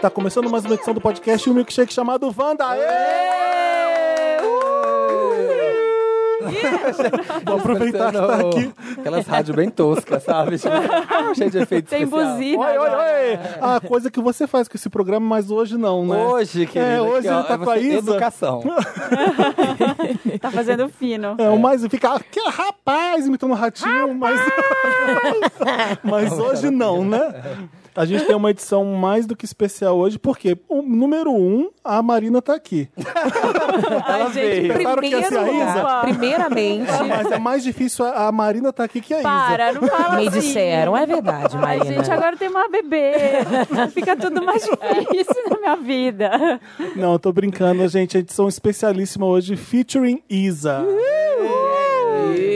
Tá começando mais uma edição do podcast O um Milkshake chamado Wanda. Aê! Vou aproveitar que tá aqui. Aquelas rádios bem toscas, sabe? Tipo, cheio de efeito Tem especial. buzina. Oi, oi, oi! A coisa que você faz com esse programa, mas hoje não, né? Hoje, querida, aqui, hoje ó, ele tá é com a você- Isa. Educação. Tá fazendo fino. É, o mais fica que rapaz imitando um ratinho, mas mas hoje não, né? A gente tem uma edição mais do que especial hoje, porque o número um, a Marina tá aqui. Ai, gente, veio. Pensaram que ia ser a primeiro Isa? lugar. Primeiramente, Mas é mais difícil a a Marina tá aqui que a Isa. Para, não fala me assim. disseram, é verdade, Ai, Marina. gente, agora tem uma bebê. Fica tudo mais difícil na minha vida. Não, eu tô brincando, gente. A edição especialíssima hoje, featuring Isa. Ih,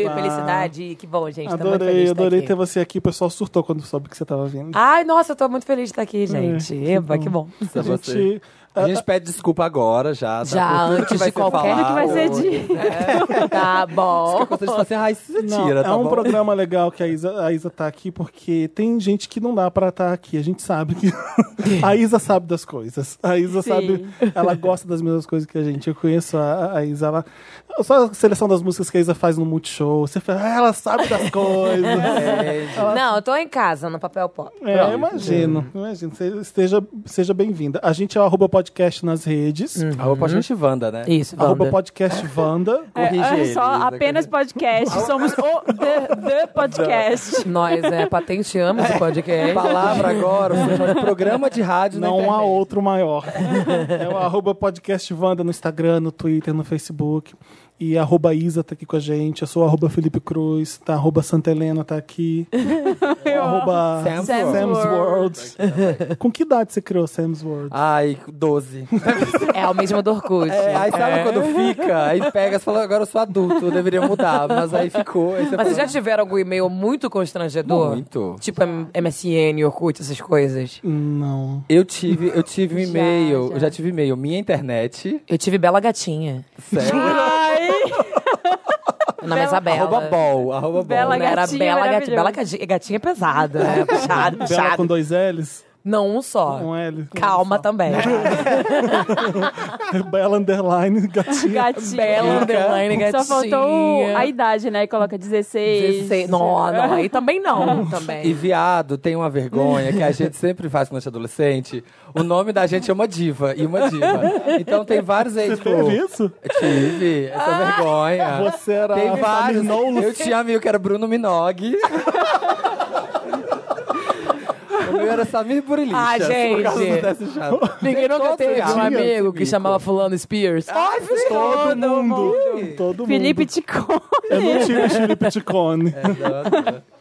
Eba. Felicidade, que bom, gente. tô muito feliz Adorei, de estar adorei aqui. Ah, ter você aqui. O pessoal surtou quando soube que você tava vindo. Ai, nossa, eu tô muito feliz de estar É, aqui, gente. Eba, que bom. Isso é você. gente, A gente pede desculpa agora já. tá? Já, Por tudo antes que vai de ser qualquer- falado. que vai ser Hoje. de. Tá bom. Você fala assim, ai, isso você Não, tira, tá é um bom? programa legal que a Isa, a Isa tá aqui, porque tem gente que não dá pra estar aqui. A gente sabe que. a Isa sabe das coisas. A Isa Sim. sabe. Ela gosta das mesmas coisas que a gente. Eu conheço a, a Isa. Ela, só a seleção das músicas que a Isa faz no Multishow. Você fala, ah, ela sabe das coisas. É, Não, eu tô em casa, no papel pop. É, eu imagino, Hum. imagino. Se- Seja, seja bem-vinda. A gente é o arroba podcast nas redes. Arroba podcast Wanda, né? Isso, Uhum. Arroba Wanda. podcast Wanda. É, Corrige é ele, só Isa, apenas podcast. Somos o The, the Podcast. Nós, né, patenteamos É. o podcast. Palavra agora, você chama de programa de rádio na Não há internet. outro maior. é o arroba podcast Wanda no Instagram, no Twitter, no Facebook. E arroba Isa tá aqui com a gente. Eu sou o arroba Felipe Cruz, tá? Arroba Santa Helena tá aqui. O arroba Sam's Ah. Sam's, World. World. com que idade você criou Sam's World? Ai, 12. É o mesmo do Orkut. É, aí sabe É. quando fica? Aí pega e fala, agora eu sou adulto, eu deveria mudar. Mas aí ficou. Aí né? você Mas vocês fala, já tiveram algum e-mail muito constrangedor? Muito. Tipo M- MSN, Orkut, essas coisas. Não. Eu tive, eu tive um Já, e-mail, já. eu já tive e-mail, minha internet, Eu tive Bela Gatinha. sério, Ai, Meu nome é Isabela. arroba bol, arroba Bela bol. Não, era Gatinha, Bela Gatinha. maravilhoso. Bela Gatinha, gatinha é pesada, né? Puxado, Bela puxado. com dois L's? Não, um só. Um L. Calma também. Né? Bela underline, gatinha. gatinho. Bela underline gatinha. Só faltou a idade, né? Coloca 16. 16. Não, não, aí também não. E também. viado tem uma vergonha que a gente sempre faz quando a gente é adolescente. O nome da gente é uma diva e uma diva. Então tem vários aí, Você tipo. teve isso? Eu tive essa vergonha. Você era Tem Samir vários. Knowles? Eu tinha amigo que era Bruno Minogue. o meu era Samir Burilicha. Ai, Por causa Ah, gente. do teste chato. Ninguém nunca Todo teve um gatinho amigo tem que bico. chamava fulano Spears. Ai, sim. Todo mundo. Todo mundo. Felipe Ticone. Eu não tive Felipe Ticone.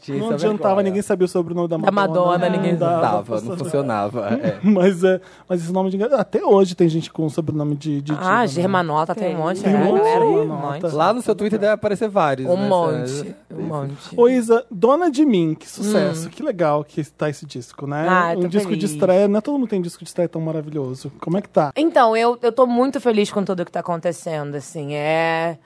Tinha Não essa adiantava, é vergonha. ninguém sabia sobre o sobrenome da Da Madonna. Madonna, né? ninguém Não dava. Dava, não funcionava. é. Mas, é, mas esse nome de. Até hoje tem gente com sobrenome de. de diva, Ah, né? Germanota tem um monte, Tem né? um monte, Galera, um Germanota. monte. Lá no seu Twitter deve aparecer vários. Um né? monte. Um monte. Ô, Isa, Dona de Mim, que sucesso. Que legal que tá esse disco, né? Hum. Ah, eu tô um disco de feliz. estreia, né? Todo mundo tem disco de estreia tão maravilhoso. Como é que tá? Então, eu, eu tô muito feliz com tudo que tá acontecendo, assim, é...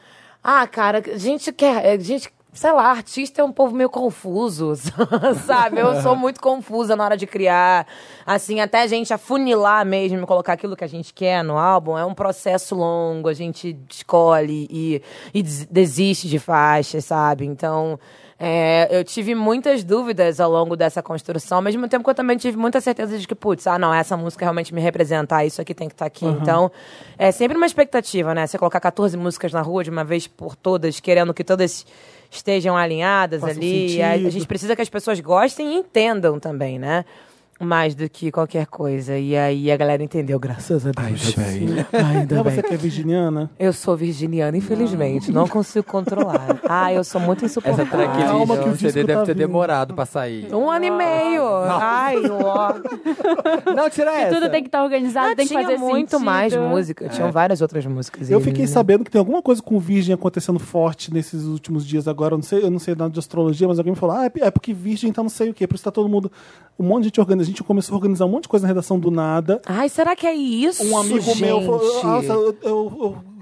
Ah, cara, a gente quer... A gente, sei lá, artista é um povo meio confuso, sabe? Eu sou muito confusa na hora de criar, assim, até a gente afunilar mesmo, colocar aquilo que a gente quer no álbum, é um processo longo, a gente escolhe e, e des- desiste de faixas, sabe? Então... É, eu tive muitas dúvidas ao longo dessa construção, ao mesmo tempo que eu também tive muita certeza de que, putz, ah, não, essa música realmente me representa, ah, isso aqui tem que estar aqui. Então, é sempre uma expectativa, né? Você colocar 14 músicas na rua de uma vez por todas, querendo que todas estejam alinhadas Façam ali. E a, a sentido. gente precisa que as pessoas gostem e entendam também, né? Mais do que qualquer coisa. E aí a galera entendeu, graças a Deus. Ainda você que é virginiana? Eu sou virginiana, infelizmente, não consigo controlar. Ah, eu sou muito Essa insuportável. tracklist Ah, Calma que o do CD disco deve tá ter vindo. demorado pra sair. Um ano e meio. Ai, ó. Não, tira essa. Tudo tem que estar organizado, Ah, tem que tinha fazer muito sentido. mais música. Tinham várias outras músicas. É. Eu e- fiquei sabendo que tem alguma coisa com Virgem acontecendo forte nesses últimos dias agora. Eu não sei, eu não sei nada de astrologia, mas alguém me falou: ah, é- é porque Virgem tá não sei o quê. Por isso tá todo mundo. Um monte de gente organiza. A gente começou a organizar um monte de coisa na redação do nada. Ai, será que é isso? Um amigo meu gente? falou: Nossa, eu, eu-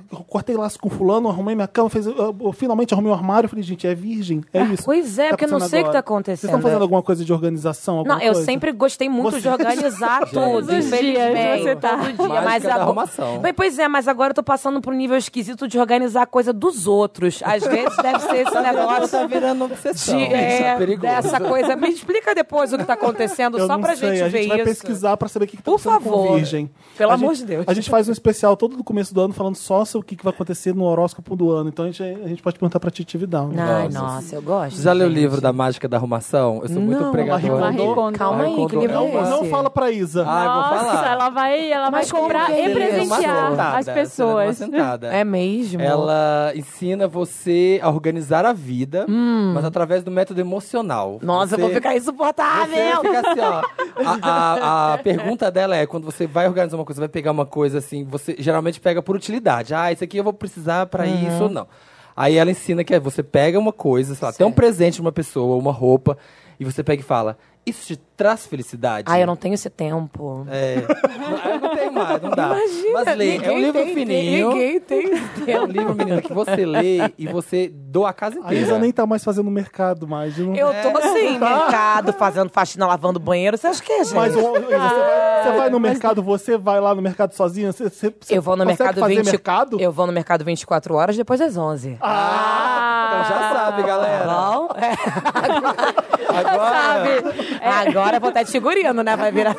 eu cortei laço com fulano, arrumei minha cama, fez, eu- eu finalmente arrumei o armário. Eu falei, gente, é virgem, é isso. Pois é, porque eu não acontecendo sei o agora. que tá Vocês estão acontecendo. fazendo alguma coisa de organização? alguma Não, eu coisa? sempre gostei muito Você- de organizar tudo, Todos os dias infelizmente. você tá. Todo dia, Mágica mas da agora- arrumação. Bem, Pois é, mas agora eu tô passando pro nível esquisito de organizar a coisa dos outros. Às vezes deve ser um é esse negócio tá virando uma obsessão. de, Isso é, é perigoso. dessa coisa. Me explica depois o que tá acontecendo, Eu só não pra sei, gente a ver gente vai isso. pesquisar pra saber o que, que tá Por acontecendo com favor. virgem. Pelo A amor gente- de Deus. A gente faz um especial todo no começo do ano falando só sobre o que, que vai acontecer no horóscopo do ano. Então a gente, a gente pode perguntar pra Titi Vidal. né? Ai, Nossa. nossa, eu gosto. Já leu o gente. livro da mágica da arrumação? Eu sou muito Não, ela pregadora. recomendou. Calma aí, que Arrecondo- livro Não, é esse? um- não fala pra Isa. Ah, eu vou Nossa, falar. ela vai, ela vai Mas como comprar que é e isso? presentear Sentada, as ela é uma pessoas. sentada. É mesmo? Ela ensina você a organizar a vida, mas através do método emocional. Hum. Nossa, eu vou Você- ficar Você insuportável. fica assim, ó. A, a- a pergunta dela é: quando você vai organizar uma coisa, vai pegar uma coisa assim, você geralmente pega por utilidade. Ah, isso aqui eu vou precisar pra isso ou não. Aí ela ensina que é, você pega uma coisa, sei lá, até um presente de uma pessoa, uma roupa, e você pega e fala: Isso te traz felicidade? Ai, Ah, eu não tenho esse tempo. É. Não, eu não tenho mais, não dá. Mas lê, é um Ninguém livro tem- fininho. Ninguém tem É tempo. um livro, menina, que você lê e você doa a casa A inteira. Isa nem tá mais fazendo mercado mais. não- é. Eu tô assim, mercado, fazendo faxina, lavando banheiro. Você acha que é, gente? Mas ô, Isa, você, vai, você vai no mercado, você vai lá no mercado sozinha? Você, você- você Eu vou no consegue mercado fazer 20... mercado? Eu vou no mercado 24 horas depois das 11. Ah, Então Ah, já sabe, galera. Bom, é, Agora, agora eu vou estar de figurino, né? Vai virar,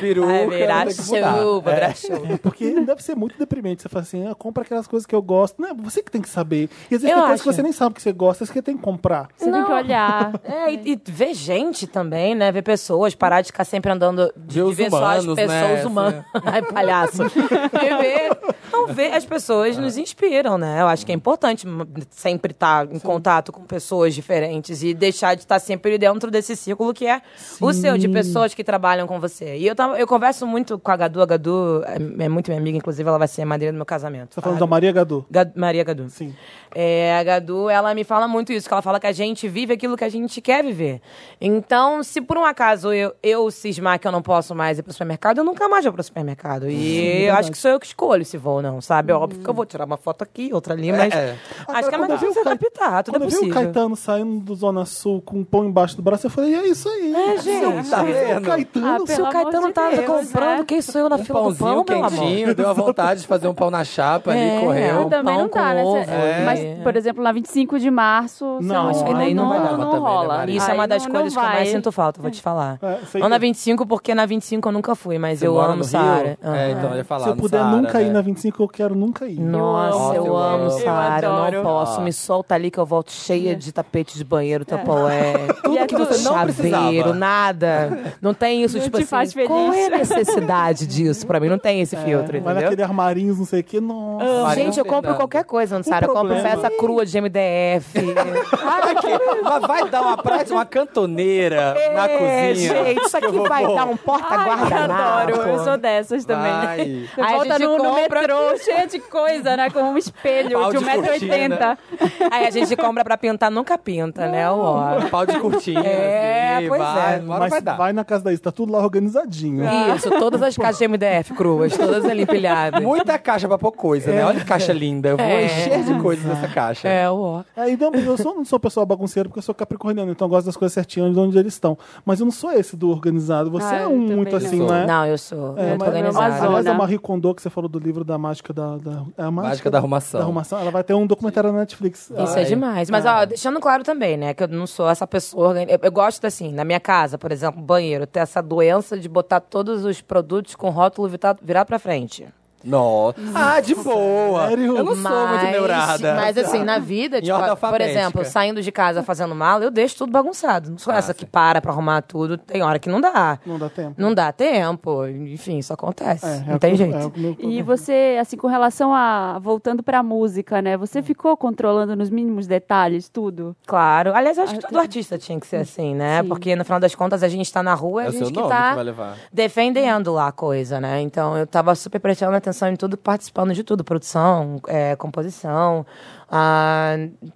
peruca, vai virar tem que mudar. chuva, vai virar chuva. É porque deve ser muito deprimente. Você fala assim, ah, compra aquelas coisas que eu gosto. Não, você que tem que saber. E às vezes Eu tem coisas acho. que você nem sabe que você gosta, você que tem que comprar. Você tem que olhar. É, e, e ver gente também, né? Ver pessoas, parar de ficar sempre andando de, Ver os de ver só humanos, as pessoas né? humanas. é. Ai, palhaço. Viver. Então, ver as pessoas nos inspiram, né? Eu acho que é importante m- sempre estar em contato com pessoas diferentes e deixar de estar sempre dentro desse círculo que é o seu, de pessoas que trabalham com você. E eu, tava- eu converso muito com a Gadu, a Gadu é, é muito minha amiga, inclusive ela vai ser a madrinha do meu casamento. Você tá falando da Maria Gadu? Gad- Maria Gadu. Sim. É, a Gadu, ela me fala muito isso, que ela fala que a gente vive aquilo que a gente quer viver. Então, se por um acaso eu, eu cismar que eu não posso mais ir pro supermercado, eu nunca mais vou pro supermercado. E eu acho que sou eu que escolho se vou ou não, sabe? É Óbvio que eu vou tirar uma foto aqui, outra ali, mas é. acho que é Agora, mais quando eu vi difícil o Cai- adaptar, tudo é Quando eu vi o possível. Caetano saindo do Zona Sul com um pão embaixo do braço, eu falei, é isso aí. É, gente. Tá O vendo? Caetano, Ah, se Pelo o amor Caetano de tá Deus, comprando, né? quem sou eu na Um fila do pãozinho pão, meu amor? É, quentinho, deu a vontade de fazer um pão na chapa ali, correu. Eu também não pão dá, um com né? ovo, Cê- é. Mas, por exemplo, na 25 de março, Não, são as- aí não vai dar não, também, né, rola. Maria? Isso é Aí uma das não- coisas não que eu mais vai. sinto falta, vou te falar. É, sei não na que- 25, porque na 25 eu nunca fui, mas Você eu mora amo no Rio? Saara. Ah. É, então, eu ia falar Se eu no puder Saara, nunca ir né? na 25, eu quero nunca ir. Nossa, eu, eu amo. amo, Eu Saara. Eu adoro. não posso. Me solta ali que eu volto cheia de tapete de banheiro, tapoé. Tudo É. E é que tudo- você não precisava. chaveiro, nada. Não tem isso, Não tipo te assim. faz feliz. É. Qual é a necessidade disso? Pra mim, não tem esse filtro, Vai entendeu? Ah, naquele armarinhos, não sei o quê. Nossa. Marina Gente, eu compro Fernanda. qualquer coisa, não Sara. Eu compro problema- peça crua de MDF. Pra quê? Mas vai dar uma prática, uma cantoneira na É, cozinha. gente, isso aqui vai dar um Ai, eu porta-guardanapo. adoro. Eu sou dessas também. né? Vai. Você Aí a volta gente no, no compra- metrô, cheia de coisa, né? Com um espelho Pau de de cortina. né? 1,80m. Aí a gente compra pra pintar, nunca pinta, né? Ó. Um Pau de cortina. É, assim, pois vai, é. uma hora Mas vai dar. na casa da Isa, tá tudo lá organizadinho. Isso, todas as caixas de MDF cruas, todas ali empilhadas. Muita caixa pra pouca coisa, né? Olha que caixa linda. Eu vou É. encher de coisas nessa caixa. É, ó. É, então, eu sou- não sou pessoa bagunceira porque eu sou capricorniano, então eu gosto das coisas certinhas de onde eles estão. Mas eu não sou esse do organizado. Você Ah, é eu um também muito não. assim, Sou. né? Não, eu sou. É, eu tô mas- organizada. Aliás, a Zona. Marie Kondo, que você falou do livro da mágica da, da, é a Mágica da arrumação. da arrumação, ela vai ter um documentário na Netflix. Ah, Isso é demais. Mas, ó, deixando claro também, né, que eu não sou essa pessoa. organi- Eu, eu gosto, assim, na minha casa, por exemplo, banheiro, ter essa doença de botar todos os produtos com rótulo virar, virar pra frente. Nossa. Ah, de boa. Sério? Eu não sou muito neurada. Mas, assim, na vida, Em tipo, ordem por alfabética. exemplo, saindo de casa fazendo mala, eu deixo tudo bagunçado. Não sou essa que para pra arrumar tudo. Tem hora que não dá. Não dá tempo. Não dá tempo. Enfim, isso acontece. É, é não o tem que eu- jeito. é o que meu- E você, assim, com relação a. Voltando pra música, né? Você ficou controlando nos mínimos detalhes tudo? Claro. Aliás, eu acho que Ah, todo artista tinha que ser assim, né? Sim. Porque no final das contas a gente tá na rua e É a o seu gente que nome que tá vai levar. defendendo lá a coisa, né? Então eu tava super prestando atenção em tudo, participando de tudo. Produção, é, composição, ah,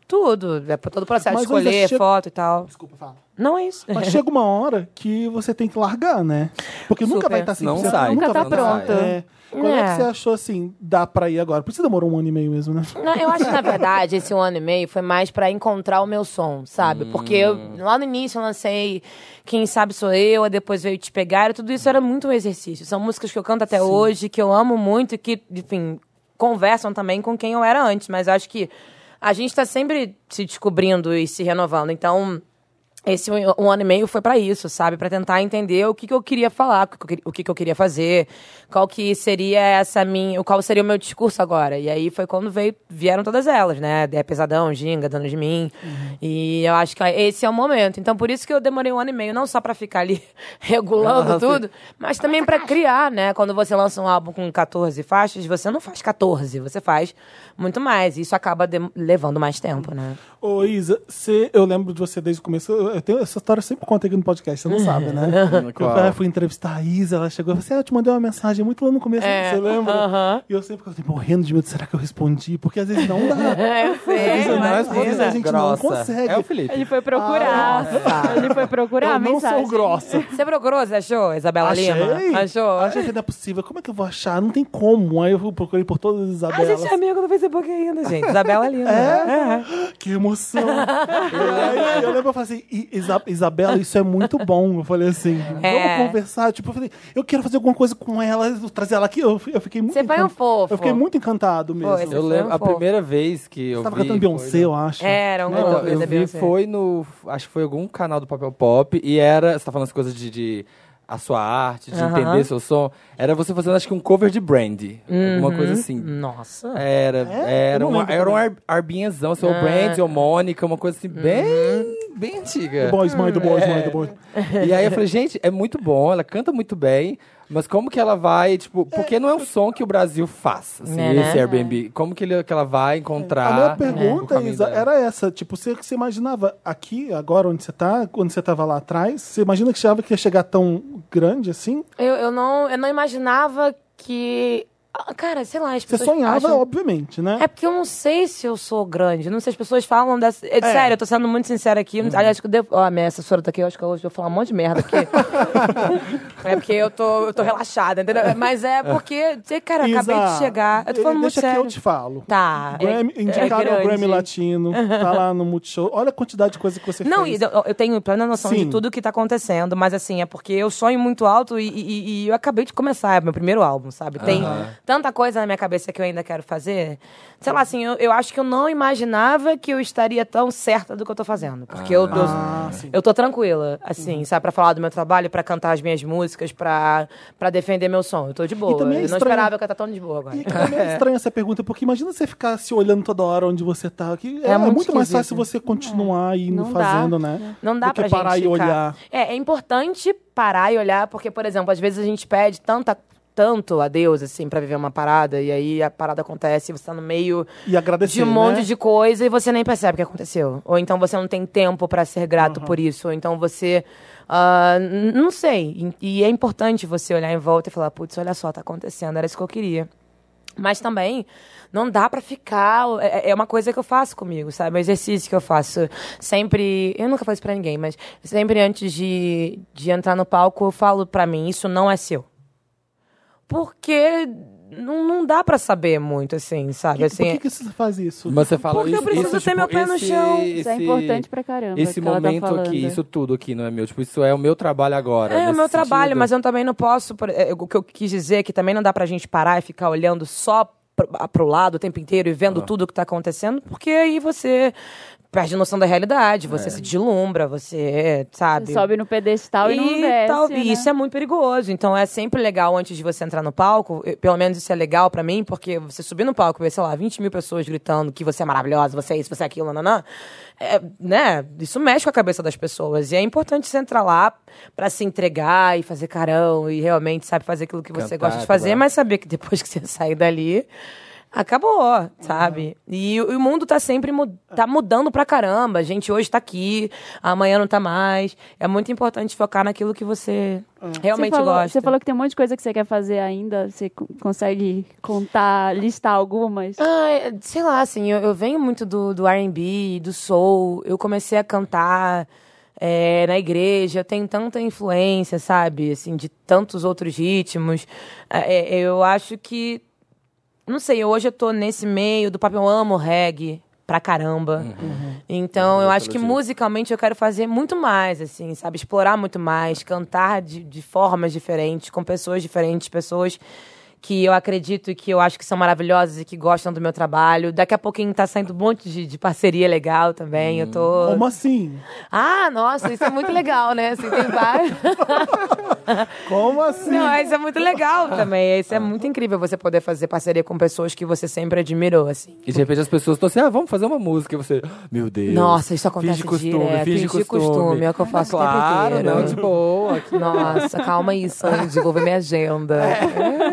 tudo. É, todo o processo, Mas, escolher Luísa, chega- foto e tal. Desculpa, fala. Não é isso. Mas chega uma hora que você tem que largar, né? Porque nunca Super. vai estar 100%. Não sai. Nunca tá vai- pronto. É. Quando é. É. que você achou assim, dá pra ir agora? Por isso demorou um ano e meio mesmo, né? Não, eu acho que, na verdade, esse um ano e meio foi mais pra encontrar o meu som, sabe? Porque eu, lá no início eu lancei Quem Sabe Sou Eu, aí depois veio Te Pegar, e tudo isso era muito um exercício. São músicas que eu canto até hoje, que eu amo muito e que, enfim, conversam também com quem eu era antes. Mas acho que a gente tá sempre se descobrindo e se renovando. Então, esse um, um ano e meio foi pra isso, sabe? Pra tentar entender o que, que eu queria falar, o que que eu queria- o que, que eu queria fazer, qual que seria essa minha, qual seria o meu discurso agora. E aí foi quando veio, vieram todas elas, né? É pesadão, ginga, dando de mim. Uhum. E eu acho que esse é o momento. Então por isso que eu demorei um ano e meio, não só pra ficar ali regulando Ah, tudo, mas também pra criar, né? Quando você lança um álbum com 14 faixas, você não faz 14, você faz muito mais. E isso acaba dem- levando mais tempo, né? Ô, Isa, você- eu lembro de você desde o começo. Eu, eu tenho essa história eu sempre contei aqui no podcast, você não sabe, né? Eu Qual? fui- eu fui entrevistar a Isa, ela chegou e falou assim: ah, eu te mandei uma mensagem muito lá no começo, É, você lembra? aham. E eu sempre ficava assim, morrendo de medo, será que eu respondi? Porque às vezes não dá. É, eu sei. né? Isa, não é imagina. coisa, a gente não consegue. É o Felipe. Ah, Ele foi procurar. tá. Ele foi procurar a eu não mensagem. sou grossa. Você procurou, você achou, Isabela Achei. Lima? Achou? Achei que não é possível. Como é que eu vou achar? Não tem como. Aí eu procurei por todas as A Isabelas. gente é amigo no Facebook ainda, gente. Isabela Lima. É? Que emoção. E aí, eu lembro, eu falei assim, "I- Isa- Isabela, isso é muito bom. Eu falei assim, É. vamos conversar. Tipo, eu falei, eu quero fazer alguma coisa com ela, trazer ela aqui. Eu, eu fiquei muito Você foi um encan- fofo. Eu fiquei muito encantado mesmo. Foi, você eu né? Eu lembro, a Fofo. primeira vez que eu tava vi... cantando foi Beyoncé, eu acho. Era Não, alguma eu coisa, vi Beyoncé. foi no. Acho que foi algum canal do Papel Pop e era. Você tá falando as coisas de. de- a sua arte, de Aham. entender seu som. Era você fazendo, acho que um cover de Brandy. Alguma coisa Uhum. assim. Nossa. Era, É? Eu era, não uma, lembro era um ar, arbinhazão, seu Ah. Brandy ou Mônica, uma coisa Uhum. assim, bem, bem antiga. Boys, mãe do boys, mãe do boys. E aí eu falei, gente, é muito bom, ela canta muito bem, mas como que ela vai, tipo, porque não é um som que o Brasil faz, assim, Né, esse né? Airbnb. Como que, ele, que ela vai encontrar? Tá. né, É, A minha o pergunta, caminho Isa, dela? era essa. Tipo, você, você imaginava aqui, agora, onde você tá, quando você tava lá atrás, você imagina que achava que ia chegar tão grande assim? Eu, eu, não, eu não imaginava que... Ah, Cara, sei lá, as Você pessoas sonhava, acham- obviamente, né? É porque eu não sei se eu sou grande. eu Não sei, as pessoas falam dessa. É, Sério, eu tô sendo muito sincera aqui. Uhum. Aliás, Aliás, que eu devo... Ó, a minha assessora tá aqui, eu acho que hoje eu vou falar um monte de merda aqui. é porque eu tô, eu tô relaxada, entendeu? Mas é porque, sei, cara, eu Isa, acabei de chegar. Eu tô falando muito É, deixa sério. que eu te falo. Tá. é- Grammy, é indicado ao grande. Grammy Latino, tá lá no Multishow. Olha a quantidade de coisa que você Não, fez. Isa, eu, eu tenho plena noção Sim. de tudo que tá acontecendo, mas assim, é porque eu sonho muito alto e, e- e eu acabei de começar, é meu primeiro álbum, sabe? Tem tanta coisa na minha cabeça que eu ainda quero fazer. Sei lá, assim, eu, eu acho que eu não imaginava que eu estaria tão certa do que eu tô fazendo. Porque eu, eu, Ah, sim. Uhum. eu tô tranquila, assim, sabe? Pra falar do meu trabalho, pra cantar as minhas músicas, pra, pra defender meu som. Eu tô de boa. Eu também é não estranho. esperava que eu tá tão de boa agora. E que também é estranha essa pergunta, porque imagina você ficar se olhando toda hora onde você tá. Que é, é muito, muito mais fácil esquisito. você continuar indo Não dá. fazendo, né? Não dá do que pra parar gente e ficar- olhar. É, é importante parar e olhar, porque, por exemplo, às vezes a gente pede tanta, tanto a Deus, assim, pra viver uma parada, e aí a parada acontece, você tá no meio E agradecer, de um monte né? de coisa e você nem percebe o que aconteceu. Ou então você não tem tempo pra ser grato por isso, ou então você... ah, n- não sei. E e é importante você olhar em volta e falar, putz, olha só, tá acontecendo, era isso que eu queria. Mas também não dá pra ficar. É, é uma coisa que eu faço comigo, sabe? É um exercício que eu faço. Sempre. Eu nunca faço isso pra ninguém, mas sempre antes de, de entrar no palco, eu falo pra mim: isso não é seu. Porque não, não dá pra saber muito, assim, sabe? Por Assim, que, que você faz isso? Mas você fala Porque eu isso, preciso isso, tipo, ter meu pé no esse- chão. Isso Isso é esse- importante pra caramba. Esse que ela tá momento aqui, falando. isso tudo aqui não é meu. Tipo, isso é o meu trabalho agora. É, o nesse meu trabalho, sentido. mas eu também não posso. por- é, O que eu quis dizer é que também não dá pra gente parar e ficar olhando só pro, a- pro lado o tempo inteiro e vendo tudo que tá acontecendo, porque aí você perde a noção da realidade, É. você se deslumbra, você, sabe? Sobe no pedestal e, não desce, tal- né? e isso é muito perigoso. Então é sempre legal antes de você entrar no palco, eu- pelo menos isso é legal pra mim, porque você subir no palco e ver, sei lá, 20 mil pessoas gritando que você é maravilhosa, você é isso, você é aquilo, nanã, é, né? Isso mexe com a cabeça das pessoas. E é importante você entrar lá pra se entregar e fazer carão e realmente, sabe, fazer aquilo que você Cantar, gosta de fazer, trabalhar. mas saber que depois que você sair dali. Acabou, sabe? E, o- e o mundo tá sempre mu- tá mudando pra caramba. A gente hoje tá aqui, amanhã não tá mais. É muito importante focar naquilo que você realmente você falou, gosta. Você falou que tem um monte de coisa que você quer fazer ainda. Você co- consegue contar, listar algumas? Ah, é, sei lá, assim, eu, eu venho muito do, do RB, do soul. Eu comecei a cantar é, na igreja, eu tenho tanta influência, sabe? Assim, de tantos outros ritmos. É, é, eu acho que. Não sei, hoje eu tô nesse meio do papo, eu amo reggae pra caramba. Então, eu acho que musicalmente eu quero fazer muito mais, assim, sabe? Explorar muito mais, cantar de, de formas diferentes, com pessoas diferentes, pessoas que eu acredito e que eu acho que são maravilhosas e que gostam do meu trabalho. Daqui a pouquinho tá saindo um monte de, de parceria legal também. Eu tô. Hum. Como assim? Ah, nossa, isso é muito legal, né? Assim, tem vários. Como assim? Não, isso é muito legal também. Isso é muito incrível você poder fazer parceria com pessoas que você sempre admirou, assim. E de repente as pessoas estão assim, ah, vamos fazer uma música. E você, meu Deus. Nossa, isso acontece finge costume, direto, Finge finge costume, costume, é o que eu faço o tempo Claro, inteiro. não, de boa. Nossa, calma aí, Sandy, vou ver minha agenda.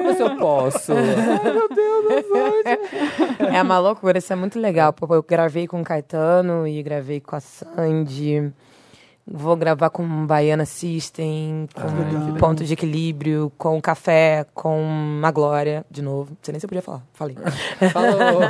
Mas eu posso. É uma loucura, isso é muito legal. Pô, eu gravei com o Caetano e gravei com a Sandy. Vou gravar com Baiana System, com Ponto de Equilíbrio, com Café, com a Glória, de novo. Não sei nem se eu podia falar, falei. Falou.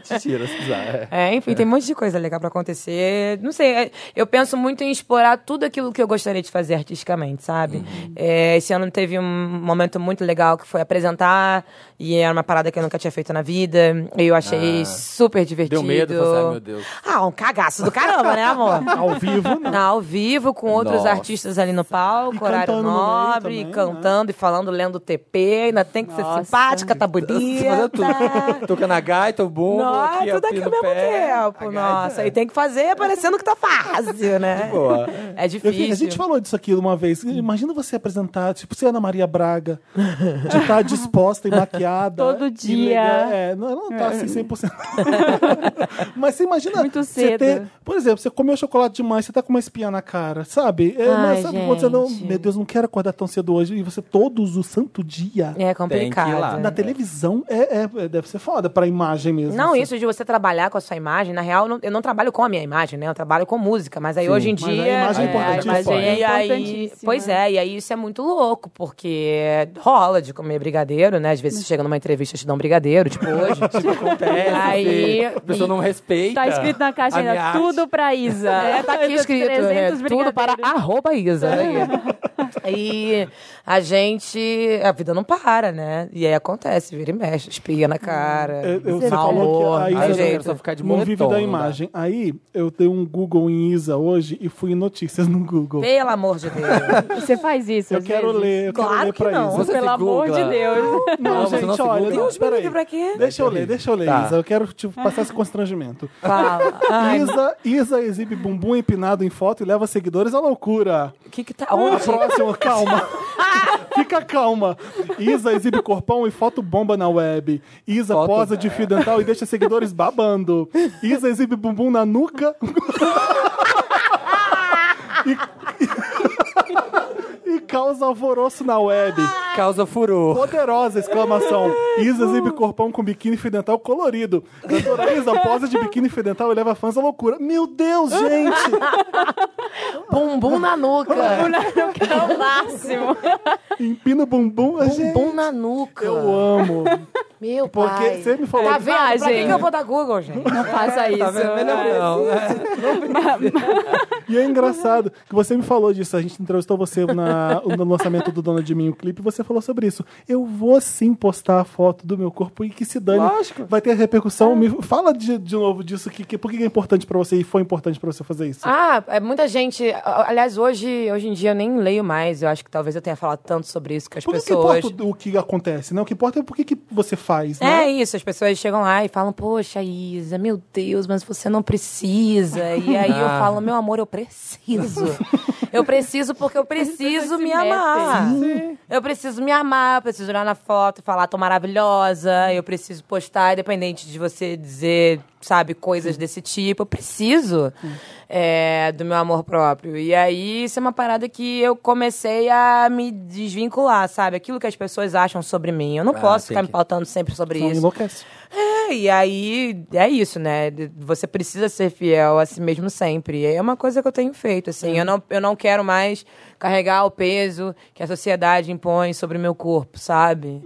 Te tira, se quiser. É. É, enfim, tem um monte de coisa legal pra acontecer. Não sei, é, eu penso muito em explorar tudo aquilo que eu gostaria de fazer artisticamente, sabe? É, esse ano teve um momento muito legal que foi apresentar, e era uma parada que eu nunca tinha feito na vida. E eu achei super divertido. Deu medo, falou assim, ai, meu Deus. Ah, um cagaço do caramba, né, amor? Ao vivo, não. Ao vivo, com outros Nossa. artistas ali no palco, E horário cantando no meio nobre, também, né? cantando e falando, lendo TP, ainda tem que ser Nossa. simpática, tá Você fazendo bonita. tudo. Toca na gaita, o bumbo, Nossa, aqui, tudo aqui aqui no ao mesmo pé. tempo. A gaita, Nossa, é. e tem que fazer parecendo que tá fácil, né? boa. É Eu difícil. vi- a gente falou disso aqui uma vez. Imagina você apresentar, tipo, ser Ana Maria Braga, de estar disposta e maquiada. Todo e dia. legal. É, não, ela não tá assim 100%. Mas você imagina. Muito você cedo. ter- por exemplo, você comeu chocolate demais, você tá com uma espinha na cara, sabe? É, mas Ai, sabe quando você não. gente. Meu Deus, não quero acordar tão cedo hoje. E você todos o santo dia. É Tem que ir lá. complicado. Na televisão é, é- é- deve ser foda pra imagem mesmo. Não, Você- isso de você trabalhar com a sua imagem, na real, eu não- eu não trabalho com a minha imagem, né? Eu trabalho com música, mas aí hoje em mas a dia. imagem é importantíssima. É, a E aí- imagem é importantíssima. pois é, e aí isso é muito louco, porque rola de comer brigadeiro, né? Às vezes você chega numa entrevista e te dá um brigadeiro, tipo hoje. Acontece, Aí- assim, A pessoa não respeita. Tá escrito na caixa a minha ainda, arte. tudo pra Isa. É, tá aqui escrito, né? 300 Tudo para brigadeiros. arroba Isa. Né? e a gente... A vida não para, né? E aí acontece, vira e mexe, espia na cara, Eu- eu- mau você falou que a humor, Isa tem Aí eu não- quero jeito. só ficar de não moletom. né? vive da dá. imagem. Aí eu dei um Google em Isa hoje e fui em notícias no Google. Pelo amor de Deus. Você faz isso, Eu às quero vezes? ler, eu quero Claro ler que pra não. Isa. Você Pelo se amor googla. de Deus. Não, Não, você gente, não se olha. Google. não, Deus me peraí. livre, pra quê? Deixa eu ler, deixa eu ler, Tá. Isa. Eu quero te passar esse constrangimento. Fala. Ai, Isa, Isa exibe bumbum empinado em foto e leva seguidores à loucura. o que que tá... O Onde? próximo, calma. Fica calma. Isa exibe corpão e foto bomba na web. Isa Foto- posa de fio dental e deixa seguidores babando. Isa exibe bumbum na nuca. E... e causa alvoroço na web. Causa furor. Poderosa exclamação. Isa exibe corpão com biquíni fidental colorido. Cantora Isa posa de biquíni fidental e leva fãs à loucura. Meu Deus, gente! Bumbum na nuca. Um Bumbum na nuca é o máximo. Empina o bumbum. gente, Bumbum na nuca. eu amo. Meu Porque pai. você me falou- Tá vendo? Pra que Imagem. que eu vou dar Google, gente? Não faça isso. Tá vendo? Melhor É. não. né? E é engraçado que você me falou disso. A gente entrevistou você na- no lançamento do Dona de Mim, o clipe, e você falou sobre isso. Eu vou sim postar a foto do meu corpo e que se dane. Lógico. Vai ter repercussão. Me fala de, de novo disso. Que, que, por que é importante pra você e foi importante pra você fazer isso? Ah, é muita gente. a- Aliás, hoje, hoje em dia eu nem leio mais. Eu acho que talvez eu tenha falado tanto sobre isso que as Por que, que pessoas. importa o o que acontece, né? O que importa é por que, que você faz, né? É isso, as pessoas chegam lá e falam, poxa, Isa, meu Deus, mas você não precisa. E aí eu Ah. falo, meu amor, eu preciso. Eu preciso porque eu preciso pessoas se me amar. Eu preciso me amar, eu preciso olhar na foto e falar, tô maravilhosa. Eu preciso postar, independente de você dizer, sabe, coisas desse tipo. Eu preciso é, do meu amor próprio. E aí, isso é uma parada que eu comecei a me desvincular, sabe? Aquilo que as pessoas acham sobre mim. Eu não Ah, posso tem ficar me que- pautando sempre sobre Não isso. enlouquece. É, E aí é isso, né? De- Você precisa ser fiel a si mesmo sempre. E é uma coisa que eu tenho feito, É. assim. Eu, não, eu não quero mais carregar o peso que a sociedade impõe sobre o meu corpo, sabe?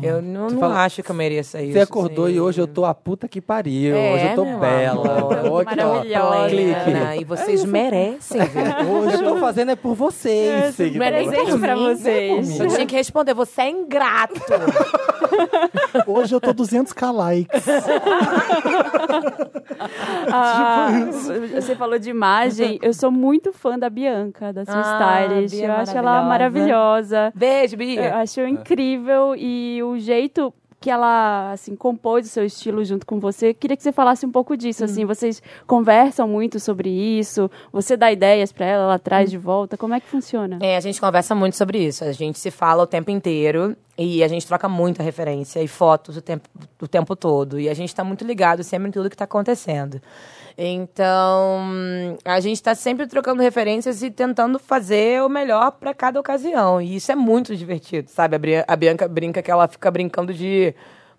Eu não, não Uhum. fala- acho que eu mereça isso. Você acordou assim. e hoje eu tô a puta que pariu. É, hoje eu tô meu bela. amor, Ó, que maravilhosa. ó, Plena, clique. É e vocês merecem, gente. Hoje eu tô fazendo é por vocês. seguidores. tá Presente pra um É vocês. Eu tinha que responder, você é ingrato. Hoje eu tô 200k likes. Ah, você falou de imagem. Eu sou muito fã da Bianca, da Sua Ah, Stylist. Bia Eu acho ela maravilhosa. maravilhosa. Beijo, Eu Bia. acho incrível e o jeito que ela assim compôs o seu estilo junto com você. Eu Queria que você falasse um pouco disso, Hum. assim, vocês conversam muito sobre isso, você dá ideias pra ela, ela traz de volta. Como é que funciona? Hum. É, a gente conversa muito sobre isso. A gente se fala o tempo inteiro e a gente troca muita referência e fotos o tempo, o tempo todo. E a gente tá muito ligado sempre em tudo que tá acontecendo. Então, a gente tá sempre trocando referências e tentando fazer o melhor pra cada ocasião. E isso é muito divertido, sabe? A, Bri- a Bianca brinca que ela fica brincando de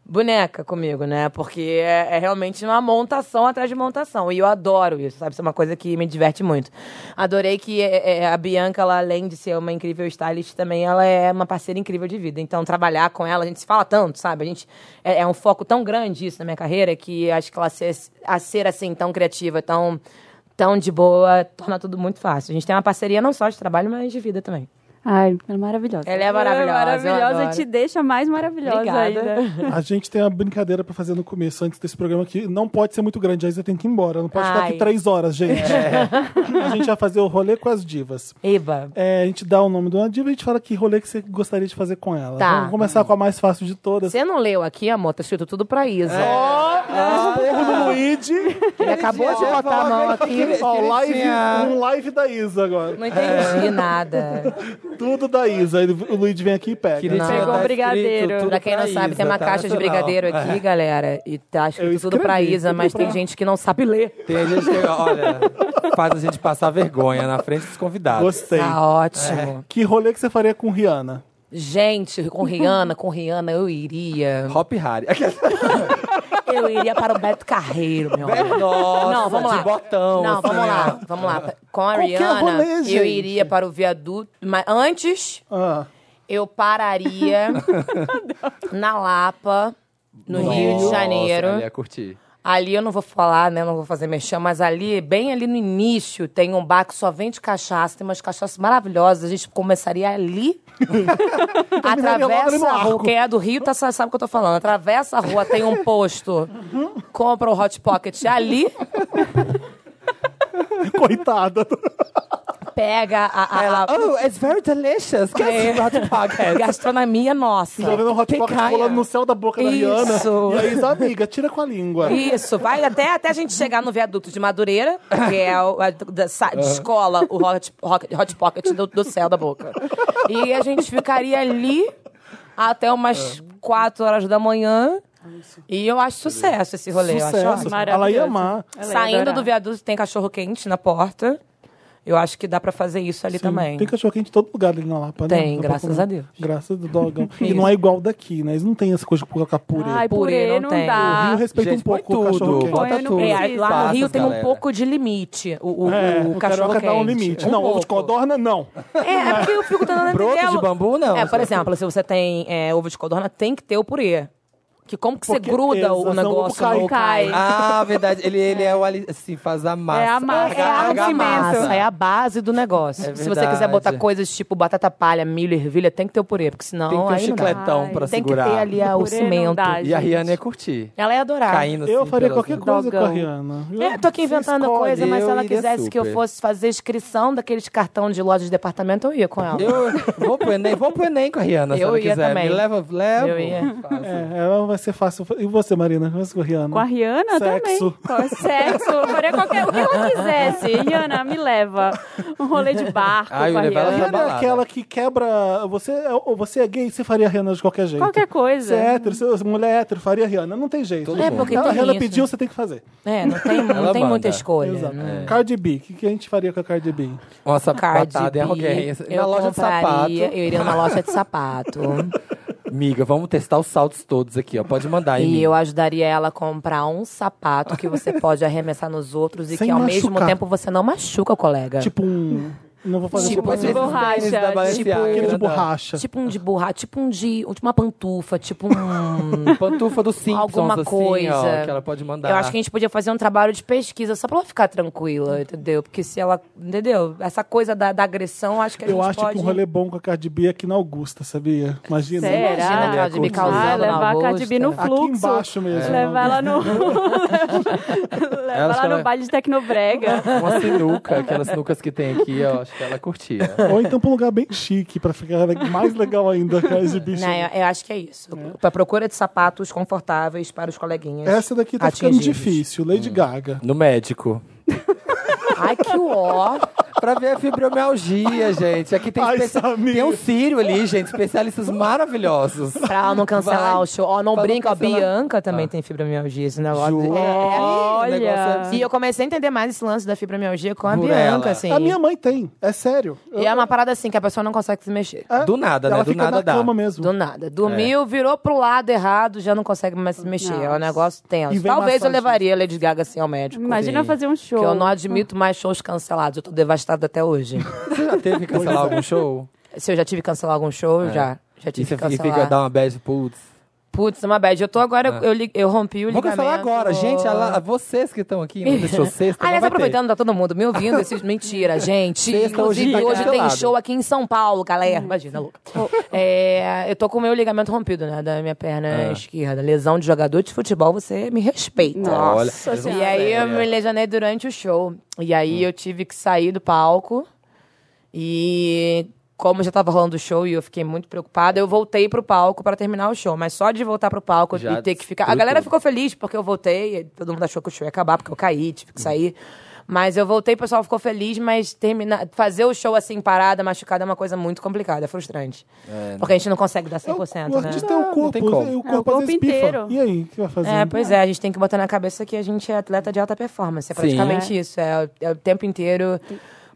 boneca comigo, né? Porque é, é realmente uma montação atrás de montação. E eu adoro isso, sabe? Isso é uma coisa que me diverte muito. Adorei que é, é, a Bianca, ela, além de ser uma incrível stylist, também ela é uma parceira incrível de vida. Então, trabalhar com ela, a gente se fala tanto, sabe? A gente é, é um foco tão grande isso na minha carreira que acho que ela ser, a ser assim, tão criativa, tão. Tão de boa, torna tudo muito fácil. A gente tem uma parceria não só de trabalho, mas de vida também. Ai, ela é maravilhosa. Ela é maravilhosa, eu maravilhosa adoro. e te deixa mais maravilhosa Obrigada. ainda. A gente tem uma brincadeira pra fazer no começo, antes desse programa, que não pode ser muito grande, aí você tem que ir embora. Não pode ficar Ai. É. aqui três horas, gente. A gente vai fazer o rolê com as divas. Eba. É, a gente dá o nome de uma diva e a gente fala que rolê que você gostaria de fazer com ela. Tá. Vamos começar com a mais fácil de todas. Você é não leu aqui, amor? Tá escrito tudo pra Isa. Porro Ah, do Luigi, Ele acabou de botar a mão aqui. é ó, Queridinha. live, um live da Isa agora. Não entendi nada. Tudo da Isa. Aí O Luigi vem aqui e pega. Queridinha, Pegou tá o brigadeiro. escrito tudo Pra quem não pra sabe, tem Isa, uma tá? caixa de Nacional. brigadeiro aqui, galera. E tá Eu escrito tudo pra escrevi, Isa, tudo mas pra- tem gente que não sabe ler. Tem gente que, olha, faz a gente passar vergonha na frente dos convidados. Gostei. Tá ótimo. Que rolê que você faria com Rihanna? Gente, com Rihanna, com Rihanna eu iria. Hop Harry. Eu iria para o Beto Carreiro, meu amor. Nossa, não, vamos lá. de botão. Não, assim, vamos ó. é lá, vamos lá. Com a Qualquer Rihanna, rolê, eu gente. iria para o viaduto. Mas antes, Ah, eu pararia na Lapa, no Rio de Nossa, Janeiro. ela ia curtir. Ali eu não vou falar, né? Não vou fazer merchan, mas ali, bem ali no início, tem um bar que só vende cachaça, tem umas cachaças maravilhosas. A gente começaria ali. logo ali atravessa no a rua. arco. Quem é do Rio tá, sa- sabe o que eu tô falando. Atravessa a rua, tem um posto. Compra um hot pocket ali, coitada. pega a. a- a- Oh, it's very delicious. Can É. I see that podcast? gastronomia nossa. Tá vendo um hot pocket Picanha. colando no céu da boca da Rihanna? Isso. E aí, Isa, amiga, tira com a língua. Isso, vai até, até a gente chegar no viaduto de Madureira, que é o, a, da, sa, de escola, o hot, hot, hot pocket do, do céu da boca. E a gente ficaria ali até umas quatro horas da manhã. E eu acho sucesso esse rolê. eu acho Sucesso. ótimo. Ela ia amar. Ela ia Saindo adorar. do viaduto tem cachorro quente na porta. Eu acho que dá pra fazer isso ali É, também. Tem cachorro quente em todo lugar ali na Lapa, né? Tem, Dá pra graças comer. a Deus. Graças do dogão. e não é igual daqui, né? Eles não têm essa coisa de colocar purê. Ai, Purê purê, não não, tem. o Rio dá. respeita Gente, um pouco põe o tudo, cachorro quente. bota Põe no tudo. É, lá no Passas, Rio tem um galera. pouco de limite. O, o, É, o cachorro carioca quente. dá um limite. não, ovo de pouco. codorna, não. É, é porque eu fico tentando entender. Broto de o- bambu, não. É, por exemplo, se você tem é, ovo de codorna, tem que ter o purê. Que como que Porque você gruda o exato, negócio o ovo no cai. cai? Ah, verdade. Ele, ele é o ali- assim, faz a massa. É a massa, É a, Agarra a massa, massa. é a base do negócio. É Se você quiser verdade. botar coisas tipo batata palha, milho, ervilha, tem que ter o purê, porque senão Tem que ter um aí não dá. chicletão Ai, pra Tem que segurar. ter ali a- É. o Purê não cimento. dá, E a gente. Rihanna ia curtir. Ela ia adorar. Caindo assim. Eu faria pelas- qualquer coisa com a Dogão. Rihanna. É, tô aqui inventando escolhe, coisa, mas se eu ela iria quisesse que eu super. fosse fazer inscrição daqueles cartão de loja de departamento, eu ia com ela. Eu vou pro Enem, vou pro Enem com a Rihanna, se Eu ela ia quiser. também. Me leva, leva. Eu ia. É, ela vai ser fácil. E você, Marina? Vai ser com a Rihanna? Com a Rihanna Sexo. também. Com- Sexo. eu faria qualquer, o que ela quisesse. Rihanna, me leva. Um rolê de barco Ai, com a eu ia levar ela pra tá Rihanna. Rihanna é balada. aquela que quebra. Você é, ou você é gay, você faria a Rihanna de qualquer jeito. Qualquer coisa. Você é hétero, você, mulher é hétero, faria a Rihanna. Não tem jeito. Todo É, mundo. porque a tem Rihanna isso. pediu, você tem que fazer. É, não tem, não Ela tem manda. muita escolha. Exato. né? Cardi B, o que, que a gente faria com a Cardi B? Uma sapatada Cardi em B, alguém. eu Na loja de compraria- sapato. Eu iria numa loja de sapato. Miga, vamos testar os saltos todos aqui, ó. Pode mandar aí. E Miga. eu ajudaria ela a comprar um sapato que você pode arremessar nos outros e Sem que ao mesmo machucar. tempo você não machuca o colega. Tipo um. Não vou fazer É. Tipo sopa, esses não. borracha, tênis da tipo- Balenciaga, né? Aquele de grandão. borracha. Tipo um de borracha, tipo um de. Tipo uma pantufa, tipo um. Pantufa do Simpsons, Alguma assim, ó, coisa. que ela pode mandar. Eu acho que a gente podia fazer um trabalho de pesquisa só pra ela ficar tranquila, entendeu? Porque se ela. Entendeu? Essa coisa da, da agressão, acho que a Eu gente acho pode. que um rolê bom com a Cardi B é aqui na Augusta, sabia? Imagina. Sério? Imagina a Cardi B Curtindo. causando Ah, levar na a Cardi B no Augusta. Aqui fluxo. embaixo mesmo. É. Levar ela no. Ela Levar acha ela que- no baile de Tecnobrega. Uma sinuca, aquelas sinucas que tem aqui, eu acho que ela curtia. Ou então pra um lugar bem chique, pra ficar le- mais legal ainda com as de bicho. Não, eu, eu acho que é isso. Pra procura de sapatos confortáveis para os coleguinhas. Essa daqui tá ficando atingidos. difícil. Lady Hum. Gaga. No médico. Ai, que ó. Pra ver a fibromialgia, gente. Aqui tem, Ai, especia- Samir. tem um Sírio ali, gente. Especialistas maravilhosos. Pra ela não cancelar Vai. o show. Ó, não Pra não brinca. Ó, cancelar. Bianca também Ah. tem fibromialgia, esse negócio. Jura? É, é. Olha. negócio assim, E eu comecei a entender mais esse lance da fibromialgia com a Por Bianca, ela. assim. A minha mãe tem, é sério. E é uma parada assim, que a pessoa não consegue se mexer. É, Do nada, né? ela Do fica nada na dá. cama mesmo. Do nada. É. Dormiu, virou pro lado errado, já não consegue mais se mexer. É um Nossa. negócio E tenso. vem Talvez eu massagem. levaria a Lady Gaga assim ao médico. Imagina Sim. fazer um show. Porque eu não admito mais shows cancelados. Eu tô devastada até hoje. Você já teve que cancelar algum show? se eu já tive que cancelar algum show, já. Já É. E tive você que fica- um- e fica cancelar. dar uma bad putz. Putz, é uma bad. Eu tô agora, eu, li- eu rompi o Vou ligamento. cancelar agora, gente. ela- vocês que estão aqui, não deixou sexta. não vai Aliás, ter. aproveitando, tá todo mundo me ouvindo. Esses... Mentira, gente. Sexta, hoje Inclusive, tá hoje tem cancelado. Oh, show aqui em São Paulo, galera. Imagina, louca. É, eu tô com o meu ligamento rompido, né? Da minha perna Ah. esquerda. Lesão de jogador de futebol, você me respeita. Olha, Nossa eu não Senhora. E aí sei, eu é. Hum. me lesionei durante o show. E aí eu tive que sair do palco. E como já tava rolando o show e eu fiquei muito preocupada, eu voltei pro palco pra terminar o show. Mas só de voltar pro palco Já e ter que ficar. A destruiu galera tudo. ficou feliz porque eu voltei. e Todo mundo achou que o show ia acabar porque eu caí, tive Hum. que sair. Mas eu voltei, o pessoal ficou feliz, mas terminar, fazer o show assim, parada, machucada, é uma coisa muito complicada, é frustrante. É, Porque a gente não consegue dar 100%, o né? artista é o não corpo, tem como. e o corpo, É, o corpo às vezes pifa. inteiro. E aí, o que vai fazer? um É, pois é, a gente tem que botar na cabeça que a gente é atleta de alta performance. É Sim. praticamente isso. É, é o tempo inteiro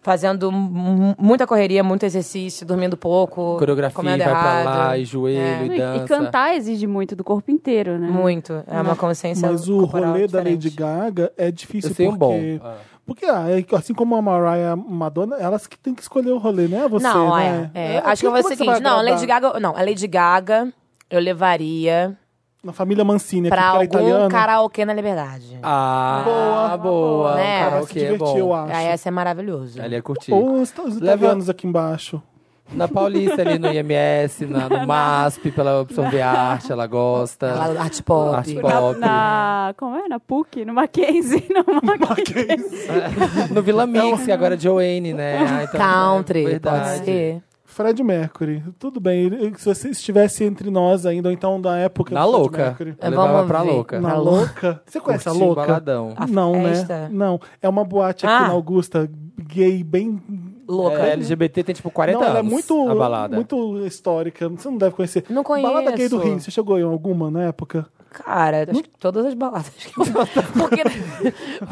fazendo mu- muita correria, muito exercício, dormindo pouco, Coreografia, vai comendo pra errado. É. lá, e joelho, e dança. E cantar exige muito do corpo inteiro, né? Muito. É uma consciência. Mas o corporal rolê da diferente. Lady Gaga é difícil Eu sei um porque... bom. Ah. Porque ah, é que assim como a Mariah Madonna, elas que têm que escolher o rolê, né? Você, não, né? é. é. Acho que eu quem- como vou fazer o você vai seguinte: não, a agradar? Lady Gaga. Não, a Lady Gaga eu levaria Na família Mancini, aquele pra algum é cara italiano. karaokê na liberdade. Ah, boa, boa. Né? O Vai karaokê se é divertir, eu bom. acho. Aí essa é maravilhoso. Ali é curtir. Ou os, os Leva- italianos aqui embaixo. Na Paulista, ali no IMS, na, no MASP, pra ela absorver arte, ela gosta. Ela- Arte pop. Arte pop. Na, na- Como é? Na PUC? No Mackenzie? No Mackenzie. No Vila Mix, que agora é Joanne, né? Ah, então, Country, pode verdade. ser. Fred Mercury, tudo bem. ele- Se você estivesse entre nós ainda, ou então da época Na do Fred louca. Mercury. Eu levava Vamos pra ver. louca. Na louca? Você conhece a Curtir um louca? baladão. A não, festa? né? Não. É uma boate aqui Ah. na Augusta, gay, bem. Louca. É, LGBT tem tipo 40 não, anos. ela é muito, a balada. muito histórica. Você não deve conhecer. Não conheço. Balada gay do Rio. Você chegou em alguma na época? Cara, acho que todas as baladas que eu Porque.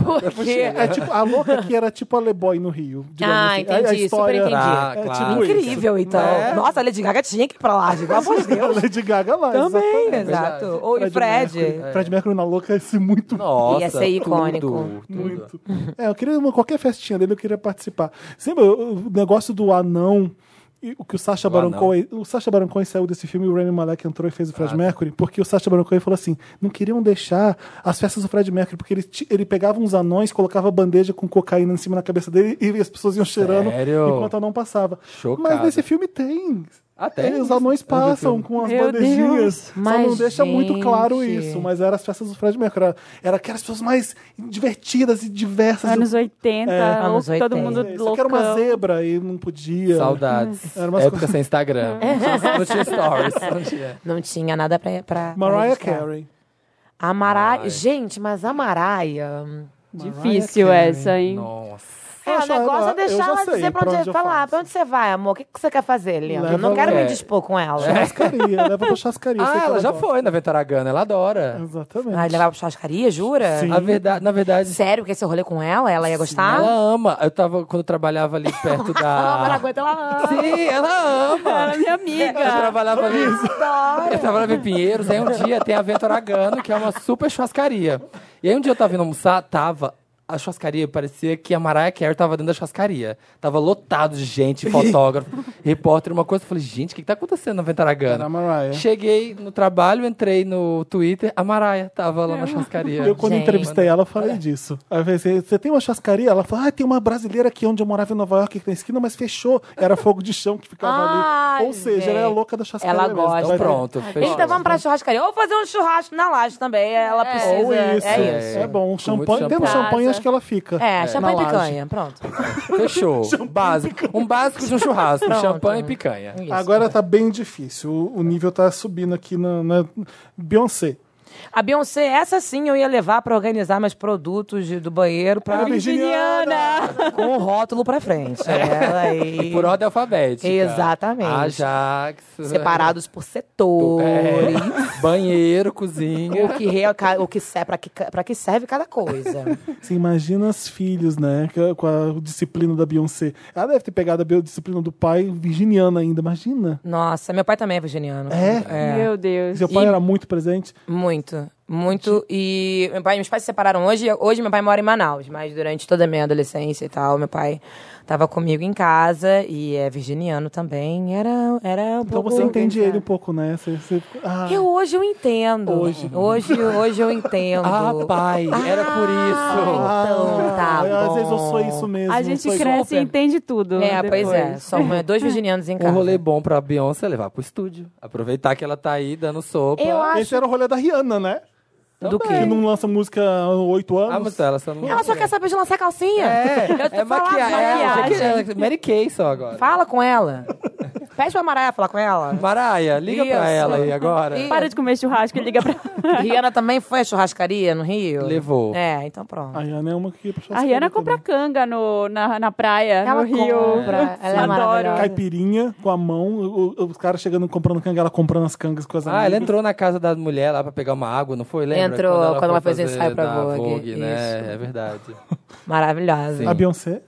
Porque. É tipo, a louca que era tipo a Leboy no Rio. digamos Ah, assim. entendi, A- a história- super entendi. Ah, É tipo claro. isso. Incrível, então. É. Nossa, a Lady Gaga tinha que ir pra lá, gente. Pelo amor de A Deus. Lady Gaga lá, Também, exatamente. exato. Ou e Fred. Mercury. Fred Mercury na louca é esse muito. Nossa, Ia ser icônico. tudo, tudo. Muito. É, eu queria uma- qualquer festinha dele, eu queria participar. Sempre o o negócio do anão. e O que o Sacha Do Baron anão. Ah. Cohen, o Sacha Baron Cohen saiu desse filme e o Rami Malek entrou e fez o Fred Mercury, porque o Sacha Baron Cohen falou assim: não queriam deixar as festas do Fred Mercury, porque ele, ti- ele pegava uns anões, colocava bandeja com cocaína em cima da cabeça dele e as pessoas iam cheirando Sério? enquanto o anão passava. Chocado. Mas nesse filme tem. Ah, tem? É, os anões Eu não vi o passam filme. com as Meu bandejinhas. Só Mas, não deixa muito claro gente. isso, mas eram as festas do Fred Mercury. Era, era aquelas pessoas mais divertidas e diversas. Anos É, 80, louco, Anos 80. todo mundo Eu só louco. quero uma zebra e não podia. Saudades. Era umas Época coisas- sem Instagram. não tinha stories. Não tinha. Não tinha nada pra. pra pra Mariah registrar. Carey. A Maraia. Mariah. Gente, mas a Maraia. Difícil Mariah Carey. essa, hein? Nossa. É, o achar negócio ela- é deixar eu já ela sei dizer pra onde, eu falar. faço. Pra onde você vai, amor? O que, que você quer fazer, Leandro? Eu não Leva quero ela. me dispor com ela. Chascaria, leva né? pra chascaria. eu sei Ah, que ela já Ah, adora. foi na Ventaragana, ela adora. Exatamente. Ai, levar pra churrascaria, jura? Sim. A verdade, na verdade, Sério, que esse rolê com ela, ela ia gostar? ela ama. Eu tava quando eu trabalhava ali perto da. aguenta, ela ama. Sim, ela ama. Ela é minha Eu amiga. trabalhava ali. Eu trabalhava em Pinheiros, aí um dia tem a Ventoragano, que é uma super churrascaria. E aí um dia eu tava vindo almoçar, tava. A churrascaria parecia que a Mariah Carey tava dentro da churrascaria. Tava lotado de gente, fotógrafo, repórter, uma coisa. Eu falei, gente, o que, que tá acontecendo na Era a Ventaragana? Mariah. Cheguei no trabalho, entrei no Twitter, a Mariah tava lá na churrascaria. Eu, quando Gente. entrevistei ela, eu falei disso. Aí eu pensei, você tem uma chascaria? Ela falou, ah, tem uma brasileira aqui onde eu morava em Nova York, que tem esquina, mas fechou. Era fogo de chão que ficava Ai, ali. Ou seja, gente. ela é a louca da chascaria Ela mesmo. gosta. Então, vai ver. Pronto, fechou. Então vamos pra churrascaria. Ou fazer um churrasco na laje também. é, Ela precisa. É. Ou isso. É isso. É, bom. Champanhe, muito dentro do champanhe. champanhe, acho que ela fica. É, champanhe na e laje. picanha. Pronto. Fechou. Básico. Um básico de um churrasco, Pronto. champanhe e picanha. Isso. é. Agora tá bem difícil. O, o nível tá subindo aqui na, na Beyoncé. A Beyoncé, essa sim eu ia levar pra organizar meus produtos de- do banheiro pra Era virginiana. É. com o rótulo pra frente. Ela aí. É Por ordem alfabética. Exatamente. Ajax. Separados por setores. É. Banheiro, É. cozinha. O que, re- ca- o que serve, pra, que, ca- pra que serve cada coisa. Você imagina os filhos, né? que- Com a disciplina da Beyoncé. Ela deve ter pegado a bio- disciplina do pai virginiana ainda, imagina. Nossa, meu pai também é virginiano. É? Meu Deus. Seu pai E- era muito presente. Muito, muito. E meu pai, meus pais se separaram hoje. Hoje meu pai mora em Manaus, mas durante toda a minha adolescência e tal, meu pai tava comigo em casa e é virginiano também. Era, era um Então pouco- você entende ele um pouco, né? Você, você- Ah, Eu hoje eu entendo. Hoje, hoje, hoje eu entendo. Ah, pai, era por isso. ah, então tá Às bom. vezes eu sou isso mesmo. A eu gente sou isso. cresce super. e entende tudo. É, pois é. depois. Somos dois virginianos em Um casa. rolê bom pra Beyoncé é levar pro estúdio. Aproveitar que ela tá aí dando sopa. Então Eu acho Esse era o rolê da Rihanna, né? do Que quê? não lança música há oito Ah, anos. mas ela só não... Ela só quer saber de lançar calcinha. Eu tô É falando de maquiagem. É, maquiagem. ela- Mary Kay só agora. Fala com ela. Pede pra Maraia falar com ela. Maraia, liga pra Isso. ela aí agora. Isso. Para de comer churrasco e liga pra. Rihanna também foi à churrascaria no Rio? Levou. É, então pronto. A Rihanna é uma que puxa A Rihanna saco compra canga no, na, na praia, Ela no Rio. compra, ela é Adoro. também. maravilhosa. Caipirinha com a mão, o- o- os caras chegando comprando canga, ela comprando as cangas com as Ah, ela amigas. entrou na casa da mulher lá pra pegar uma água, não foi? Lembra? Entrou, quando ela foi fez o ensaio pra na Vogue, isso. né? É verdade. Maravilhosa. Sim. A Beyoncé.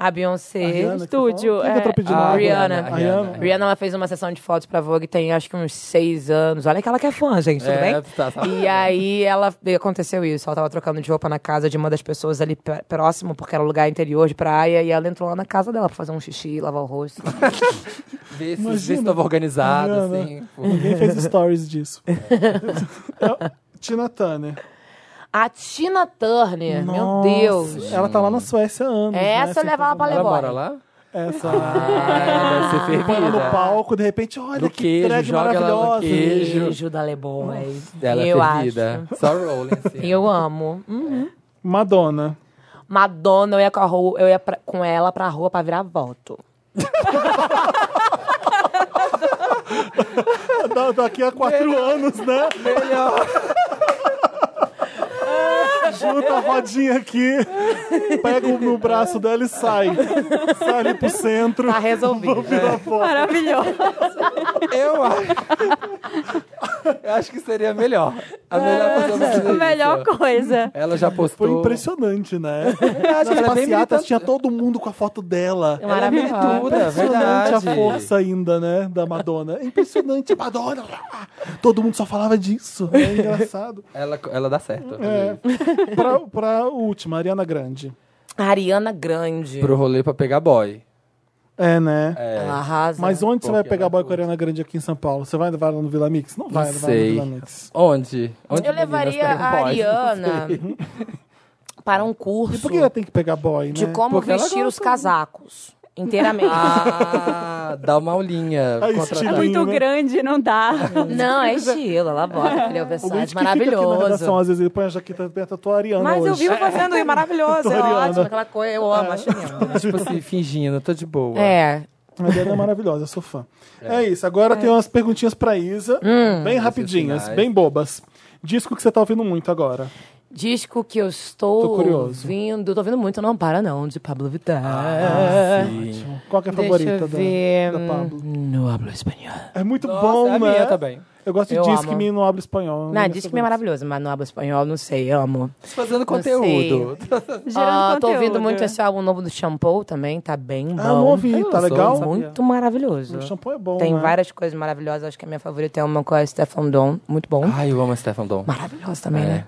A A Beyoncé. Rihanna, que Estúdio, você falou? Quem que é. entrou pedindo Ah, água? É, Rihanna. A Rihanna. Rihanna. Rihanna ela fez uma sessão de fotos pra Vogue tem acho que uns seis anos. Olha que ela que é fã, gente, tudo É, bem? tá, tá. E aí ela e aconteceu isso. Ela tava trocando de roupa na casa de uma das pessoas ali pé- próximo, porque era um lugar interior de praia, e ela entrou lá na casa dela pra fazer um xixi, lavar o rosto. Ver se, ver se Imagina. tava organizado, Rihanna. assim. pô. Ninguém fez stories disso. É Tina Turner. A Tina Turner, meu Nossa, Deus. Ela tá lá na Suécia há anos. né? Essa eu Sem levava pra fazer Ela nada. mora Playboy. lá? Essa. Ah, deve ser é Põe ela fervida. no palco, de repente, olha No que queijo, drag joga ela no maravilhosa. queijo. Beijo da Leboy. Ela eu é acho. fervida. Só rolling, assim. Eu amo. Uhum. Madonna. Madonna, eu ia, com, a rua, eu ia pra- com ela pra rua pra virar voto. Da- Daqui a quatro anos, né? Melhor. Junta a rodinha aqui, pega o meu braço dela e sai. Sai ali pro centro. Tá resolvido. É. Vira fora. Maravilhoso. Eu acho. Eu acho que seria melhor. É, A melhor coisa pra fazer A melhor isso. coisa. Ela já postou. Foi impressionante, né? acho que Nas ela é bem passeatas militante. tinha todo mundo com a foto dela. Ela é milituda, Impressionante verdade. a força ainda, né, da Madonna. É Impressionante, Madonna. Todo mundo só falava disso. É engraçado. Ela, ela dá certo. É. Pra, pra última, Ariana Grande. Ariana Grande. Pro rolê pra pegar boy. É, né? Ela arrasa. Mas onde você vai Porque pegar ela boy com a Ariana Grande aqui em São Paulo? Você vai levar ela no Vila Mix? Não vai Não levar sei. ela no Vila Mix. Onde? Onde eu meninas levaria pegam a boy? Ariana para um curso E por que ela tem que pegar boy, né? de como Porque ela vestir gosta, os casacos. Inteiramente. Ah, dá uma aulinha. Aí, Contra- estilo- É muito né? grande, não dá. Não, é estilo. Ela bota aquele O oversize Grinch que fica aqui na redação, maravilhoso. às vezes ele põe a jaqueta perto, eu tô Ariana Mas eu hoje. vivo fazendo isso, maravilhoso. É Ariana. ótimo, aquela coisa. Eu amo, acho lindo. Tipo assim, fingindo, tô de boa. É, A Ariana é maravilhosa, eu sou fã. É, isso, agora tem umas Hum. perguntinhas pra Isa, bem rapidinhas, sinais. bem bobas. Disco que você tá ouvindo muito agora. Disco que eu estou Tô curioso. ouvindo. Tô ouvindo muito, não para não, de Pablo Vittar. Ótimo. Qual que é a Deixa Ah, favorita eu da, ver. da Pablo? No hablo espanhol. É muito Nossa, bom, é a né? minha também. Eu gosto de Eu disque amo. me não abre espanhol. Não, minha disco que é favorita. maravilhoso, mas no hablo espanhol, não sei, amo. Fazendo sei. conteúdo. Tá Gerando Ah, tô ouvindo conteúdo. muito esse álbum novo do Shampoo também, tá bem bom. Ah, não ouvi, Eu tá sou legal? sabia. Muito maravilhoso. O shampoo é bom, Tem né? várias coisas maravilhosas. Acho que a minha favorita é uma com a Stefan Don, muito bom. Ai, eu amo a Stefan Dom. Maravilhosa também, É. né?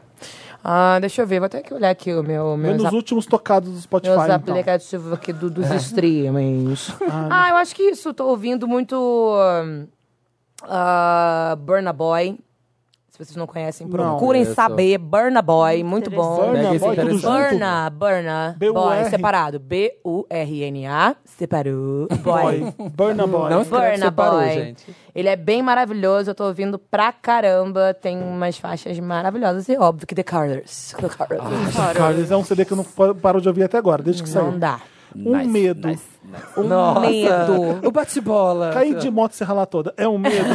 Ah, deixa eu ver, vou ter que olhar aqui o meu, Vê meus, nos a- últimos tocados do Spotify, meus então. aplicativos aqui do- dos streamings. ah, eu acho que isso. Tô ouvindo muito hum, ah, Burna Boy. Se vocês não conhecem, procurem Conheço. saber. Burna Boy, muito bom. Burna Pega esse Boy, tudo junto? interessante. Burna, Burna, B-U-R. Boy, separado. B-U-R-N-A, separou, boy. Boy. Burna Boy. Não escreve Burna separou, Boy. gente. Ele é bem maravilhoso, eu tô ouvindo pra caramba. Tem umas faixas maravilhosas e óbvio que The Carters. The Carters. Carlos é um CD que eu não pa- paro de ouvir até agora, desde que Não saiu. dá. Um medo. Um medo. O bate-bola. Cair de moto e se ralar toda. É um medo.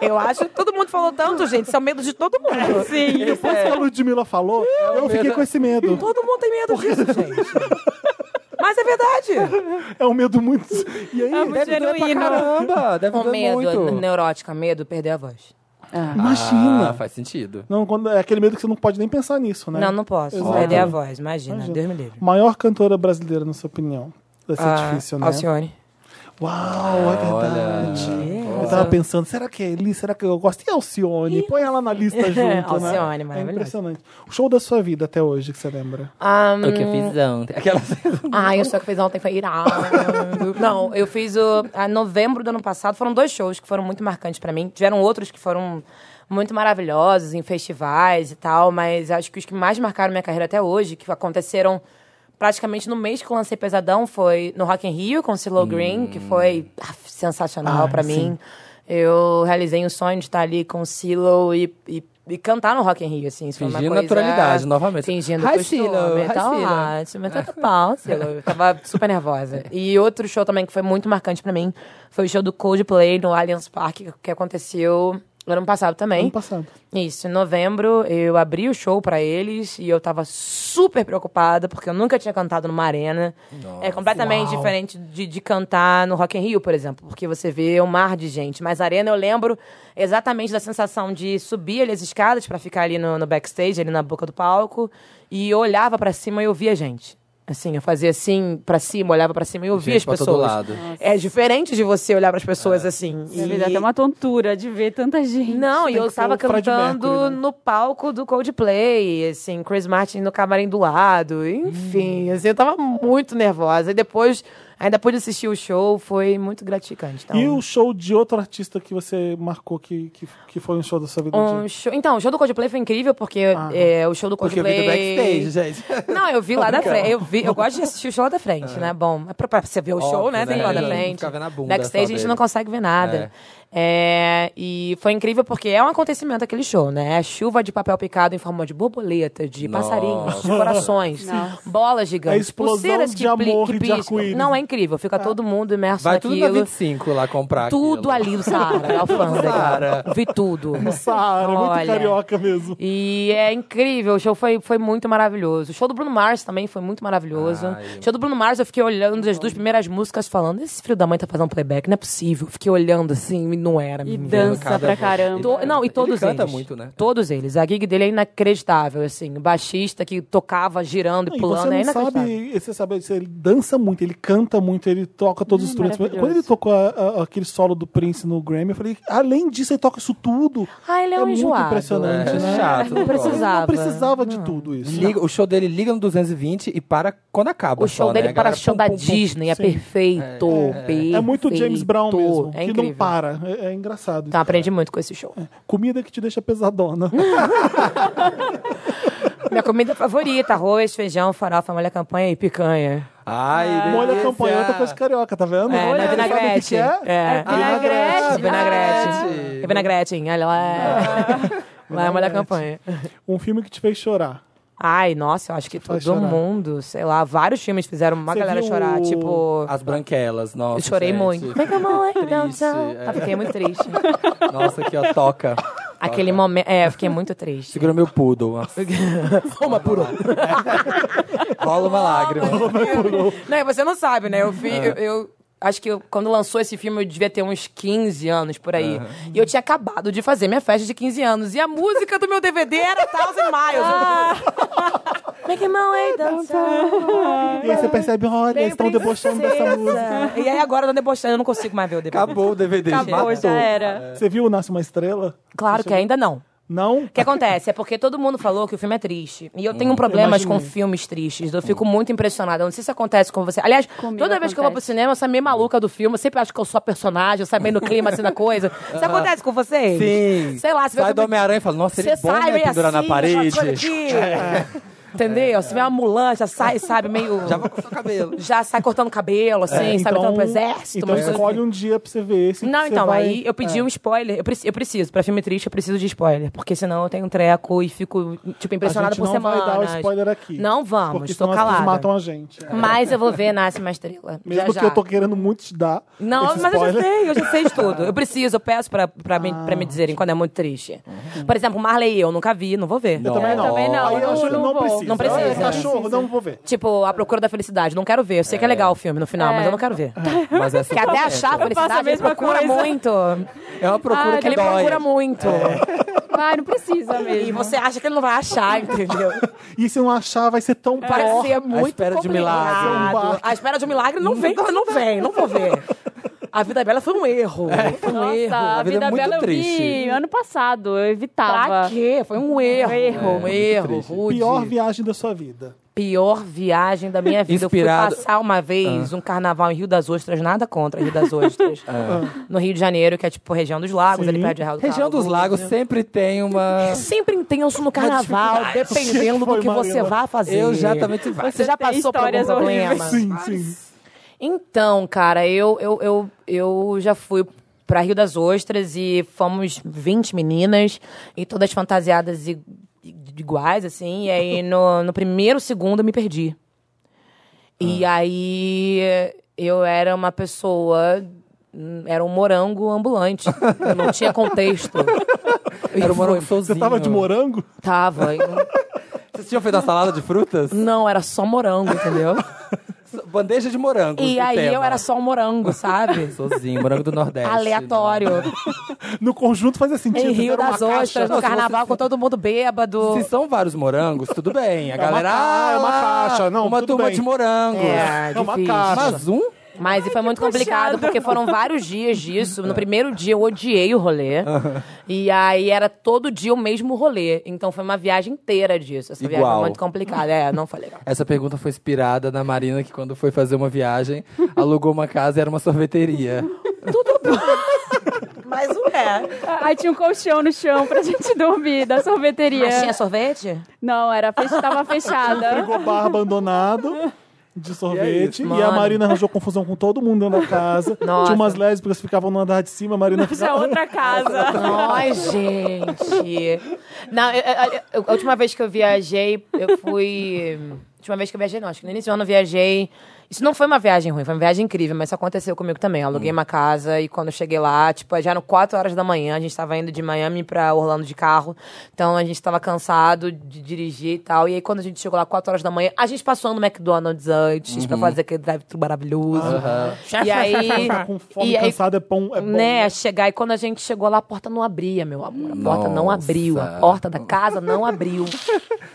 Eu acho que todo mundo falou tanto, gente. Isso é o medo de todo mundo. Sim. Depois que a Ludmilla falou, eu fiquei com esse É. um medo. Todo mundo tem medo disso, gente. Mas é verdade. É um medo muito. E É É aí, um Deve doer pra caramba. Deve Com doer Um medo, muito. neurótica, medo, perder a voz. imagina. Ah, faz sentido. Não, quando, é aquele medo que você não pode nem pensar nisso, né? Não, não posso. Exato. Perder a voz, imagina. Imagina. Deus me livre. Maior cantora brasileira, na sua opinião. Deve ser Ah, difícil, né? Alcione. Uau, é verdade. Eu tava pensando, será que é Eli? Será que eu gosto? E Alcione? Põe ela na lista junto, né? É, Alcione, maravilhosa. É impressionante. O show da sua vida até hoje, que você lembra? Ah, O que eu fiz ontem. Aquela... Ah, eu só que fiz ontem foi irado. Não, eu fiz o. A novembro do ano passado foram dois shows que foram muito marcantes pra mim. Tiveram outros que foram muito maravilhosos em festivais e tal, mas acho que os que mais marcaram minha carreira até hoje, que aconteceram praticamente no mês que eu lancei Pesadão, foi no Rock in Rio com Silo Green, que foi ah, sensacional Hum. Ah, pra sim. mim. Eu realizei o sonho de estar ali com o Silo e, e, e cantar no Rock in Rio, assim. Isso foi uma Fingindo coisa- naturalidade, novamente. Fingindo Hi, costume. Silo. Hi, Tá Silo. ótimo. Ah, mas tanto pau, sei lá, eu tava super nervosa. E outro show também que foi muito marcante pra mim foi o show do Coldplay no Allianz Parque, que aconteceu no ano passado também. Ano passado. Isso, em novembro eu abri o show pra eles e eu tava super preocupada porque eu nunca tinha cantado numa arena. é completamente Uau. diferente de, de cantar no Rock in Rio, por exemplo, porque você vê um mar de gente. Mas arena eu lembro exatamente da sensação de subir ali as escadas pra ficar ali no, no backstage, ali na boca do palco, e eu olhava pra cima e eu via gente. Assim, eu fazia assim pra cima, olhava pra cima e eu via Gente pra as todo pessoas. lado. É. É diferente de você olhar pras pessoas assim. Deve E- dar até uma tontura de ver tanta gente. não, e Tem eu que ser estava o Fred cantando Mercury, né? no palco do Coldplay, assim, Chris Martin no camarim do lado, enfim, Hum. assim, eu tava muito nervosa. E depois, ainda pude assistir o show, foi muito gratificante. Então, E o show de outro artista que você marcou que, que, que foi um show da sua vida? um de... show... Então, o show do Coldplay foi incrível, porque é, o show do Porque eu vi Coldplay... do backstage, gente. Não, eu vi lá da frente. Eu, vi, eu gosto de assistir o show lá da frente, né? Bom, é pra, pra você ver o show, Óbvio, né? Tem né? lá É, da a gente frente. fica vendo a bunda Backstage só a gente dele. não consegue ver nada. É, e foi incrível porque é um acontecimento aquele show, né? Chuva de papel picado em forma de borboleta, de Nossa. passarinhos, de corações, bolas gigantes, A explosão pulseiras de que, pli- amor que e de piscam. arco-íris. Não, é incrível. Fica todo mundo imerso Vai tudo naquilo. na 25 lá comprar aquilo. Tudo ali do Saara, da alfândega. Saara. Vi tudo. No Saara, é muito carioca mesmo. e é incrível, o show foi, foi muito maravilhoso. O show do Bruno Mars também foi muito maravilhoso. Ai. O show do Bruno Mars, eu fiquei olhando as duas primeiras músicas, falando: esse filho da mãe tá fazendo playback, não é possível. Eu Fiquei olhando assim, e não era. E menino. dança Cada pra voz. caramba. To- não, e todos Ele canta eles. muito, né? Todos eles. A gig dele é inacreditável, assim. O baixista que tocava girando e E você pulando é não inacreditável. sabe, você sabe, você- ele dança muito, ele canta muito, ele toca Hum, todos os instrumentos. maravilhoso. Quando ele tocou a- a- aquele solo do Prince no Grammy, eu falei, além disso, ele toca isso tudo. Ah, ele é um muito enjoado. impressionante, É, né? chato, Ele não gosto. Não precisava de tudo isso. Liga- o show dele liga no 220 e para quando acaba. O show só, dele né? A para galera, show pum, da pum, pum. Disney é perfeito, É muito James perfeito. Brown mesmo, É que incrível. não para. É, é engraçado. Então aprendi muito com esse show. Comida que te deixa pesadona. Minha comida favorita: arroz, feijão, farofa, molha campanha e picanha. Ah, Ai, Molha a delícia. campanha, outra coisa carioca, tá vendo? É, na Olha, sabe o que vinagrete. que é? Ah, É. vinagrete. Vinagrete. É vinagrete, hein? olha lá. Lá é molha campanha. Um filme que te fez chorar. Ai, nossa, eu acho que todo faz chorar. mundo, sei lá, vários filmes fizeram uma Você galera viu chorar, o- Ah, tipo... As branquelas, nossa. Eu chorei gente. é muito. Make a mão, like Ah, Triste, downtown. é. Eu Fiquei muito triste. Nossa, aqui ó, toca. Aquele momento. É, eu fiquei muito triste. Segura meu poodle. ó. Uma por uma. Rola uma lágrima. É. Não, e você não sabe, né? Eu vi. Eu, eu- acho que eu- quando lançou esse filme eu devia ter uns 15 anos por aí. E eu tinha acabado de fazer minha festa de 15 anos. E a música do meu DVD era Thousand Miles. Ah. Make my way downtown. E aí você percebe, olha, eles estão debochando dessa música. E aí agora eu não debochando, eu não consigo mais ver o DVD. Acabou o DVD. Acabou, já era. Você viu o Nasce uma Estrela? Claro que ainda não. Não? O que acontece? É porque todo mundo falou que o filme é triste. E eu Hum, tenho problemas com filmes tristes. Eu fico muito impressionada. Eu não sei se acontece com você. Aliás, Comigo toda vez que eu vou pro acontece. cinema, eu sou meio maluca do filme. Eu sempre acho que eu sou a personagem, eu sabendo o clima, assim, da coisa. Isso acontece com vocês? Sim. Sei lá, você Sai vê um do filme- Homem-Aranha e fala, nossa, seria Você bom, sai né, meio pendurar assim, na parede. É. uma coisa aqui. Entendeu? Você vê uma ambulância, sai, sabe, meio... Já vou cortar o cabelo. É. Já sai cortando cabelo, assim, sabe, entrando pro exército. É, Então umas coisas escolhe assim. um dia pra você ver esse. que Não, você então, vai- é. aí eu pedi um spoiler. Eu, preci- eu preciso, pra filme triste, eu preciso de spoiler. Porque senão eu tenho um treco e fico, A tipo, impressionada gente por não semanas. vai dar o spoiler aqui. Não vamos, Porque tô senão as pessoas calada. matam a gente. é. Mas eu vou ver Nasce uma Estrela. Mesmo já, que já. eu tô querendo muito te dar. Não, esse mas eu já spoiler. Ah. sei, eu já sei de tudo. Eu preciso, eu peço pra, pra, me, pra me dizerem quando é muito triste. Por exemplo, Marley e eu nunca vi, não vou ver. Eu também Uhum. não. também não, Aí eu não- acho que não não vou. precisa. Não precisa. É, Cachorro, não vou ver. Tipo, A Procura da Felicidade, não quero ver. Eu sei que é legal o filme no final, É. mas eu não quero ver. Mas é Porque até surpreendente. achar a faço a felicidade, ele mesma procura coisa. muito. É uma procura Ah, que Ele dói. procura muito. É. Ah, não precisa E mesmo. você acha que ele não vai achar, entendeu? E se não achar, vai ser tão Parece pior. É. ser muito espera de um complicado. milagre. A espera de um milagre não vem, ela não vem, não vou ver. A vida dela foi um erro. Foi um Nossa, erro. a vida é vida muito bela eu triste. vi ano passado, eu Pra evitava. quê? Foi um erro. Um É, erro. um erro, rude. Pior viagem da sua vida. Pior viagem da minha vida. Inspirado- Ah. Eu fui passar uma vez um carnaval em Rio das Ostras, nada contra Rio das Ostras. No Rio de Janeiro, que é tipo região dos lagos, Sim. ali perto de Real do Região Cabo. dos Lagos sempre tem uma... Sempre intenso no carnaval, dependendo do Foi, que você Marina. vá fazer. Eu já também tive várias. Você já Tem passou por algum histórias problema? horríveis. Sim, sim. Então, cara, eu, eu, eu, eu já fui pra Rio das Ostras e fomos 20 meninas e todas fantasiadas i- i- iguais, assim. E aí no, no primeiro segundo eu me perdi. E Ah. aí eu era uma pessoa. hum, Era um morango ambulante. Eu não tinha contexto. Era um morango Você sozinho. tava de morango? Tava. e não- Vocês tinham feito a salada de frutas? Não, era só morango, entendeu? Bandeja de morango. E o aí tema. eu era só um morango, sabe? Sozinho, morango do Nordeste. Aleatório. No conjunto fazia sentido. né? Em Rio era uma das caixa. Ostras, no Não, se carnaval, com todo mundo bêbado. Se são vários morangos, tudo bem. A galera. ca- ah, é uma lá, caixa. Não, Uma tudo turma bem. de morangos. É uma difícil. caixa. Mas um? Mas foi muito complicado, porque foram vários dias disso. É. No primeiro dia eu odiei o rolê. E aí era todo dia o mesmo rolê. Então foi uma viagem inteira disso. Essa viagem Igual. foi muito complicada. É, não foi legal. Essa pergunta foi inspirada na Marina, que quando foi fazer uma viagem, alugou uma casa e era uma sorveteria. Mas o é. Aí tinha um colchão no chão pra gente dormir da sorveteria. Mas tinha sorvete? Não, era fech... tava fechada. frigobar um abandonado de sorvete. é isso, E, a mano. Marina arranjou confusão com todo mundo dentro da casa. Nossa. Tinha umas lésbicas que ficavam no andar de cima, a Marina Isso é ficava. outra casa. Ai, gente. Não, eu- eu- eu- a última vez que eu viajei, eu fui. A última vez que eu viajei, não, acho que no início do ano eu viajei. Isso não foi uma viagem ruim, foi uma viagem incrível, mas isso aconteceu comigo também. Eu aluguei uma casa e quando eu cheguei lá, tipo, já eram 4 horas da manhã, a gente tava indo de Miami pra Orlando de carro, então a gente tava cansado de dirigir e tal. E aí quando a gente chegou lá 4 horas da manhã, a gente passou no McDonald's antes pra fazer aquele drive-thru maravilhoso. E aí. Ficar "Ah, com fome, e aí- cansado é bom. É bom. né, chegar. E quando a gente chegou lá, a porta não abria, meu amor. A porta não Nossa. abriu. A porta da casa não abriu.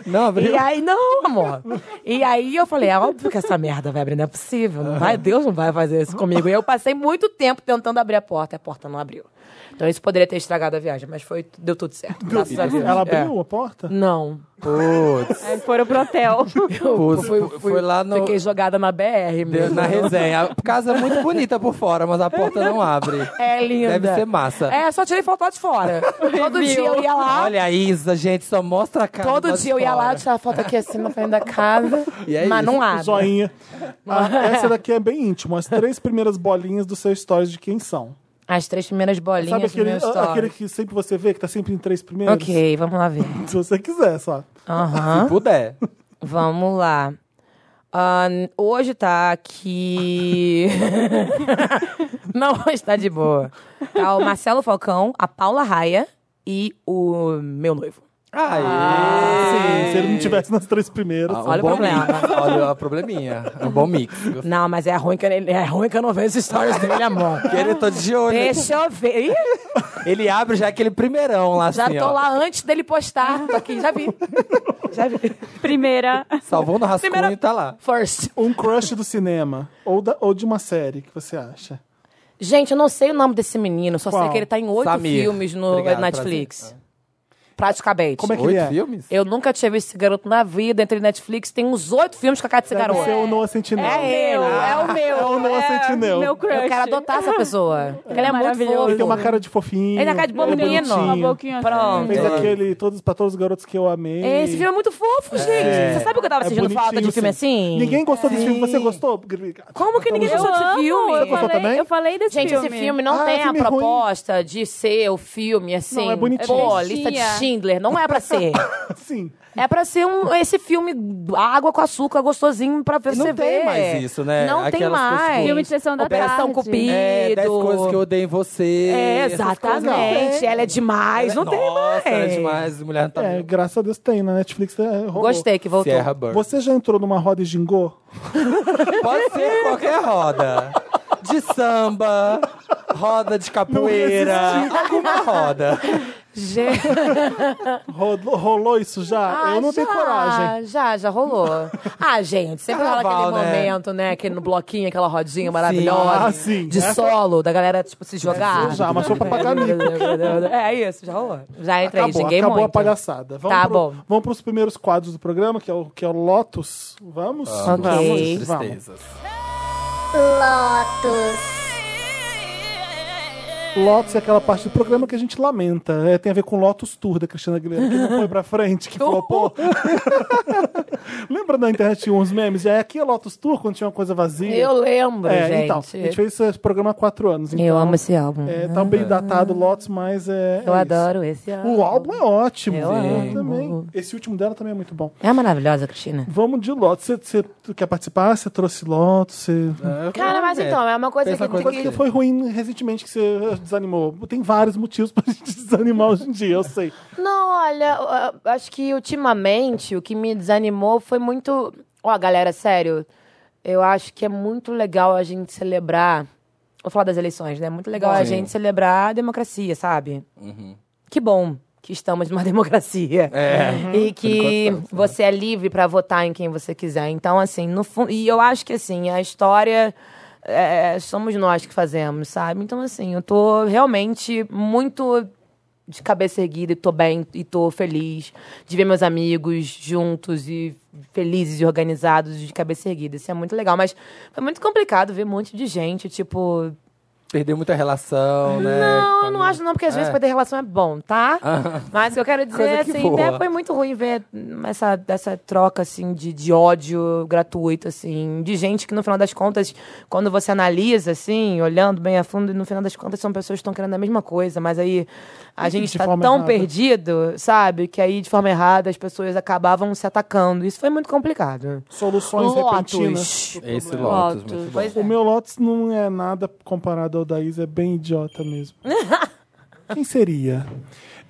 Não, abriu. E aí, não, amor. E aí eu falei, é óbvio que essa merda vai abrir, não é possível. Não vai, Deus não vai fazer isso comigo. E eu passei muito tempo tentando abrir a porta e a porta não abriu. Então isso poderia ter estragado a viagem, mas foi, deu tudo certo. graças a Deus. Ela É. abriu a porta? Não. Putz. Aí foram pro hotel. Putz. Foi, foi lá no. Fiquei jogada na BR Deus, mesmo. na resenha. A casa é muito bonita por fora, mas a porta não abre. É linda. Deve ser massa. É, só tirei foto lá de fora. Todo dia eu ia lá. Olha a Isa, gente, só mostra a casa. lá Todo de dia eu ia lá, fora. eu tirava foto aqui assim na frente da casa. E é mas isso. não abre. Joinha. Ah, essa daqui é bem íntima. As três primeiras bolinhas do seu stories de quem são. As três primeiras bolinhas Sabe do aquele, ah, meu story. aquele que sempre você vê, que tá sempre em três primeiros? Ok, vamos lá ver. Se você quiser, só. Aham, Se puder. vamos lá. Ah, n- hoje tá aqui... não, hoje tá de boa. Tá o Marcelo Falcão, a Paula Raia e o meu noivo. Aê! Sim, se ele não tivesse nas três primeiras. É. Ah, um Ah, Olha o bom problema. mix. Olha o probleminha. É um bom mix. Não, mas é ruim que ele, é ruim que eu não vejo as histórias dele, amor. Ele tô de olho. Deixa eu ver. Ih, Ele abre já aquele primeirão lá, já assim, tô ó. lá antes dele postar. Tô aqui, já vi. Já vi. Primeira. Salvou no rascunho Primeira- e tá lá. First. Um crush do cinema. Ou, da- ou de uma série, que você acha? Gente, eu não sei o nome desse menino, só Qual? sei que ele tá em oito Samir. filmes no Obrigado, Netflix. prazer. Ah. Praticamente. É. Como é que Oito ele é? filmes? Eu nunca tinha visto esse garoto na vida. Entre Netflix, tem uns oito filmes com a cara desse Deve garoto. ser o Noah Sentinel. um É ele, é o meu. É o Noah Sentinel. Meu crush. Eu quero adotar essa pessoa. Ele é muito Maravilhoso. fofo. Ele tem uma cara de fofinho. Ele tem uma cara de é bobinho. Uma bonitinho. boquinha assim. Pronto. Fez É. aquele todos, pra todos os garotos que eu amei. Esse filme é muito fofo, gente. Você sabe o que eu tava É sentindo falta de bonitinho, filme sim. assim? Ninguém gostou desse filme. Você gostou? Tá Como que ninguém Tamo Eu gostou junto. desse amo, filme? Eu Você gostou falei, também? eu falei desse Gente, filme. esse filme não Ah, tem filme a ruim. proposta de ser o filme, assim. Não, é bonitinho. Pô, É lista de bestinha. Schindler. Não é pra ser. Sim. É pra ser um, esse filme água com açúcar gostosinho pra ver Não tem você ver. mais isso, né? Não tem Aquelas coisas mais. que- Filme de sessão da Operação tarde. Cupido. É, 10 coisas que eu odeio em você. É, Essas coisas não. exatamente. Ela é demais. Não tem mais. Nossa, ela é demais. Mulher não tá É, bem. graças a Deus tem. Na Netflix é, rolou. Gostei que voltou. Sierra Burr. Você já entrou numa roda e gingou? Pode ser qualquer roda. De samba, roda de capoeira, alguma roda. Gente, Rolou, rolou isso já? ah, eu não já, tenho coragem. Já, já rolou. Ah, gente, sempre rola aquele Carnaval, né? momento, né? Aquele no bloquinho, aquela rodinha maravilhosa. Ah, sim. De É. Essa- solo, da galera, tipo, se jogar. Eu já, mas foi pra pagar mico. É isso, já rolou. Já entrei, Acabou, xinguei acabou a muito. palhaçada. Vamos Tá pro- bom. Vamos pros primeiros quadros do programa, que é o, que é o Lotus. Vamos? Ah, Ok. Vamos, vamos. Tristezas. Lotus é aquela parte do programa que a gente lamenta. É, tem a ver com Lotus Tour da Cristina Aguilera, que não foi pra frente, que flopou. Lembra da internet tinha uns memes? É, aqui é Lotus Tour, quando tinha uma coisa vazia. Eu lembro, é, gente. então, a gente fez esse programa há quatro anos. Eu então, amo esse álbum. É, tá bem datado o Lotus, mas é. Eu é adoro esse isso. O álbum é ótimo. Eu amo. também. Esse último dela também é muito bom. É maravilhosa, Cristina. Vamos de Lotus. Você- Você tu quer participar? Você trouxe Lotus? Você... Cara, mas então, é uma coisa Pensa que, uma coisa Coisa que foi ruim recentemente que você desanimou. Tem vários motivos pra gente desanimar hoje em dia, eu sei. Não, olha, eu- eu acho que ultimamente o que me desanimou foi muito. Ó, galera, sério, eu acho que é muito legal a gente celebrar. Vou falar das eleições, né? É muito legal a Sim. gente celebrar a democracia, sabe? Uhum. Que bom que estamos numa democracia. É. E que você é livre pra votar em quem você quiser. Então, assim, no fundo. E eu acho que, assim, a história. é, somos nós que fazemos, sabe? Então, assim, eu tô realmente muito de cabeça erguida e tô bem e tô feliz de ver meus amigos juntos e felizes e organizados de cabeça erguida. Isso é muito legal, mas foi muito complicado ver um monte de gente, tipo. Perdeu muita relação, né? Não, Tá eu Com- não acho não, porque às vezes É. pra ter relação é bom, tá? Ah. Mas o que eu quero dizer, Coisa que assim, boa. é, foi muito ruim ver essa, essa troca, assim, de, de ódio gratuito, assim, de gente que no final das contas, quando você analisa, assim, olhando bem a fundo, no final das contas são pessoas que estão querendo a mesma coisa, mas aí a gente de tá forma tão errada. perdido, sabe, que aí de forma errada as pessoas acabavam se atacando. Isso foi muito complicado. Soluções Lotus. repentinas. Esse Lotus, Lotus. é muito bom. Pois é. O meu Lotus não é nada comparado ao da Isa, é bem idiota mesmo. Quem seria?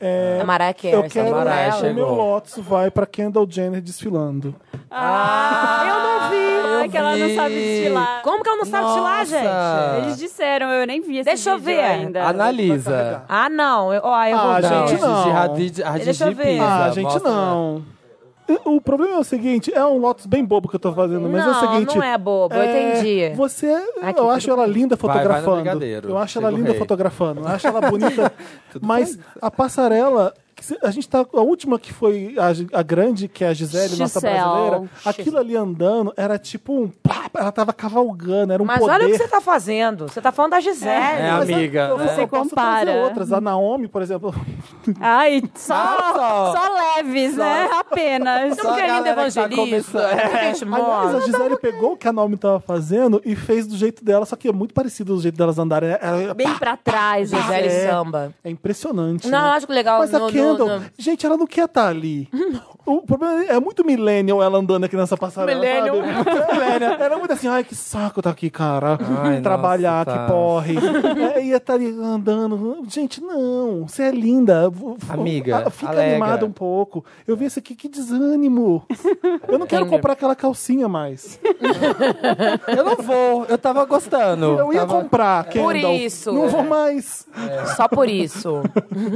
É, A Mariah Carey, eu sabe? quero. Mariah o chegou. meu Lotus vai pra Kendall Jenner desfilando. Ah, eu não vi. eu Ai, que ela não vi. sabe destilar. Como que ela não sabe estilar, gente? Nossa. Eles disseram, eu nem vi esse Deixa eu vídeo ver. ainda. Analisa. Ah, não. Eu, ó, eu vou Ah, ver. gente, não. Gigi Hadid, Hadid Deixa eu ver. pisa, ah, gente, mostra- não. O problema é o seguinte, é um Lotus bem bobo que eu tô fazendo, mas é o Não, seguinte. não é bobo, eu entendi. Você, Aqui, eu tudo acho ela linda vai no fotografando. brigadeiro, eu acho ela chega o linda rei. fotografando, eu acho ela bonita. mas a passarela, que se- a gente tá a última que foi a, Gi- a grande, que é a Gisele, nossa Gisele. brasileira, aquilo ali andando era tipo um plá, ela tava cavalgando, era um Mas poder. olha o que você tá fazendo. Você tá falando da Gisele. É, Mas eu- amiga, eu, né? eu Você posso compara. fazer outras. A Naomi, por exemplo, Ai, só, Ah, só. só. leves, né? Apenas. Só a Porque ainda galera que tá evangelista. começando. porque a gente É, Aliás, a mora. Gisele pegou o que a Naomi tava fazendo e fez do jeito dela, só que é muito parecido do jeito delas andarem. É, é- Bem pra trás, Gisele É. samba. é impressionante. Não, eu né? acho que legal Mas a no, no- Kendall. Tudo. Gente, ela não quer estar ali. o problema é é muito millennial ela andando aqui nessa passarela, Millennial. sabe? millennial. Era muito assim, ai, que saco tá aqui, cara. Ai, Trabalhar, nossa, tá. que porre. é, ia estar ali andando. Gente, não. Você é linda. V- v- Amiga, ah, Fica alegra. animada um pouco. Eu vi isso aqui, que desânimo. Eu não quero Entendi. comprar aquela calcinha mais. Eu não vou, eu tava gostando. Eu ia tava... É. comprar, Kendall. isso. Não vou mais. Só por isso.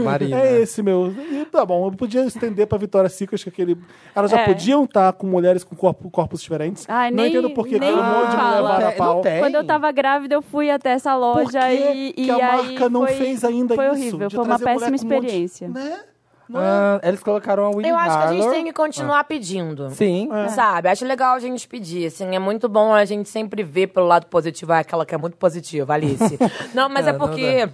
Marina. É esse, meu. E tá bom, eu podia estender pra Vitória Secret que aquele. Elas já É. podiam estar com mulheres com corpo- corpos diferentes. Ai, não nem- entendo por que que nem um monte de mulher fala. vara a É, Não pau. tem. Quando eu tava grávida, eu fui até essa Por que loja e, que e a aí marca não foi- fez ainda foi isso? horrível, de foi uma trazer mulher péssima com um monte- experiência. né? Não é? Ah, eles colocaram a Winnie Eu acho que a gente Harlow. tem que É, continuar pedindo. Sim. Sabe? Acho legal a gente pedir, assim. É muito bom a gente sempre ver pelo lado positivo. Ah, aquela que é muito positiva, Alice. não, mas É, é, não porque...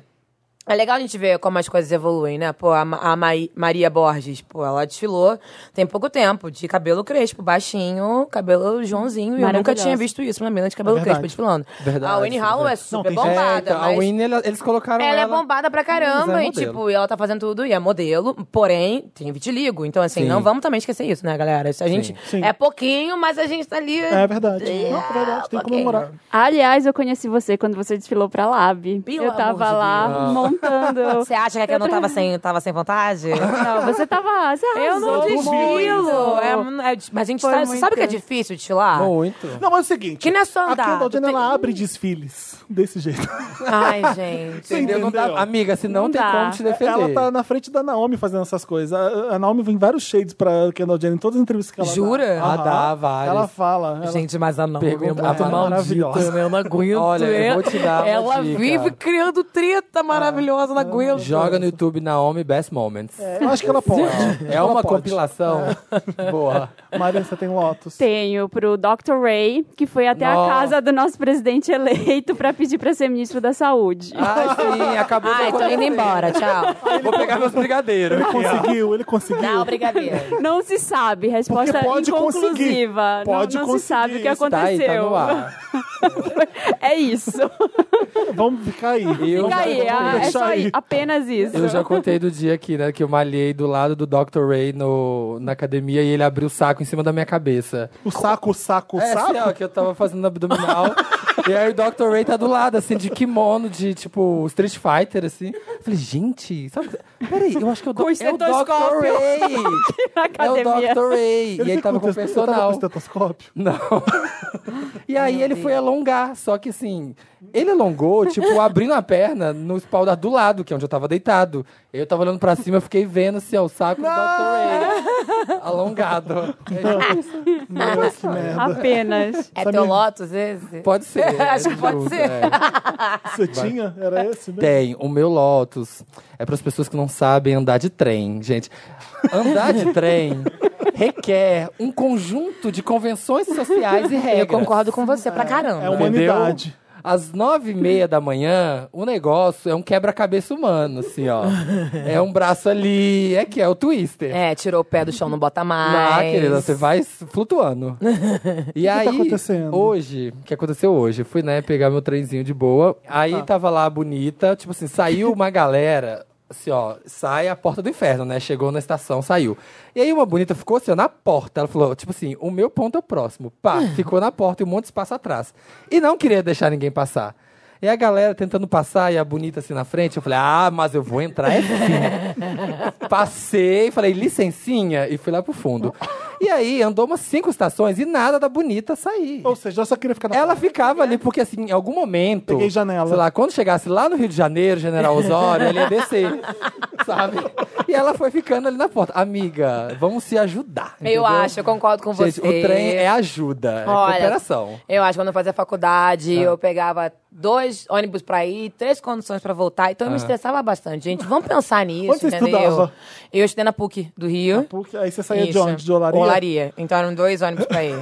É legal a gente ver como as coisas evoluem, né? Pô, a, Ma- a Mai- Maria Borges, pô, ela desfilou tem pouco tempo, de cabelo crespo, baixinho, cabelo Joãozinho. E eu nunca Maravilhosa. tinha visto isso, uma mina de cabelo verdade. crespo desfilando. É Verdade, a Winnie Hall é verdade. Não, super tem gente- É, bombada, então, mas... A Winnie, ela- eles colocaram Ela, ela... é bombada pra caramba, Mas é e modelo. tipo, ela tá fazendo tudo e é modelo, porém, tem vitiligo. Então, assim, Sim. não vamos também esquecer isso, né, galera? Isso a gente Sim. é pouquinho, mas a gente tá ali. É verdade. Não, é Yeah, verdade, Ah, tem que ok. comemorar. Aliás, eu conheci você quando você desfilou pra Lab. Pelo eu tava amor de lá Deus. montando. Você é acha que eu não tava sem, tava sem vontade? Não, você tava. Você Eu não arrasou desfilo. muito. É, é, mas a gente Foi tá, muito. sabe que é difícil desfilar? Muito. Não, mas é o seguinte. Que não é só andar, A Kendall tu Jenner, tem- ela abre desfiles desse jeito. Ai, gente. Entendeu? Não dá... entendeu? Amiga, se não, Não tem dá. como te defender. Ela tá na frente da Naomi fazendo essas coisas. A, a Naomi vem vários shades pra Kendall Jenner em todas as entrevistas que ela dá. Jura? Ah, Aham. dá várias. Ela fala. ela- Gente, mas a não Pergunta- a ela é maravilhosa. maldita, né? Eu não aguento. Olha, eu né? vou te dar uma Ela dica. vive criando treta maravilhosa, não aguento. Joga no YouTube Naomi Best Moments. Eu acho que ela pode. É. É uma compilação boa. Maria, você tem Lotus? Tenho pro Dr. Ray, que foi até Nossa. a casa do nosso presidente eleito pra pedir pra ser ministro da saúde. Ah, Ai, sim, acabou Ai, minha tô indo quarentena. embora, tchau. Vou pegar meus brigadeiros. Ele conseguiu, ele Dá conseguiu. o brigadeiro. Não se sabe, resposta Porque pode inconclusiva. conseguir. Pode não, não conseguir. se sabe o que Está Tá aí, aconteceu. tá no ar. é isso. Vamos ficar aí. Eu Fica já aí, contei. ah, é Deixa só aí. aí. apenas isso. Eu já é contei do dia aqui, né, que eu malhei do lado do Dr. Ray no, na academia e ele abriu o saco em cima da minha cabeça. O saco, o saco, o É, saco. assim, ó, que eu tava fazendo abdominal. e aí o Dr. Ray tá do lado, assim, de kimono, de tipo Street Fighter, assim. Eu falei, gente, sabe? Peraí, eu acho que eu dou. É o Dr. estetoscópio. Ray! Na É o academia. Dr. Ray! Ele e aí fica tava com o estet- eu tava com o personal. estetoscópio. Não. E aí ele foi alongar, só que assim, ele alongou, tipo, abrindo a perna no espaldar do lado, que é onde eu tava deitado. Eu tava olhando pra cima, eu fiquei vendo assim, ó, o saco do Dr. Ray alongado. É isso. Meu, que merda. Apenas. É Sabe- teu Lotus esse? Pode ser. Acho que pode justo, ser. é. Você tinha? Era esse mesmo? Tem, o meu Lotus é para as pessoas que não sabem andar de trem, gente. Andar de trem requer um conjunto de convenções sociais e regras. Eu concordo com você pra caramba. É uma- Entendeu? Humanidade. Às nove e meia da manhã, o negócio é um quebra-cabeça humano, assim, ó. É um braço ali, é que é o twister. É, tirou o pé do chão, não bota mais. Ah, querida, você vai flutuando. E aí, acontecendo? hoje, o que aconteceu hoje? Eu fui, né, pegar meu trenzinho de boa. Aí tava lá a bonita, tipo assim, saiu uma galera, assim, ó, sai a porta do inferno, né? Chegou na estação, saiu. E aí uma bonita ficou assim, ó, na porta. Ela falou, tipo assim, o meu ponto é o próximo. Pá, ficou na porta e um monte de espaço atrás. E não queria deixar ninguém passar. E a galera tentando passar e a bonita assim na frente, eu falei, ah, mas eu vou entrar é Passei, falei, licencinha, e fui lá pro fundo. E aí, andou umas cinco estações e nada da bonita sair. Ou seja, eu só queria ficar na Ela ficava ali, porque assim, em algum momento. Peguei janela. Sei lá, quando chegasse lá no Rio de Janeiro, General Osório, ele ia descer. sabe? E ela foi ficando ali na porta. Amiga, vamos se ajudar. Eu entendeu? acho, eu concordo com Gente, você. o trem é ajuda, é Olha, cooperação. Eu acho, quando eu fazia faculdade, É. eu pegava dois ônibus pra ir, três conduções pra voltar, então eu me estressava bastante. Gente, vamos pensar É. nisso, Onde você entendeu? estudava? Eu estudei na PUC do Rio. Porque aí você saía de Isso. onde? De Olaria? Olaria. Então eram dois ônibus pra ir.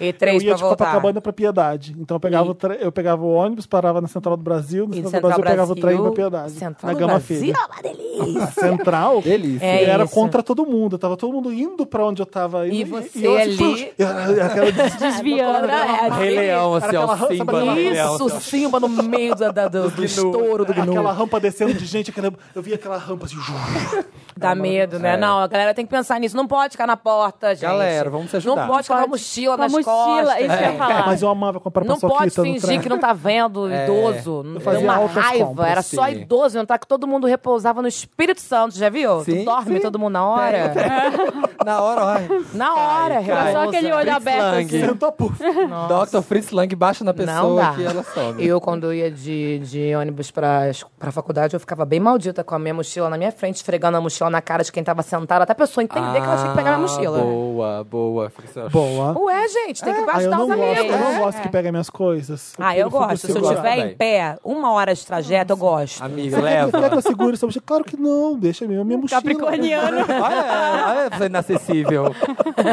E Eu três ia pra de voltar. Copacabana pra Piedade. Então eu pegava, o tre- eu pegava o ônibus, parava na Central do Brasil, na E Central, Central do Brasil, eu pegava o Brasil, trem pra Piedade. na Central do Gama Brasil, Filho. é uma delícia. Central? Delícia. E É era isso. contra todo mundo. Tava todo mundo indo pra onde eu tava indo. E você eu, ali- eu- eu- aquela des- Desviando. Era- Rei Leão, assim, aquela- ó, sabe Simba. aquela- Rei Leão, Isso, assim, ó. sim, rampa no meio da, da- do, do estouro do gnu. Aquela rampa descendo de gente, aquela... eu vi aquela rampa assim. Dá medo, né? É. Não, a galera tem que pensar nisso. Não pode ficar na porta, gente. Galera, vamos se ajudar. É. Não pode ficar com Pode- a É, mochila com a nas mochila, é costas. isso que eu ia falar. Mas eu amava comprar Não paçoquita pode no trem. fingir que não tá vendo É. o idoso. Eu Deu fazia uma altas raiva. compras, Era só sim. idoso jantar que todo mundo repousava no Espírito Santo, já viu? Sim, tu dorme sim. todo mundo na hora. Na hora, ó. Na hora, cai. repousa. Só aquele olho aberto, Lang. assim. Sentou, puf. Dr. Fritz Lang baixa na Não dá. pessoa que ela sobe. Eu, quando ia de, de ônibus pra, es- pra faculdade, eu ficava bem maldita com a minha mochila na minha frente, esfregando a mochila na cara de quem tava sentado, até a pessoa entender que ela tinha que pegar a minha mochila. Ah, Boa, É, boa. Fica assim, ó. Boa. Ué, gente, tem que Ah, eu gastar não os gosto, amigos. eu não né? gosto que peguem minhas coisas. Ah, eu prefiro gosto. Se eu segurar. tiver Também. em pé uma hora de trajeto, eu gosto. Amiga, Você quer, quer que leva. eu segure essa mochila? Claro que não, deixa a minha, a Um minha mochila. Capricorniano. Olha, olha essa inacessível.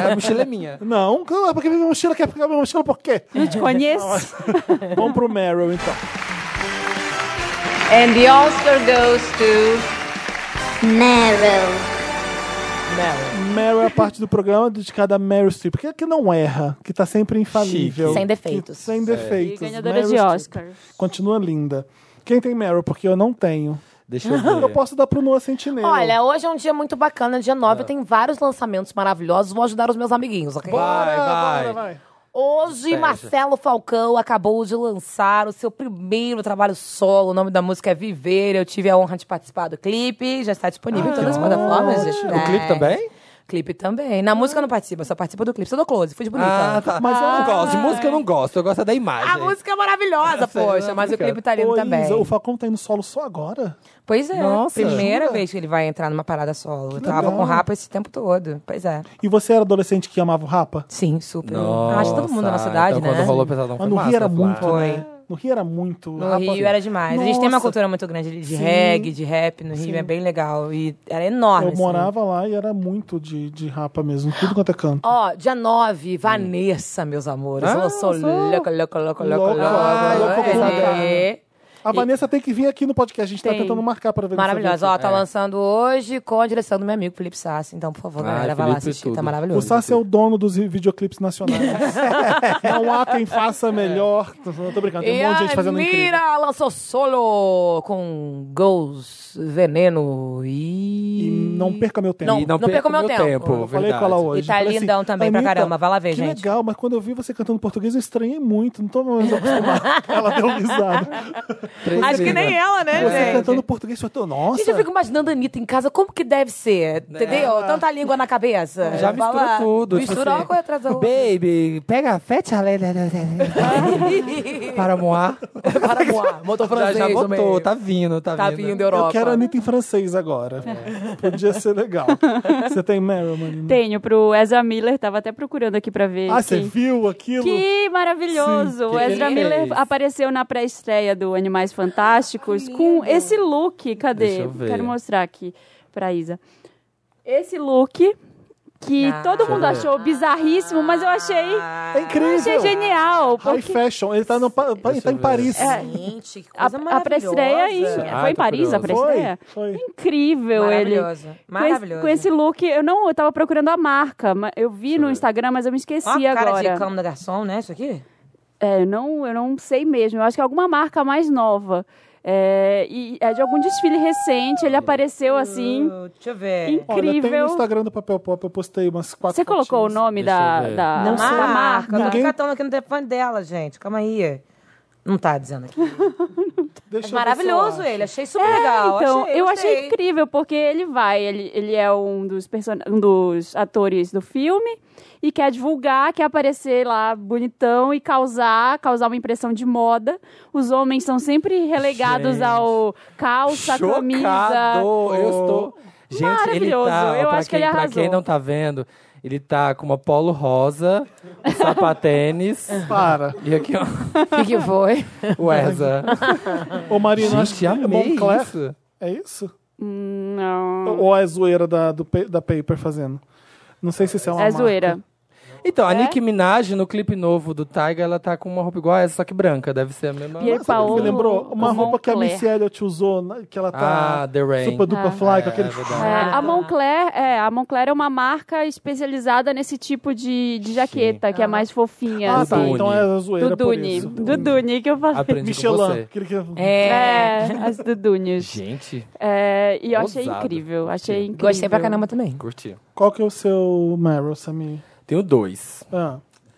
A mochila é minha. Não, claro, porque minha mochila quer pegar minha mochila, por quê? Não te conheço. É. Vamos pro Meryl, então. And the Oscar goes to... Meryl. Meryl. Meryl é a parte do programa dedicada a Meryl Streep, que, que não erra, que tá sempre infalível. Chique. Sem defeitos. É. Que- sem E defeitos. ganhadora Meryl de Streep. Oscar. Continua linda. Quem tem Meryl? Porque eu não tenho. Deixa eu ver. Eu posso dar pro Noah Sentinela. Olha, hoje é um dia muito bacana, dia É. 9, tem vários lançamentos maravilhosos, vou ajudar os meus amiguinhos, ok? Vai, vai. Hoje, Seja. Marcelo Falcão acabou de lançar o seu primeiro trabalho solo. O nome da música é Viver. Eu tive a honra de participar do clipe. Já está disponível em todas as plataformas. digitais. Ah, O clipe também? Clipe também. Na música eu não participo, eu só participo do clipe. Só do close, fui de bonita. Ah, tá. Mas Mas eu olha- não gosto. De música eu não gosto. Eu gosto é da imagem. A música é maravilhosa, Nossa, poxa, não, mas o cara. clipe tá lindo Ô, também. Isa, o Falcão tá indo solo só agora? Pois é, é, Nossa. primeira Jura? vez que ele vai entrar numa parada solo. Eu tava legal. com rapa esse tempo todo. Pois é. E você era adolescente que amava o Rapa? Sim, super. Nossa, Acho que todo mundo na cidade, então né? Quando rolou o pesadão Mas foi Ah, no massa, Rio era claro. muito, Foi. né? No Rio era muito. No Rio era demais. A gente tem uma Nossa. cultura muito grande de Sim. reggae, de rap no Rio, Sim. é bem legal. E era enorme. Eu assim. morava lá e era muito de, de Rapa mesmo, tudo quanto é canto. Ó, dia 9, Vanessa, meus amores. Ah, eu sou só- louca, louca, louca, louca, Louca, louca. louca por É. A Vanessa tem que vir aqui no podcast, a gente tá Tem. tentando marcar pra ver nessa Maravilhosa. vida. Ó, tá lançando hoje com a direção do meu amigo Felipe Sassi. Então, por favor, Ai, galera, vai lá Felipe, assistir. Tá tudo. O maravilhoso. Sassi é o dono dos videoclipes nacionais. É Não há quem faça melhor. Não tô brincando, tem E um monte de gente a fazendo incrível. Mira lançou solo com Gols, Veneno e... E não perca meu tempo. Não, E não, não perca o perca meu meu tempo. tempo. Eu falei com verdade. ela hoje. E tá eu falei lindão também pra "Anitta, caramba, vai lá ver, que gente." legal, mas quando eu vi você cantando português, eu estranhei muito. Não tô mais acostumado. ela deu risada. Acho que nem ela, né, Você gente? cantando português, eu tô, nossa. Né? Gente, eu fico imaginando a Anitta em casa, como que deve ser? Entendeu? Tanta língua na cabeça. Já Vai misturou lá. tudo. tipo Misturou assim, uma coisa atrás da outra. Baby, pega a fete a lei para moar. Para voar. Motor Já, francês já no botou, meio. tá vindo, tá, Tá vindo. vindo da Europa. Eu quero a Anitta em francês agora. É. Podia ser legal. Você tem Meryl, Marina? Tenho pro Ezra Miller, tava até procurando aqui pra ver. Ah, você quem- viu aquilo? Que maravilhoso! Sim, o que Ezra ele Miller fez. apareceu na pré-estreia do Animais Fantásticos com esse look. Deixa Cadê? eu ver. Quero mostrar aqui pra Isa. Esse look que Ah. todo mundo Deixa achou bizarríssimo, mas eu achei, É incrível. achei genial. High Porque fashion. Ele tá, no, pa- pa- ele tá em Paris. É. Gente, que a, coisa a maravilhosa. pré-estreia em, Ah, foi em tô Paris a curioso. né? Foi, pré-estreia? foi. Incrível ele. Maravilhoso. Com esse- Maravilhoso. Com esse look, eu não eu tava procurando a marca, mas eu vi no Instagram, mas eu me esqueci Ó a cara agora. de cama da garçom, né? Isso aqui? É, eu não, eu não sei mesmo. Eu acho que é alguma marca mais nova. É, e é de algum desfile recente. Ele apareceu assim. Uh, Deixa eu ver. Incrível. Olha, tem no Instagram do Papel Pop, eu postei umas quatro Você colocou o fotinhas. nome Deixa eu da, ver. da, Não da sei. marca? Marca. Ninguém- Ninguém... Catando aqui no telefone dela, gente. Calma aí. Não tá dizendo aqui. Deixa eu ver É Maravilhoso se eu acho. ele. Achei super É, legal. Então, eu gostei. achei incrível, porque ele vai, ele, ele é um dos, person... um dos atores do filme e quer divulgar, quer aparecer lá bonitão e causar, causar uma impressão de moda. Os homens são sempre relegados Gente. ao calça, Chocado. camisa. Eu estou. Gente, ele Maravilhoso. tá. ó, Eu pra acho que quem, ele Pra arrasou. quem não tá vendo, ele tá com uma polo rosa, um sapatênis. É. Para. E aqui, ó, O que, que foi? o Erza. Tá Ô, Marina, acho que Gente, é amei Moncler. isso. É isso? Não. Ou é zoeira da, do, pa- da Paper fazendo? Não sei se isso é uma É marca. zoeira. Então, a É? Nicki Minaj, no clipe novo do Tiger, ela tá com uma roupa igual a essa, só que branca. Deve ser a mesma. Pierre Mas sabe o que Paolo me lembrou uma roupa que a Moncler. Missy Elliott usou, né, que ela tá Ah, The Rain. super dupla Ah. fly com aquele. É, verdade. É, Ah. a Moncler, é, a Moncler é uma marca especializada nesse tipo de, de jaqueta, que é mais fofinha. Ah, Do assim. tá. Dune. Então é a Do zoeira por Dune. isso. Do Dune que eu falei. Aprendi com Michelin. você. Aquele que... É. É, as do Dunes. Gente, É, e eu achei Ousado. incrível, achei incrível. Gostei pra caramba também. curti. Qual que é o seu Meryl, Samir? Tenho dois. Ah,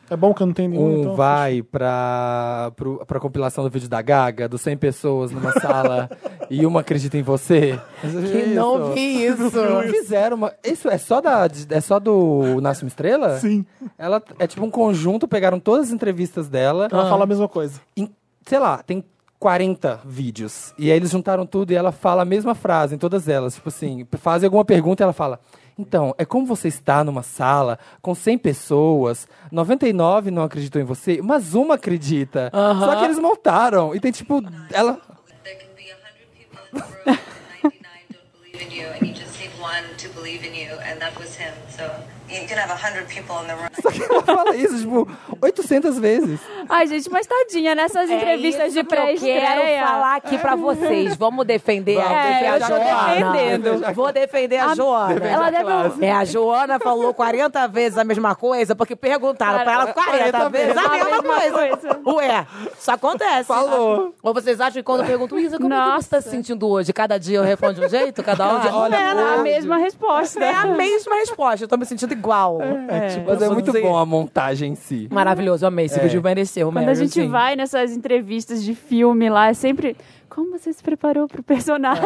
é bom que eu não tenho nenhum, Um então... vai pra, pro, pra compilação do vídeo da Gaga, dos 100 pessoas numa sala, e uma acredita em você. Que Isso. não vi isso. Fizeram uma. Isso é só, da, é só do Nasce uma Estrela? Sim, Ela é tipo um conjunto, pegaram todas as entrevistas dela. Ah. ela fala a mesma coisa. em- sei lá, tem 40 vídeos. E aí eles juntaram tudo e ela fala a mesma frase em todas elas. Tipo assim, p- fazem alguma pergunta e ela fala. Então, é como você está numa sala com 100 pessoas, 99 não acreditam em você, mas uma acredita. Só que eles montaram. E tem tipo, ela. There can be a hundred people in the room, and 99 don't believe in you, and you just need one to believe in you, and that was him. So you can have a hundred people in the room. Só que ela fala isso, tipo, 800 vezes. Ai, gente, mas tadinha, nessas entrevistas de pré-estreia. É É, Eu quero falar aqui pra vocês. Vamos defender Vamos a, defender defender a a Joana. Joana. defendendo. Vou defender a, A- Joana. Ela deve. É, a Joana falou 40 vezes a mesma coisa, porque perguntaram pra ela 40, 40 vezes a vezes a mesma mesma coisa. Ué, isso acontece. Falou. Ou vocês acham que quando eu pergunto, Isa, como é que você tá Nossa. se sentindo hoje? Cada dia eu respondo de um jeito, cada hora eu Olha, respondo. É, na- a mesma resposta. É a mesma resposta, eu tô me sentindo igual. Mas é vou muito dizer- bom a montagem em si. Maravilhoso, amei. Esse É. vídeo assim. mereceu, Quando a gente assim. vai nessas entrevistas de filme lá, é sempre. Como você se preparou pro personagem?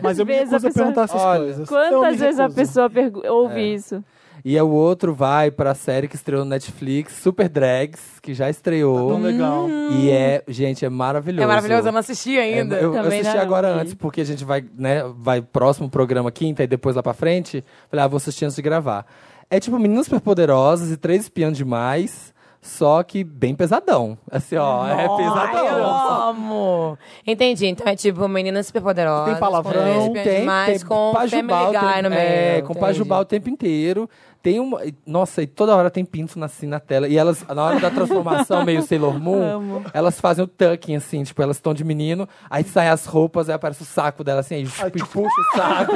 É. Mas eu me vezes recuso a a pessoa. perguntar essas Olha, coisas. Eu me Quantas vezes a recuso. É. pessoa pergu- ouve isso? E aí o outro vai pra série que estreou no Netflix, Super Drags, que já estreou. Tão legal. E é, gente, é maravilhoso. Hum. É maravilhoso, eu não assisti É, ainda. eu, eu Também assisti não, agora vi. antes, porque a gente vai, né, vai próximo programa quinta e depois lá pra frente. Falei, ah, vou assistir antes de gravar. É tipo Meninas Superpoderosas e Três Espiãs Demais, só que bem pesadão. Assim, ó, é Ai, eu pesadão. amo. Entendi. Então é tipo meninas superpoderosas. Tem palavrão, com lesbianas tem, demais, com Pajubá o Family Guy tempo- no meio. É, com Entendi. Pajubá o tempo inteiro. Tem uma. e, Nossa, e toda hora tem pinto na- assim na tela. E elas, na hora da transformação, meio Sailor Moon, elas fazem o tucking, assim, tipo, elas estão de menino, aí saem as roupas, aí aparece o saco dela assim, aí e puxa o saco.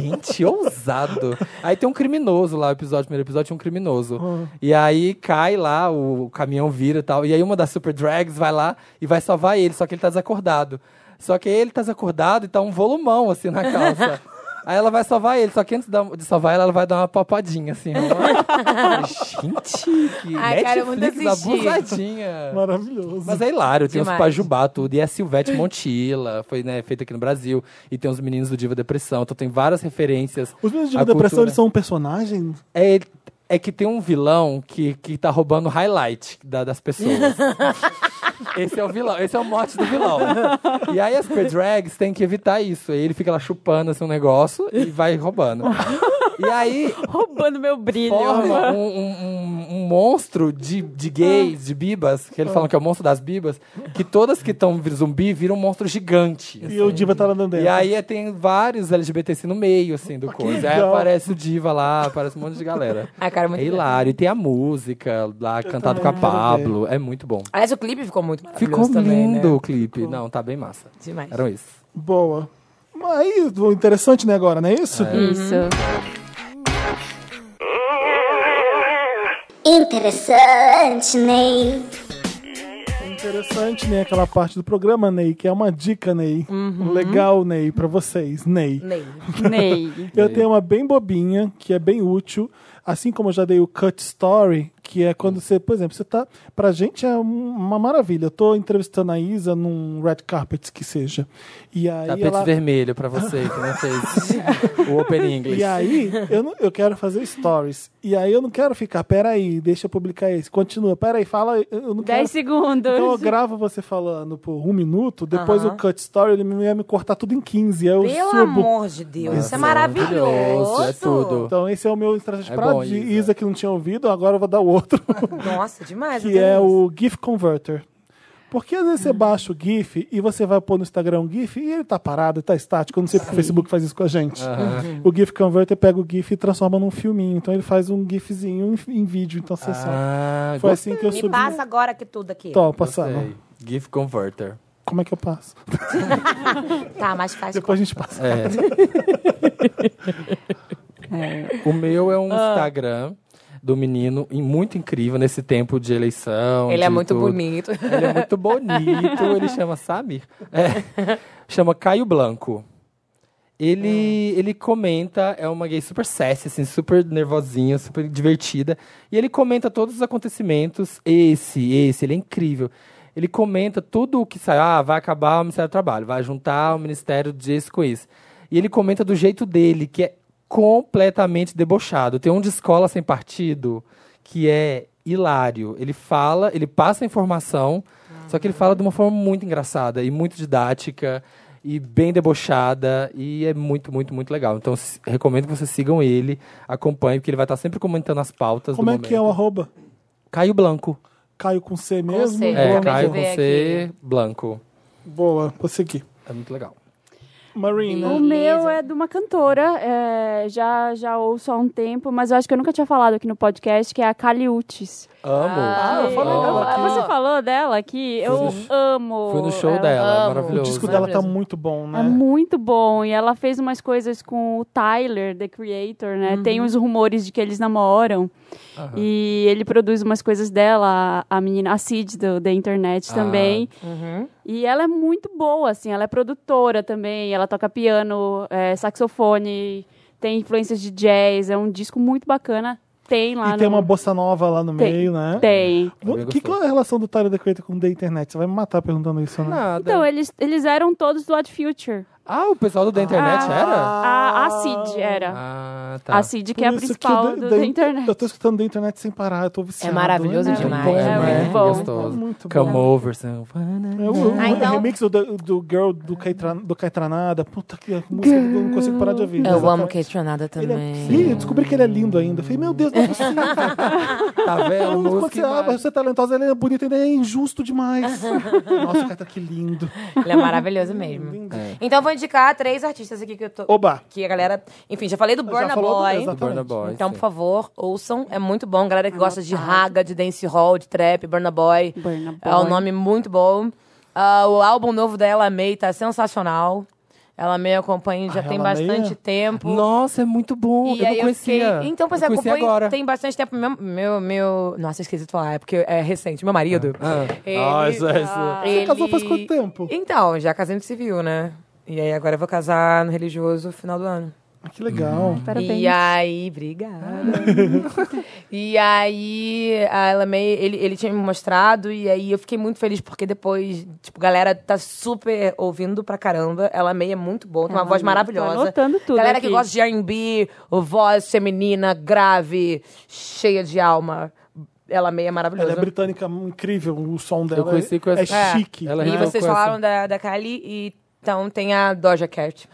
Gente, ousado. Aí tem um criminoso lá, o episódio, o primeiro episódio, tinha um criminoso. Ah. E aí cai lá, o caminhão vira e tal. E aí uma das super drags vai lá e vai salvar ele, só que ele tá desacordado. Só que aí ele tá desacordado e tá um volumão assim na calça. Aí ela vai salvar ele, só que antes da- de salvar ela, ela vai dar uma papadinha, assim. ó. Gente, que Ai, cara, eu Netflix muito assisti. abusadinha. Maravilhoso. Mas é hilário, tem Demais. os Pajubá, tudo. E é a Silvete Montilla, foi né, feita aqui no Brasil. E tem os meninos do Diva Depressão. Então tem várias referências. Os meninos de à depressão, cultura. eles são um personagem? É, é que tem um vilão que, que tá roubando highlight da- das pessoas. Esse é o vilão, esse é o mote do vilão. E aí as super drags têm que evitar isso. Aí ele fica lá chupando assim, um negócio e vai roubando. E aí Roubando meu brilho. forma um, um- um- um monstro de, de gays, de bibas, Ah. que eles falam que é o monstro das bibas, que todas que estão zumbi viram um monstro gigante. E o Diva tá lá dentro. Ah, E aí é, tem vários LGBTC no meio, assim, do coisa. Aí legal. aparece o Diva lá, aparece um monte de galera. Ai, cara, muito É hilário. E tem a música lá, cantado com a também quero Pablo. É muito bom. Aliás, o clipe ficou muito maravilhoso Ficou também, lindo né? o clipe. Não, tá bem massa. Demais. Eram isso. Boa. Mas aí, o interessante, né, agora, não é isso? Uhum. Isso. Interessante, Ney. O Interessante, né, aquela parte do programa, Ney, que é uma dica, Ney. Uhum. Legal, Ney, pra vocês, Ney. Ney. Ney. Eu tenho uma bem bobinha, que é bem útil. Assim como eu já dei o cut story, que é quando você, por exemplo, você tá. Pra gente é um- uma maravilha. Eu tô entrevistando a Isa num red carpet que seja. E aí. Tapete ela... vermelho pra você que não fez o Open English. E aí, eu, não- eu quero fazer stories. E aí eu não quero ficar, peraí, deixa eu publicar esse. Continua, peraí, fala. Eu eu não quero. 10 segundos. Então eu gravo você falando por um minuto, depois o cut story ele me- ia me cortar tudo em 15. Aí eu Pelo subo. amor de Deus, isso Nossa, é maravilhoso. É tudo. Então esse é o meu estratégia É pra bom, Di- Isa. Isa. que não tinha ouvido, agora eu vou dar outro, Nossa, demais. eu que tenho é isso. o GIF Converter. Porque às vezes você baixa o GIF e você vai pôr no Instagram o GIF e ele tá parado, tá estático. Eu não sei porque o Facebook faz isso com a gente. O GIF Converter pega o GIF e transforma num filminho. Então ele faz um GIFzinho em, em vídeo. Então você sabe. Ah, Foi assim que eu Me subi. passa agora que tudo aqui. Tô gostei. passando. GIF Converter. Como é que eu passo? Tá, mas faz Depois a gente passa. É. O meu é um Ah. Instagram do menino e muito incrível nesse tempo de eleição. Ele é de muito tudo. bonito. Ele é muito bonito. ele chama Samir. É, chama Caio Blanco. Ele, Hum. ele comenta, é uma gay super sassy, assim, super nervosinha, super divertida. E ele comenta todos os acontecimentos. Esse, esse, ele é incrível. Ele comenta tudo o que sai. Ah, vai acabar o Ministério do Trabalho, vai juntar o Ministério disso com isso. E ele comenta do jeito dele, que é completamente debochado. Tem um de escola sem partido que é hilário. Ele fala, ele passa a informação, só que ele fala de uma forma muito engraçada e muito didática e bem debochada e é muito, muito, muito legal. Então s- recomendo que vocês sigam ele, acompanhem, porque ele vai estar sempre comentando as pautas Como do é momento. que é o arroba? Caio Blanco. Caio com C mesmo? C, É, Boa, né? Caio com ver C, Blanco. Boa, vou seguir. É muito legal. Marina. O meu é de uma cantora, é, já, já ouço há um tempo, mas eu acho que eu nunca tinha falado aqui no podcast, que é a Caliutes. Amo. Ah, eu falei Amo. dela. Você falou dela aqui? Eu amo. Fui no show ela. dela, amo. O maravilhoso. disco Maravilhoso. dela tá muito bom, né? É muito bom. E ela fez umas coisas com o Tyler, The Creator, né? Tem Uhum. os rumores de que eles namoram. E ele produz umas coisas dela, a a menina, a Cid do, da internet Ah. também. uhum. E ela é muito boa, assim. Ela é produtora também. Ela toca piano, é, saxofone, tem influências de jazz. É um disco muito bacana. Tem lá E tem no- uma bossa nova lá no Tá Tem, meio, né? Tem. O Também que, que é gostei. a relação do Tyler, The Creator com o The Internet? Você vai me matar perguntando isso, né? Nada. Então, eles, eles eram todos do Odd Future. Ah, o pessoal do da internet Ah. era? A, a Cid era. Ah, tá. A Assim, Cid, que Por é a isso principal o do- The- da internet. Eu tô escutando da internet sem parar, eu tô viciado. É maravilhoso né? É demais. bom, É né? muito bom. Gostoso. É muito Come bom. over, assim. É o, o Ah, então- remix do, do Girl do, Caitra, do Caetranada. Puta que música que eu não consigo parar de ouvir. Eu amo Exatamente. questionada Ele é- também. Ih, eu descobri que ele é lindo ainda. Falei, meu Deus, não é possível. Tá vendo? Quando Música você, e ah, imagem. você é talentosa, ele é bonito, ele é injusto demais. Nossa, cara, que lindo. Ele é maravilhoso mesmo. Então vou indicar três artistas aqui que eu tô. Oba! Que a galera. Enfim, já falei do Burna falou né? do- Boy. exatamente. Burna Boy. Então, por sim. favor, ouçam. É muito bom. Galera que gosta de raga, de dancehall, de trap, Burna Boy. Burna É um Boy. nome muito bom. Ah, o álbum novo da Ella May tá sensacional. Ela May eu acompanho já Ah, tem Ella May bastante é- tempo. Nossa, é muito bom. E eu aí não conhecia. fiquei... Então, pois é, eu conheci acompanho agora. tem bastante tempo. Meu, meu, meu... Nossa, esqueci de falar, é porque é recente. Meu marido... Ah. Ele- tá Ah, isso, isso. Você casou faz quanto tempo? Então, já casei no civil, né? E aí agora eu vou casar no religioso no final do ano. Ah, Que legal. Parabéns. E aí, obrigada. e aí, a Ella May, ele, ele tinha me mostrado, e aí eu fiquei muito feliz, porque depois, tipo, galera tá super ouvindo pra caramba. Ela May é muito boa, tem uma Ella voz May, tô maravilhosa. anotando tudo é Galera que aqui. gosta de R&B, voz feminina, grave, cheia de alma. Ela May é maravilhosa. Ela é britânica, incrível o som dela. Eu conheci com é essa- É. chique. Ela e resolveu vocês com essa- falaram da, da Kylie, e então tem a Doja Cat.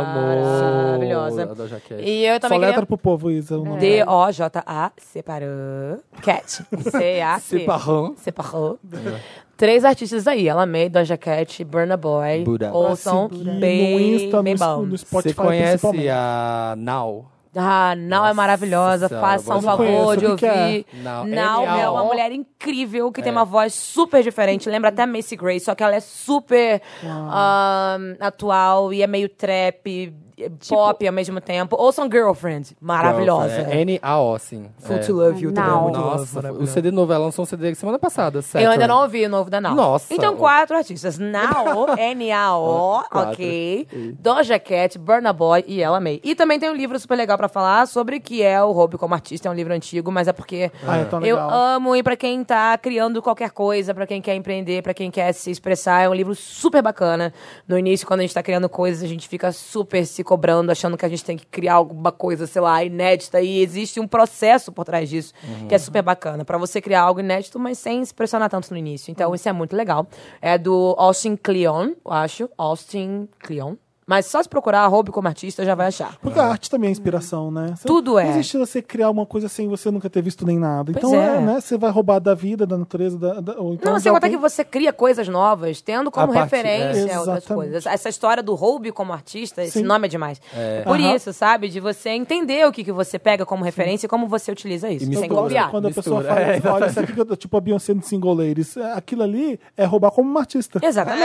Amo. Maravilhosa. Adoro jaquete. E eu Só também queria... letra pro povo, Isa. o nome. D-O-J-A, separou. Cat. C-A-C. Ciparrão. Separou. É. Três artistas aí, Ela May, Doja Cat, Burna Boy. Buda. Pra Ouçam seguir um bem, no Insta, bem no, bom. no Spotify Você conhece principalmente. a Now? Ah, Nau é Nossa maravilhosa, Senhora, façam eu um não favor conheço, de o que que é? ouvir. Nau, Nau é N-A-U. uma mulher incrível que tem uma voz super diferente, lembra até Macy Gray, só que ela é super ahn, atual e é meio trap, é pop ao mesmo tempo. Ouçam Girlfriend, maravilhosa. É N-A-O, sim. Full É. to Love You também. é Now. muito boa, Nossa, o maravilhosa. CD novo, ela lançou um CD semana passada, Eu Saturn. ainda não ouvi o novo da Nau. Nossa. Então, quatro artistas. Nao, N-A-O, Quatro. ok. Doja Cat, Burna Boy e Ella May. E também tem um livro super legal pra falar sobre que é o Hobby como artista. É um livro antigo, mas é porque Ah, é tão eu legal. amo. E pra quem tá criando qualquer coisa, pra quem quer empreender, pra quem quer se expressar, é um livro super bacana. No início, quando a gente tá criando coisas, a gente fica super se cobrando, achando que a gente tem que criar alguma coisa, sei lá, inédita. E existe um processo por trás disso, Uhum. que é super bacana. Pra você criar algo inédito, mas sem se pressionar tanto no Uhum. início. Então, isso é muito legal. É do Austin Kleon, eu acho. Austin Kleon. Mas só se procurar arroba como artista já vai achar. Porque a arte também é inspiração, né? Você- Tudo é. Não existe você criar uma coisa sem você nunca ter visto nem nada. Pois então é. é. né? Você vai roubar da vida, da natureza, da, da- ou então Não, de sem contar alguém. que você cria coisas novas, tendo como A partir- referência é. outras Exatamente. coisas. Essa história do roubo como artista, esse Sim. nome é demais. Por Aham. isso, sabe? De você entender o que, que você pega como referência e como você utiliza isso. E sem mistura. copiar. Quando a pessoa Mistura, fala, é, olha, isso aqui que eu tô- tipo a Beyoncé no Single Ladies, é, aquilo ali é roubar como uma artista. Exatamente.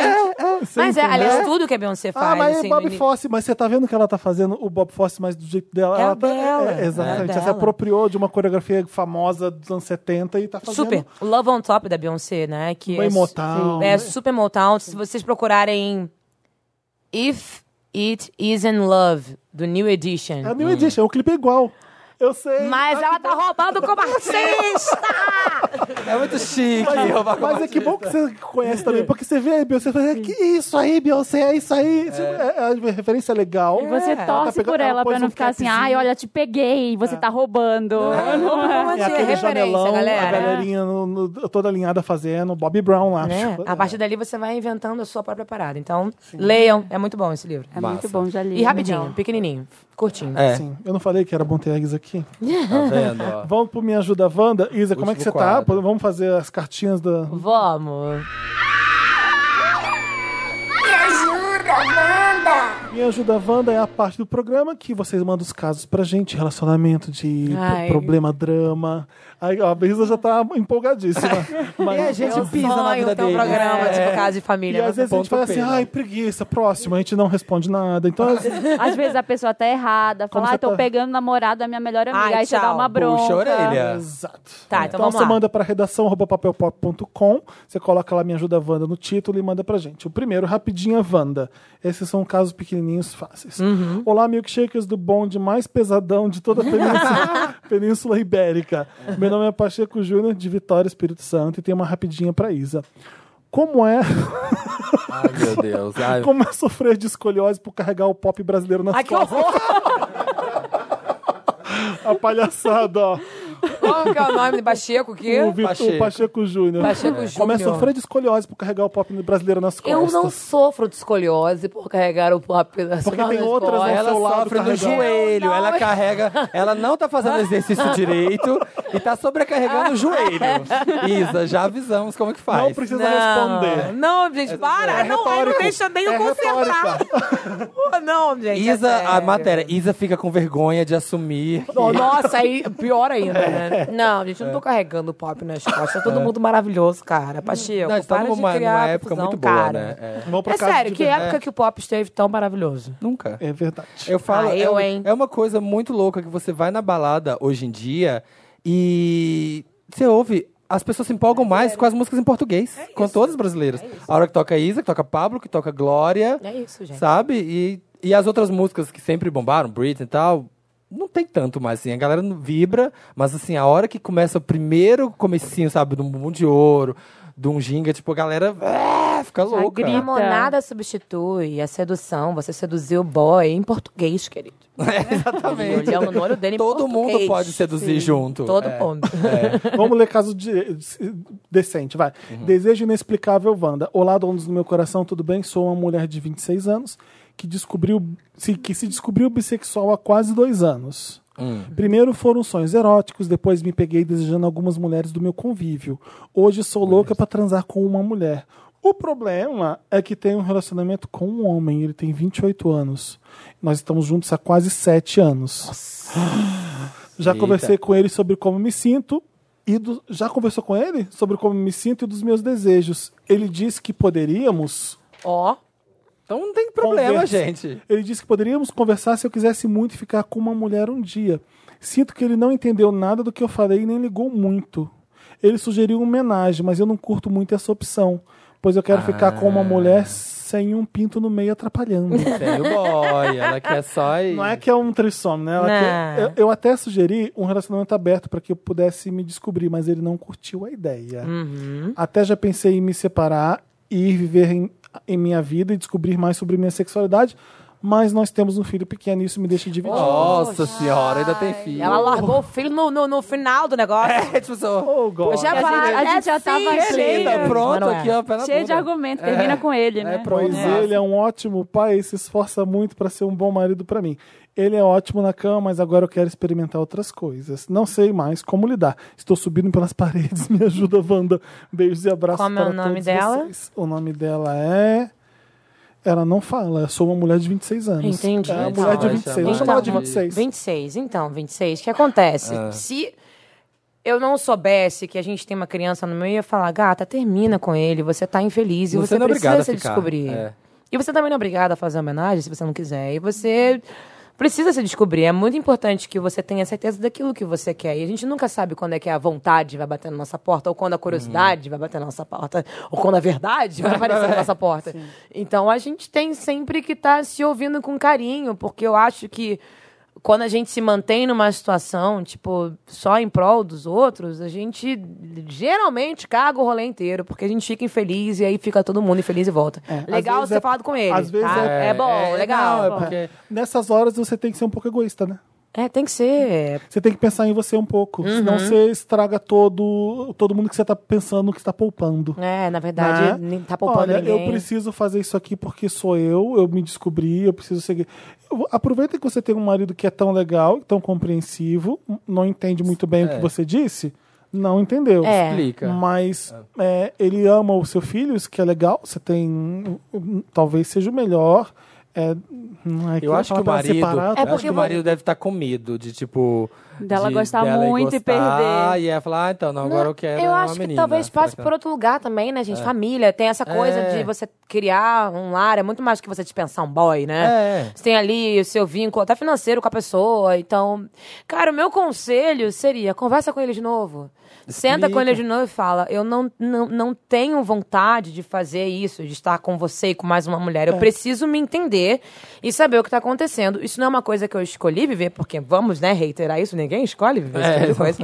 Você Mas é, entendeu? aliás, tudo que a Beyoncé faz. né? Ah, mas é assim, no Bob ini- Fosse, mas você tá vendo que ela tá fazendo o Bob Fosse, mas do jeito dela. É a ela tá, dela, é, exatamente. é a Ela se dela. apropriou de uma coreografia famosa dos anos 70 e tá fazendo. Super. Love on Top da Beyoncé, né? Que Bem é, su- Motown, É, né? super Motown. Se vocês procurarem If It Isn't Love, do New Edition. É a New Edition, o clipe é igual. Eu sei. Mas ela tá roubando como artista! É muito chique Mas, roubar com mas é que bom que você conhece também, porque você vê a Beyoncé e fala, que isso aí, Beyoncé, é isso aí. Tipo, É, é uma referência legal. E você Ela tá torce pegando- por ela pôs pra não um ficar assim, capzinho. ai, olha, te peguei, você tá roubando. É aquele referência, janelão, galera. a galerinha no- no- toda alinhada fazendo, Bob Brown lá. Né? Tipo, A partir dali você vai inventando a sua própria parada. Então, leiam. É muito bom esse livro. É muito bom, já li. E rapidinho, legal. pequenininho, curtinho. É, Sim, eu não falei que era bom ter eggs aqui. tá vendo? ó. Vamos pro Me Ajuda Wanda. Isa, como é que você Último tá? quadro. Vamos fazer as cartinhas da. Vamos. Me ajuda, Amanda! Me Ajuda Wanda é a parte do programa que vocês mandam os casos pra gente, relacionamento de Ai. pro- problema, drama. Aí, ó, a Isa já tá empolgadíssima. Mas- E a gente pisa na Sonho vida ter um dele. né? programa, É. tipo Casa de E Família. às vezes a Ponto gente fala assim, pena. ai, preguiça, próximo, a gente não responde nada. Então, às- Às vezes a pessoa tá errada, Como fala, você ah, tô tá? pegando o namorado da minha melhor amiga, Ai, aí você dá tchau. uma bronca. Puxa a orelha. Exato. Tá, então vamos você lá. manda para redação arroba papelpop.com, você coloca lá Me Ajuda Wanda no título e manda pra gente. O primeiro, rapidinha Wanda. Esses são casos pequenininhos fáceis. Uhum. Olá, milkshakers do bonde mais pesadão de toda a península, península ibérica. Meu nome é Pacheco Júnior, de Vitória, Espírito Santo, e tem uma rapidinha pra Isa. Como é, Ai, meu Deus. Ai, como é sofrer de escoliose por carregar o pop brasileiro nas Ai, que horror! A palhaçada, ó. Qual que é o nome do Pacheco aqui? O, Vitor, Pacheco. o Pacheco Júnior. Pacheco Como é Júnior. sofrer de escoliose por carregar o pop brasileiro nas Eu costas. não sofro de escoliose por carregar o pop da Porque tem outras né? ao Ela seu lado sofre no carregando. joelho, Eu não. ela carrega, ela não tá fazendo exercício direito e tá sobrecarregando o joelho. Isa, já avisamos como é que faz. Não precisa Não, responder. não, gente, para! é não, aí não retórico. deixa nem eu É consertar. Pô, não, gente. é Isa, a sério. matéria, Isa fica com vergonha de assumir. Não, Nossa, aí pior ainda, né? É. Não, gente, eu não tô carregando o pop nas costas. Tá todo mundo maravilhoso, cara. Pacheco, Não, a gente tá para de numa, criar numa época confusão, muito boa, cara. né? É. Vamos pra É casa sério, de que verdade. época que o pop esteve tão maravilhoso? Nunca. É verdade. Eu falo, Ah, eu, é, hein? é uma coisa muito louca que você vai na balada hoje em dia e você ouve. As pessoas se empolgam É mais com as músicas em português, com todas as brasileiras. a hora que toca Isa, que toca Pablo, que toca Glória, É isso, gente. sabe? E, e as outras músicas que sempre bombaram, Britney e tal, não tem tanto mais, assim. A galera não vibra, mas assim, a hora que começa o primeiro comecinho, sabe, do Mundo de Ouro, de um ginga, tipo, a galera é, fica louca. A limonada substitui a sedução. Você seduziu o boy em português, querido. É, exatamente. Olhando no olho dele em Todo português. mundo pode seduzir junto. Todo É. mundo. Vamos ler caso de- decente, vai. Desejo inexplicável, Wanda. Olá, donos do meu coração, tudo bem? Sou uma mulher de 26 anos que, descobriu, se, que se descobriu bissexual há quase dois anos. Primeiro foram sonhos eróticos, depois me peguei desejando algumas mulheres do meu convívio. Hoje sou louca pra transar com uma mulher. O problema é que tenho um relacionamento com um homem, ele tem 28 anos. Nós estamos juntos há quase 7 anos. Já Eita. conversei com ele sobre como me sinto e do- já conversou com ele sobre como me sinto e dos meus desejos. Ele disse que poderíamos Ó. Então não tem problema, Conversa. gente. Ele disse que poderíamos conversar se eu quisesse muito e ficar com uma mulher um dia. Sinto que ele não entendeu nada do que eu falei e nem ligou muito. Ele sugeriu uma homenagem, mas eu não curto muito essa opção, pois eu quero ficar com uma mulher sem um pinto no meio atrapalhando. Tem o boy, ela quer só e... Não é que é um trissome, né? Ela quer- Não. eu, eu até sugeri um relacionamento aberto para que eu pudesse me descobrir, mas ele não curtiu a ideia. Uhum. Até já pensei em me separar e ir viver em, em minha vida e descobrir mais sobre minha sexualidade, mas nós temos um filho pequeno e isso me deixa dividido. Nossa senhora, ainda tem filho. Ela largou o filho no, no, no final do negócio. É, tipo, só... Oh, God. Eu já A falei, gente- a é gente já tava sim, cheia. querida, Linda, pronto, é. Manoel. aqui, ó, pela Cheio de bunda. argumento, termina com ele, É, né? pronto. Pois ele é um ótimo pai e se esforça muito para ser um bom marido para mim. Ele é ótimo na cama, mas agora eu quero experimentar outras coisas. Não sei mais como lidar. Estou subindo pelas paredes. Me ajuda, Wanda. Beijos e abraços Como é o para nome todos dela? vocês. O nome dela é... Ela não fala. Eu sou uma mulher de 26 anos. Entendi. É uma Então, mulher de vai 26. chamar Vamos chamar ela de Então, 26. 26, então, 26. O que acontece? Ah. Se eu não soubesse que a gente tem uma criança no meio, eu ia falar, gata, termina com ele, você tá infeliz e Você você, não é precisa obrigada a se ficar, descobrir. é. E você também não é obrigada a fazer homenagem se você não quiser. E você precisa se descobrir. É muito importante que você tenha certeza daquilo que você quer. E a gente nunca sabe quando é que a vontade vai bater na nossa porta, ou quando a curiosidade vai Uhum. bater na nossa porta, ou quando a verdade vai aparecer na nossa porta. Então a gente tem sempre que estar se ouvindo com carinho, porque eu acho que quando a gente se mantém numa situação, tipo, só em prol dos outros, a gente geralmente caga o rolê inteiro, porque a gente fica infeliz e aí fica todo mundo infeliz e volta. É, legal às vezes você é- falado com ele. às vezes Ah, tá? é- é, bom, é- legal. não, é, é porque- Nessas horas você tem que ser um pouco egoísta, né? tem que ser. Você tem que pensar em você um pouco. Uhum. Senão você estraga todo, todo mundo que você está pensando, que está poupando. É, na verdade, né? nem tá poupando Olha, ninguém. eu preciso fazer isso aqui porque sou eu, eu me descobri, eu preciso seguir. Eu- Aproveita que você tem um marido que é tão legal, tão compreensivo, não entende muito bem o que você disse, não entendeu. É. É. Explica. Mas é, ele ama o seu filho, isso que é legal, você tem. Talvez seja o melhor. É, não é Eu acho que falar o pra ela marido, É separar, eu tá? acho que o marido deve estar com medo de tipo Dela de- gostar dela ir muito e gostar, perder. E ela falar, ah, então, não, agora eu quero Né? Eu uma acho que menina. tá. talvez Será passe que por outro lugar também, né, gente? Família, tem essa coisa É. de você criar um lar, é muito mais que você dispensar um boy, né? É. Você tem ali o seu vínculo, até financeiro com a pessoa. Então, cara, o meu conselho seria: conversa com ele de novo. Senta com ele de novo e fala: Eu não, não, não tenho vontade de fazer isso, de estar com você e com mais uma mulher. Eu É. preciso me entender e saber o que tá acontecendo. Isso não é uma coisa que eu escolhi viver, porque vamos, né, reiterar isso, ninguém escolhe viver esse É, tipo de coisa.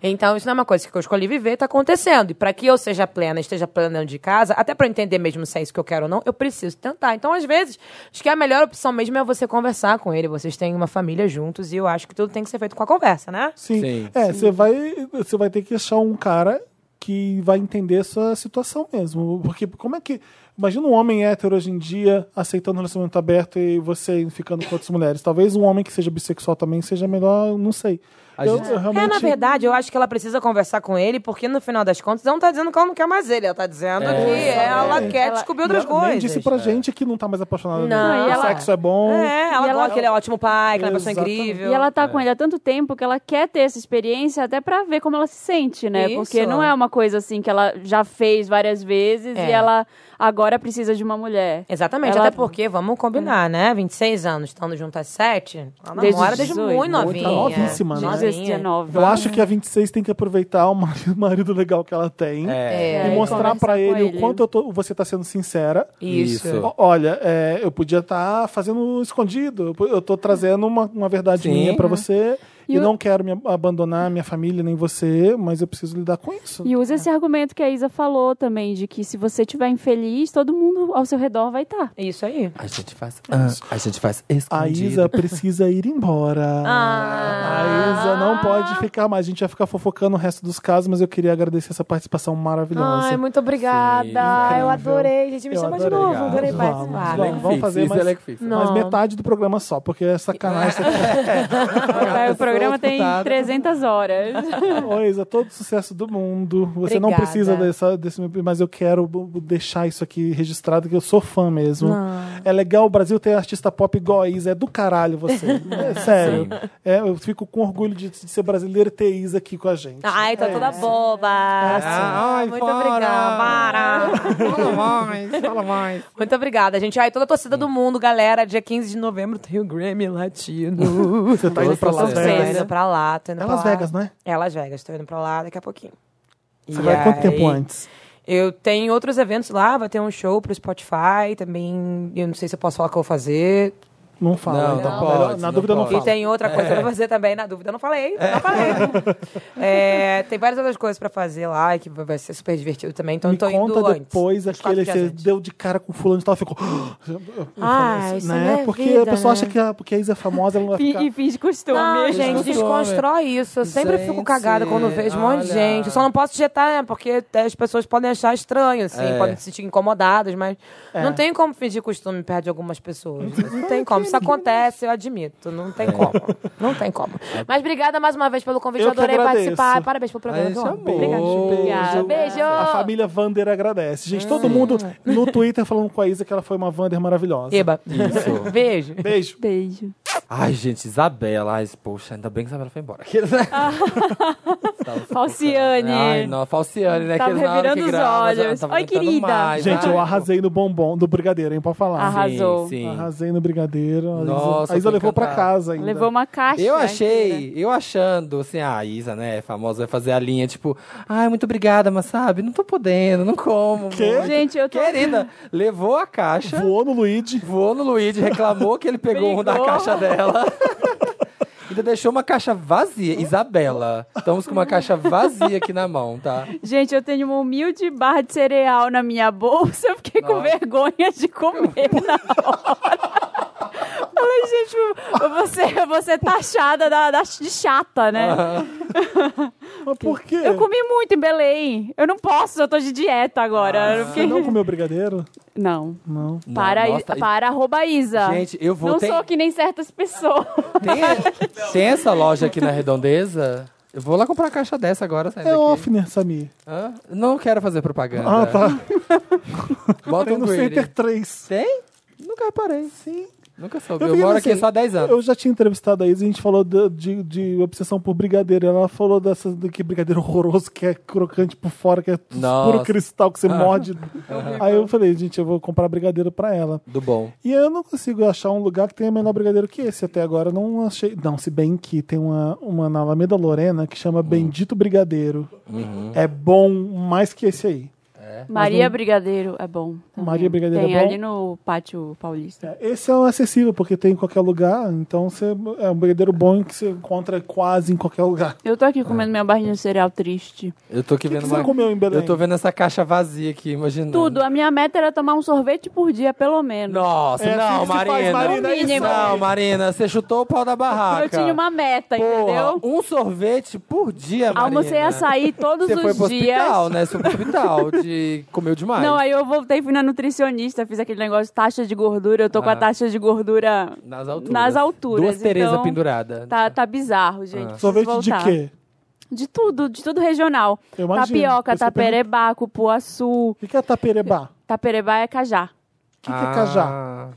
Então, isso não é uma coisa que eu escolhi viver, tá acontecendo. E pra que eu seja plena, esteja plena dentro de casa, até pra eu entender mesmo se é isso que eu quero ou não, eu preciso tentar. Então, às vezes, acho que a melhor opção mesmo é você conversar com ele. Vocês têm uma família juntos e eu acho que tudo tem que ser feito com a conversa, né? Sim. Sim. É, você vai, você vai ter que achar um cara que vai entender a sua situação mesmo. Porque como é que. Imagina um homem hétero hoje em dia aceitando um relacionamento aberto e você ficando com outras mulheres. Talvez um homem que seja bissexual também seja melhor, não sei. A eu, gente- eu É, realmente. na verdade, eu acho que ela precisa conversar com ele, porque no final das contas, ela não tá dizendo que ela não quer mais ele, ela tá dizendo que ela quer descobrir outras Ela nem coisas. disse É. pra gente que não tá mais apaixonada. Não, dele. e o ela- sexo é bom. É, ela E ela- gosta que ele é um ótimo pai, que ele é uma pessoa Exatamente. incrível. E ela tá com ele há tanto tempo que ela quer ter essa experiência até pra ver como ela se sente, né? Isso. Porque não é uma coisa assim que ela já fez várias vezes É. e ela agora precisa de uma mulher. Exatamente, Ela- até porque, vamos É. combinar, né? 26 anos, estando junto às 7, ela Desde namora desde 18, muito muito novinha. novíssima, né? Novinha. 19. Eu acho que a 26 tem que aproveitar o marido, marido legal que ela tem. É. É, E aí mostrar conversar pra com ele, ele. o quanto eu tô- você tá sendo sincera. Isso. Isso. O- Olha, é, eu podia estar fazendo escondido. Eu- Eu tô trazendo uma, uma verdade Sim. minha pra você. E E o- não quero me ab- abandonar, minha família, nem você, mas eu preciso lidar com isso. E usa esse argumento que a Isa falou também, de que se você estiver infeliz, todo mundo ao seu redor vai tá. estar. Isso aí. A gente faz, ah, a gente faz A escondido. Isa precisa ir embora. A Isa não pode ficar mais. A gente vai ficar fofocando o resto dos casos, mas eu queria agradecer essa participação maravilhosa. Ai, muito obrigada. Sim, eu adorei, gente. Me Eu chama de adorei. novo, Obrigado. adorei Vamos, participar. vamos. Elenco Vamos fixo, fazer isso mais- é elenco fixo. Mas Não. metade do programa só, porque é sacanagem. isso aqui. o programa tem disputada. 300 horas. Ô, Isa, todo sucesso do mundo. Você não Obrigada. precisa dessa, desse meu. Mas eu quero b- b- deixar isso aqui registrado, que eu sou fã mesmo. É legal o Brasil ter artista pop igual a Isa. É do caralho você. É sério. É, eu fico com orgulho de, de ser brasileiro e ter Isa aqui com a gente. Ai, tô toda boba. Ah, ai, muito fora. obrigada. Para. Fala mais, fala mais. Muito obrada, gente. Ai, toda a torcida do mundo, galera. Dia 15 de novembro tem o Grammy Latino. Você tá indo pra Las Você tá Tô Vegas. indo pra lá, tô indo É pra Las lá. Vegas, né? É Las Vegas, tô indo pra lá daqui a pouquinho. Você E vai quanto aí, tempo antes? Eu tenho outros eventos lá, vai ter um show pro Spotify também. Eu não sei se eu posso falar o que eu vou fazer. Não fala. Não, então. não pode, Melhor- na não dúvida não pode. fala. Fala. E tem outra coisa pra fazer também, na dúvida. Eu não falei, não falei. É, tem várias outras coisas pra fazer lá, que vai vai ser super divertido também. Então Me eu tô indo conta antes. depois Uns quatro aquele que dias você antes. deu de cara com fulano e tal, ficou. Ah, isso é minha né? Porque vida, a pessoa né? acha que a, porque a Isa é famosa, ela não vai E, ficar. e fiz de costume. Não, Ah, gente, Desconstrói. desconstrói isso. Eu sempre fico Gente, cagada quando vejo um monte de olha. gente. Eu só não posso digitar, né? Porque as pessoas podem achar estranho, assim, É. podem se sentir incomodadas, mas não tem como fingir costume perto de algumas pessoas. Não tem como. Isso acontece, eu admito. Não É. tem como. Não tem como. Mas obrigada mais uma vez pelo convite. Eu Eu que adorei agradeço. participar. Parabéns pelo programa. Ai, viu? isso é bom. Obrigada. Obrigada. Beijo. A família Vander agradece. Gente, todo mundo no Twitter falando com a Isa que ela foi uma Vander maravilhosa. Eba. Isso. Beijo. Beijo. Beijo. Ai, gente, Isabela. Ai, poxa, ainda bem que Isabela foi embora. Aqueles, né? Tava- Falciane. Ai, não, Falciane, né? Tava Aqueles na hora revirando que os grava, já olhos. tava Oi, aguentando querida. mais, Gente, ai, eu arrasei no bombom do brigadeiro, hein? Pra falar. Arrasou. Sim, sim. Arrasei no brigadeiro. A Isa- Nossa, a Isa eu tô levou pra encantada. casa ainda. Levou uma caixa. Eu achei, inteira. eu achando, assim, ah, a Isa, né, famosa, vai fazer a linha, tipo, ai, muito obrigada, mas sabe, não tô podendo, não como. Quê? muito." Gente, eu tô- Querida, levou a caixa, Voou no Luigi. voou no Luigi, reclamou que ele pegou um da Brigou. caixa dela. Ainda deixou uma caixa vazia. Isabela, estamos com uma caixa vazia aqui na mão, tá? Gente, eu tenho uma humilde barra de cereal na minha bolsa. Eu fiquei com Nossa. vergonha de comer na hora. Falei, gente, eu vou ser, eu vou ser taxada da, da- de chata, né? Mas por quê? Eu comi muito em Belém. Eu não posso, eu tô de dieta agora. Eu Você fiquei- não comeu brigadeiro? Não. Não. Ah, Não, Para, nossa, I- para arroba Isa. Gente, eu vou... Tá. não tem, sou que nem certas pessoas. tem, tem essa loja aqui na Redondeza? Eu vou lá comprar uma caixa dessa agora, saindo É daqui. off, né, Samir? Hã? Não quero fazer propaganda. Ah, tá. Bota Tem um no greeting. Center 3. Tem? Nunca reparei. Sim. Nunca soube. Eu Eu, fiquei moro assim, aqui só há 10 anos. Eu já tinha entrevistado a Isa e a gente falou da- de, de obsessão por brigadeiro. Ela falou dessa, do que brigadeiro horroroso que é crocante por fora, que é Nossa. puro cristal que você morde. Aí eu falei, gente, eu vou comprar brigadeiro pra ela. Do bom. E eu não consigo achar um lugar que tenha melhor brigadeiro que esse. Até agora eu não achei. Não, se bem que tem uma, uma na Alameda Lorena que chama Bendito Brigadeiro. É bom mais que esse aí. É, Maria Brigadeiro é bom. também. Maria Brigadeiro tem é bom? ali no Pátio Paulista. É, Esse é um acessível, porque tem em qualquer lugar, então você, é um brigadeiro bom que você encontra quase em qualquer lugar. Eu tô aqui É. comendo minha barrinha de cereal triste. Eu tô aqui O que, vendo que você uma- comeu em Belém? Eu tô vendo essa caixa vazia aqui, imaginando. Tudo. A minha meta era tomar um sorvete por dia, pelo menos. Nossa, É assim não, que se faz, Marina. Marina, é isso aí. não, Marina, você chutou o pau da barraca. Eu tinha uma meta, Porra, entendeu? um sorvete por dia, Marina. Almocei açaí todos Você foi pro os dias. hospital, né? Você foi pro hospital, de... comeu demais. Não, aí eu voltei, fui na nutricionista, fiz aquele negócio de taxa de gordura. Eu tô com a Ah. taxa de gordura Nas alturas. nas alturas, Duas Tereza então, pendurada. Tá, tá bizarro, gente. preciso Sorvete de voltar. quê? De tudo, de tudo regional. Eu imagino, Tapioca, por isso que eu taperebá, cupuaçu. O que que é taperebá? Taperebá é cajá. O que, que Ah. é cajá?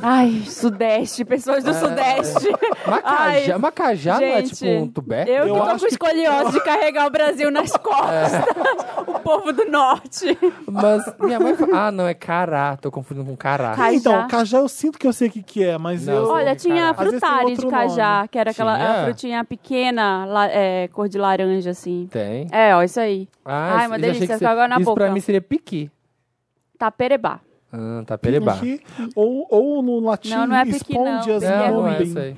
Ai, Sudeste, pessoas do Sudeste. Macajá, Ai, Macajá não é gente, tipo um tubé? Eu, Eu que tô acho com escoliose de carregar o Brasil nas costas. O povo do Norte. Mas minha mãe fala... Ah, não, é cará. Tô confundindo com cará. Cajá. Então, cajá eu sinto que eu sei o que, que é, mas Não, eu. Pô, Olha, cara. tinha a Às vezes tem frutari de outro cajá, que era aquela Tinha? a frutinha pequena, la- é, cor de laranja, assim. Tem. É, ó, isso aí. Ah, Ai, uma eu já achei delícia, que ficou agora na isso boca. pra mim seria piqui. Taperebá. Ah, tá perebá. Aqui, ou, ou no latim, Não, não é piqui, não. espondias Não, Não, é mombim. isso aí.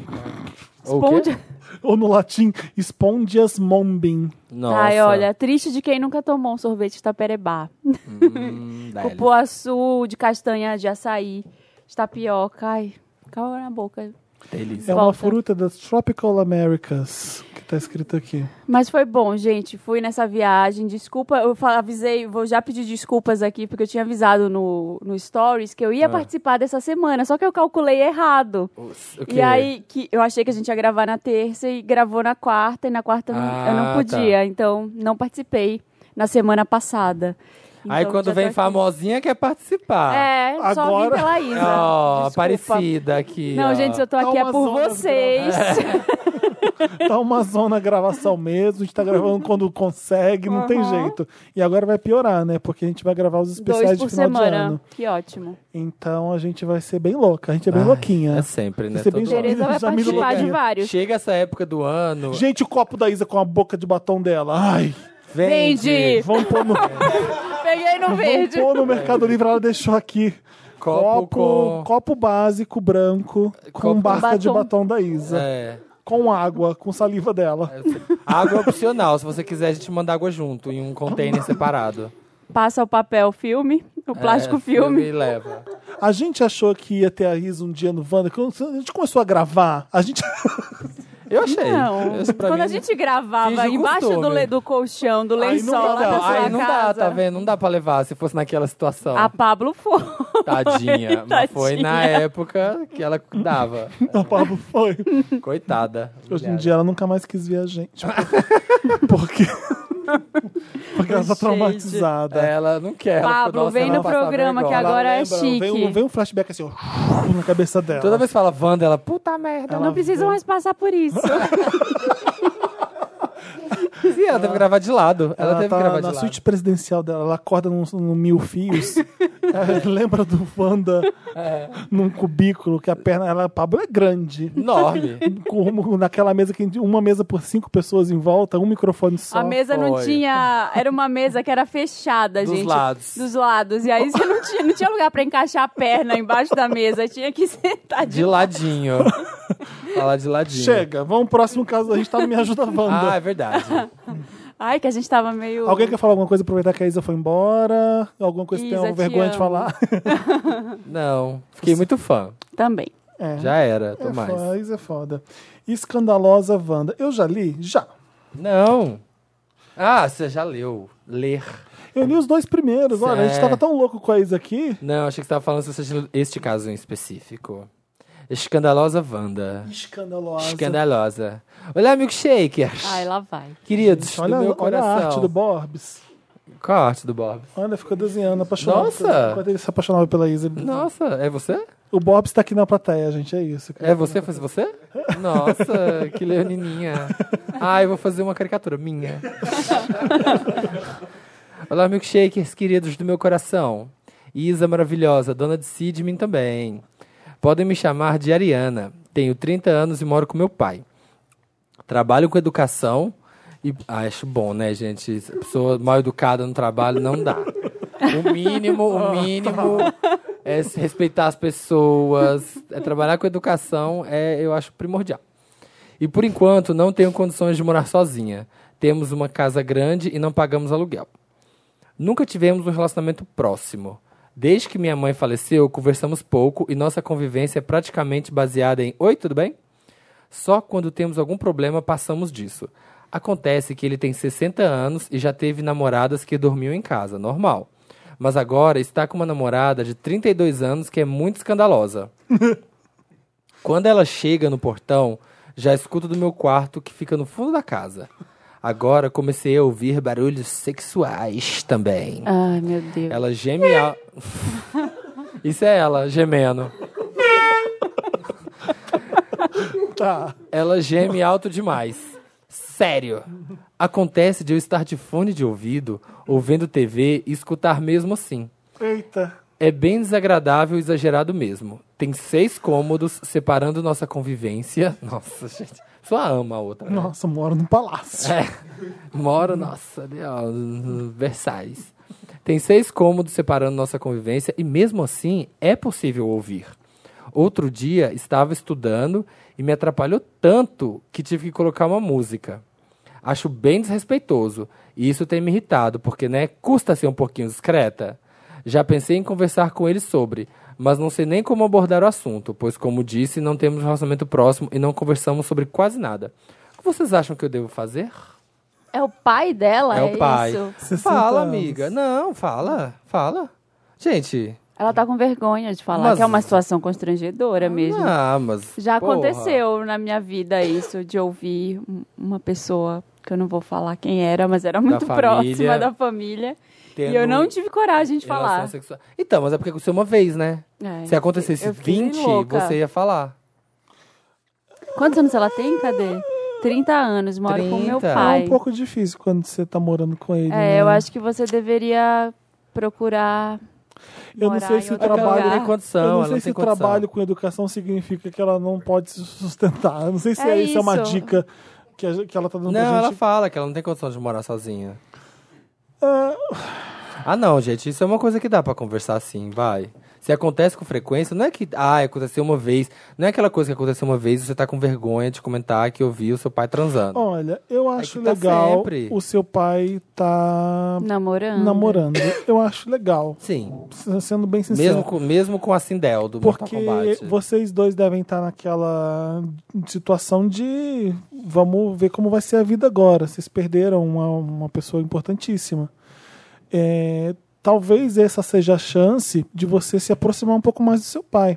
Ou o quê? Esponja. ou no latim, espondias mombim. Nossa. Ai, olha, triste de quem nunca tomou um sorvete de taperebá. Hum, dá-lhe. Cupuaçu, de castanha, de açaí, de tapioca. Ai, calma na boca. Delícia. É uma Volta. fruta das Tropical Americas, que tá escrito aqui. Mas foi bom, gente. Fui nessa viagem. Desculpa, eu fa- avisei, vou já pedir desculpas aqui, porque eu tinha avisado no, no Stories que eu Ah. ia participar dessa semana, só que eu calculei errado. O quê? E aí, que eu achei que a gente ia gravar na terça e gravou na quarta, e na quarta eu não- eu não Ah, podia, então não participei na semana passada. Aí Então, já quando tô vem aqui. famosinha quer participar. É, só vim Agora- pela Isa. Ó, Desculpa. Aparecida aqui. Não, ó. gente, se eu tô aqui é Tá por uma zona, vocês. Tá uma zona a gravação mesmo, a gente tá gravando quando consegue, não tem jeito. E agora vai piorar, né? Porque a gente vai gravar os Dois especiais por de final de semana. ano. Que ótimo. Então a gente vai ser bem louca, a gente é bem Ai, louquinha. É sempre, né? Você é bem Todo Tereza ano. Tereza vai já me participar de iludiu. vários. Chega essa época do ano. Gente, o copo da Isa com a boca de batom dela. Ai, Vende. Vende! vamos pôr no, Peguei no vamos verde. pôr no Mercado Livre, ela deixou aqui. Copo Copo, com- copo, básico branco Copo com com barca de batom. batom da Isa. É. Com água, com saliva dela. Água é opcional. Se você quiser, a gente manda água junto, em um container separado. Passa o papel filme, o plástico É, filme. E leva. A gente achou que ia ter a Isa um dia no Wanda. Quando a gente começou a gravar, a gente. Eu achei. Não, É Isso pra Então, quando mim- a gente gravava finge um embaixo do, costume. le- do colchão, do lençol não dá, lá da não. sua Ai, não casa. dá, tá vendo? Não dá pra levar se fosse naquela situação. A Pablo foi. Tadinha. Mas foi na Tadinha. época que ela dava. A Pablo foi. Coitada. Hoje em dia ela nunca mais quis ver a gente. Porque. Porque ela tá Gente. traumatizada. Ela não quer. ela Pablo, ficou, "Nossa, vem ela no vai passar programa que vergonha." agora é lembra, chique. Vem um, vem um flashback assim, ó, na cabeça dela. Toda vez que fala Wanda, ela, puta merda. não precisam mais passar por isso. E ela teve que gravar de lado. Ela, ela teve tá que gravar de na lado. suíte presidencial dela, ela acorda num, num mil fios. É, lembra do Wanda É. num cubículo que a perna, ela, a Pablo é grande. Enorme. Com- naquela mesa que uma mesa por cinco pessoas em volta, um microfone só. a mesa não foi. tinha. Era uma mesa que era fechada, Dos gente. lados. Dos lados. E aí você não tinha, não tinha lugar pra encaixar a perna embaixo da mesa. Tinha que sentar de De ladinho. Fala de ladinho. Chega, vamos pro próximo caso, a gente tá no Me Ajuda Wanda. Ah, é verdade. Ai, que a gente tava meio. Alguém quer falar alguma coisa, aproveitar que a Isa foi embora? Alguma coisa que Isa, tenham te vergonha de amo. falar? Não. Fiquei muito fã. Também. É. Já era, é tô mais. foda, a Isa é foda. Escandalosa Wanda. Eu já li? Já. Não. Ah, você já leu. Ler. Eu li os dois primeiros. Olha, a gente Cé. tava tão louco com a Isa aqui. Não, achei que você tava falando sobre este caso em específico. Escandalosa Wanda. Escandalosa. Escandalosa. Olá, milkshakers. Ai, lá vai. Queridos, Olha, do meu olha coração. a arte do Borbs. Qual a arte do Bob? Olha, ficou desenhando, apaixonado. Nossa! pela- Enquanto ele se apaixonava pela Isa. ele- Nossa, é você? O Borbs tá aqui na plateia, gente. É isso. cara. É você? Foi você? Nossa, que leonininha. Ah, eu vou fazer uma caricatura minha. Olá, milkshakers queridos do meu coração. Isa maravilhosa, dona de si e de mim também. Podem me chamar de Ariana. Tenho 30 anos e moro com meu pai. Trabalho com educação e ah, acho bom, né, gente? Se a Pessoa mal educada no trabalho não dá. O mínimo, o mínimo é se respeitar as pessoas, é trabalhar com educação, é, eu acho primordial. E por enquanto não tenho condições de morar sozinha. Temos uma casa grande e não pagamos aluguel. Nunca tivemos um relacionamento próximo. Desde que minha mãe faleceu, conversamos pouco e nossa convivência é praticamente baseada em Oi, tudo bem? Só quando temos algum problema passamos disso. Acontece que ele tem 60 anos e já teve namoradas que dormiam em casa, normal. Mas agora está com uma namorada de 32 anos que é muito escandalosa. Quando ela chega no portão, já escuto do meu quarto que fica no fundo da casa. Agora comecei a ouvir barulhos sexuais também. Ai, meu Deus. Ela geme. al- Isso é ela, gemendo. Tá. Ela geme alto demais. Sério. Acontece de eu estar de fone de ouvido, ouvindo TV e escutar mesmo assim. Eita. É bem desagradável e exagerado mesmo. Tem seis cômodos separando nossa convivência. Nossa, gente. Só ama a outra. né? Nossa, moro num palácio. É. Moro, nossa, ali, ó, Versalhes. Tem seis cômodos separando nossa convivência e mesmo assim é possível ouvir. Outro dia estava estudando e me atrapalhou tanto que tive que colocar uma música. Acho bem desrespeitoso e isso tem me irritado, porque né, custa ser um pouquinho discreta. Já pensei em conversar com ele sobre, mas não sei nem como abordar o assunto, pois como disse, não temos um relacionamento próximo e não conversamos sobre quase nada. O que vocês acham que eu devo fazer? É o pai dela? É o pai. isso? 60 Fala, anos. amiga. Não, fala. Fala. Gente. Ela tá com vergonha de falar Mas- que é uma situação constrangedora mesmo. Ah, mas. Já porra. aconteceu na minha vida isso, de ouvir um- uma pessoa que eu não vou falar quem era, mas era muito família. próxima da família. E eu não tive coragem de Tendo relação falar. sexual. Então, mas é porque aconteceu uma vez, né? É, Se acontecesse eu fiquei 20, louca. você ia falar. Quantos anos ela tem? Cadê? 30 anos, moro com meu 30. É pai. um pouco difícil quando você tá morando com ele. né? É, eu acho que você deveria procurar. Eu não morar sei em se o outro Ela trabalho. não lugar. tem condição. eu não ela sei se tem o condição. trabalho com educação significa que ela não pode se sustentar. Eu não sei se É é, isso é uma isso. dica que, a- que ela tá dando pra Não, gente. ela fala que ela não tem condição de morar sozinha. Ah, não, gente, isso é uma coisa que dá pra conversar sim, vai. Se acontece com frequência, não é que, ah, aconteceu uma vez. Não é aquela coisa que aconteceu uma vez e você tá com vergonha de comentar que ouviu seu pai transando. Olha, eu acho que tá legal sempre. o seu pai tá Namorando. namorando. Eu acho legal. Sim. S- Sendo bem sincero. Mesmo com, mesmo com a Sindel do Porque é Mortal Kombat. vocês dois devem estar naquela situação de vamos ver como vai ser a vida agora. Vocês perderam uma, uma pessoa importantíssima. É, talvez essa seja a chance de você se aproximar um pouco mais do seu pai.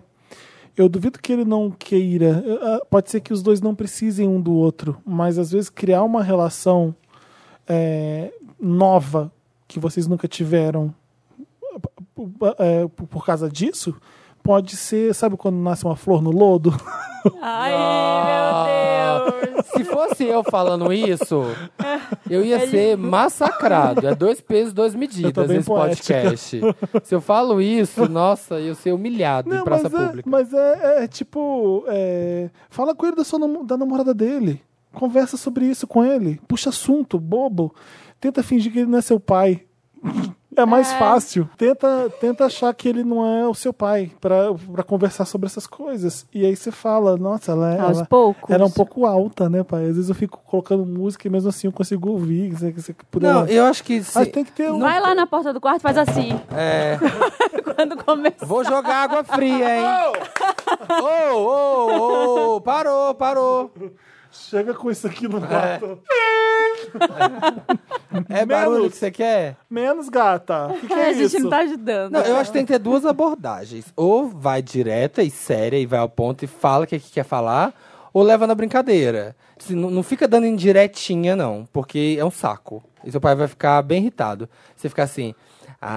Eu duvido que ele não queira. Eu, ah, Pode ser que os dois não precisem um do outro, mas às vezes criar uma relação é, nova que vocês nunca tiveram eh, por- é, por por causa disso, pode ser, sabe quando nasce uma flor no lodo? Ai, meu Deus. Se fosse eu falando isso, eu ia ser massacrado. É dois pesos, duas Eu tô medidas bem esse poética. podcast. Se eu falo isso, nossa, eu ia ser humilhado em praça mas, é, pública. mas é, é, tipo, é, fala com ele da, sua namo- da namorada dele, conversa sobre isso com ele, puxa assunto, bobo, tenta fingir que ele não é seu pai. É mais fácil. Tenta, tenta achar que ele não é o seu pai pra pra conversar sobre essas coisas. E aí você fala, nossa, ela, é- Aos ela, poucos. Era um pouco alta, né, pai? Às vezes eu fico colocando música e mesmo assim eu consigo ouvir. Se você puder. Não, eu acho que. se- Mas tem que ter um. Vai lá na porta do quarto e faz assim. é, Quando começa. vou jogar água fria, hein? Ô, ô, ô, parou, parou. Chega com isso aqui no quarto. É barulho Menos. que você quer? Menos gata. O que, que é a gente isso? não tá ajudando. Não, eu acho que tem que ter duas abordagens. Ou vai direta e séria e vai ao ponto e fala o que, que quer falar, ou leva na brincadeira. Se não, não fica dando indiretinha, não, porque é um saco. E seu pai vai ficar bem irritado. Você fica assim,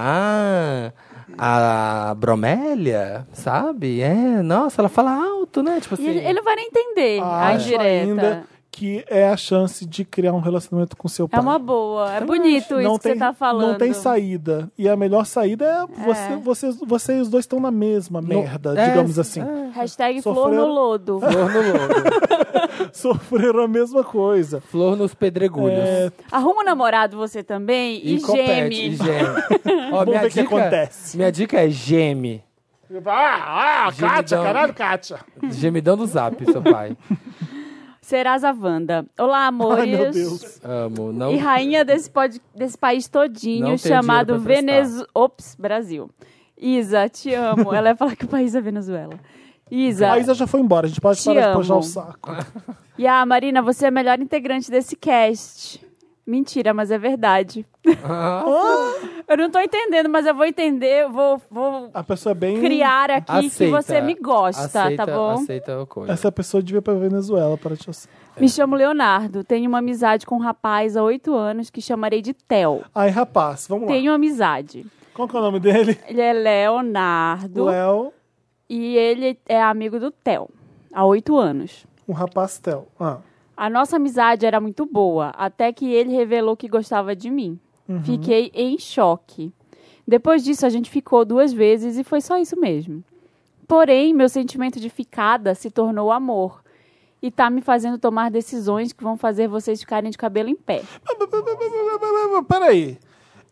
ah, a bromélia, sabe? É, nossa, ela fala alto, né? Tipo assim. E ele, ele não vai nem entender a Acho indireta. Ah, ainda que é a chance de criar um relacionamento com seu pai. É uma boa. É bonito isso não que tem, você tá falando. Não tem saída. E a melhor saída é, Você, vocês, você e os dois estão na mesma merda, é, digamos assim. Hashtag flor Sofreu. É. no lodo. Flor no lodo, Sofreram a mesma coisa. flor nos pedregulhos. É, Arruma um namorado você também e, geme. e geme. Ó, Vamos ver o que acontece. Minha dica é geme. Ah, ah, Kátia, Gemidão. caralho, Kátia. Gemidão do zap, seu pai. Serás a Wanda. Olá, amores. Ai, meu Deus. Amo. Não, E rainha desse, pod- desse país Então, Não todinho, tenho chamado dinheiro pra emprestar. Venezuela. Ops, Brasil. Isa, te amo. Ela ia falar que o país é Venezuela. Isa. A Isa já foi embora, a gente pode Te parar de amo. puxar o saco. E a Marina, você é a melhor integrante desse cast. Mentira, mas é verdade. Eu não tô entendendo, mas eu vou entender, eu vou, vou A pessoa é bem. criar aqui que Hum, Aceita. você me gosta, aceita, tá bom? Aceita a coisa. Essa pessoa devia ir pra Venezuela para te Me chamo Leonardo, tenho uma amizade com um rapaz há oito anos que chamarei de Theo. Ai, rapaz, vamos lá. Tenho amizade. Qual que é o nome dele? Ele é Leonardo Léo, e ele é amigo do Theo há oito anos. um rapaz Tel. Ah, A nossa amizade era muito boa, até que ele revelou que gostava de mim. Fiquei em choque. Depois disso, a gente ficou duas vezes e foi só isso mesmo. Porém, meu sentimento de ficada se tornou amor. E tá me fazendo tomar decisões que vão fazer vocês ficarem de cabelo em pé. Peraí.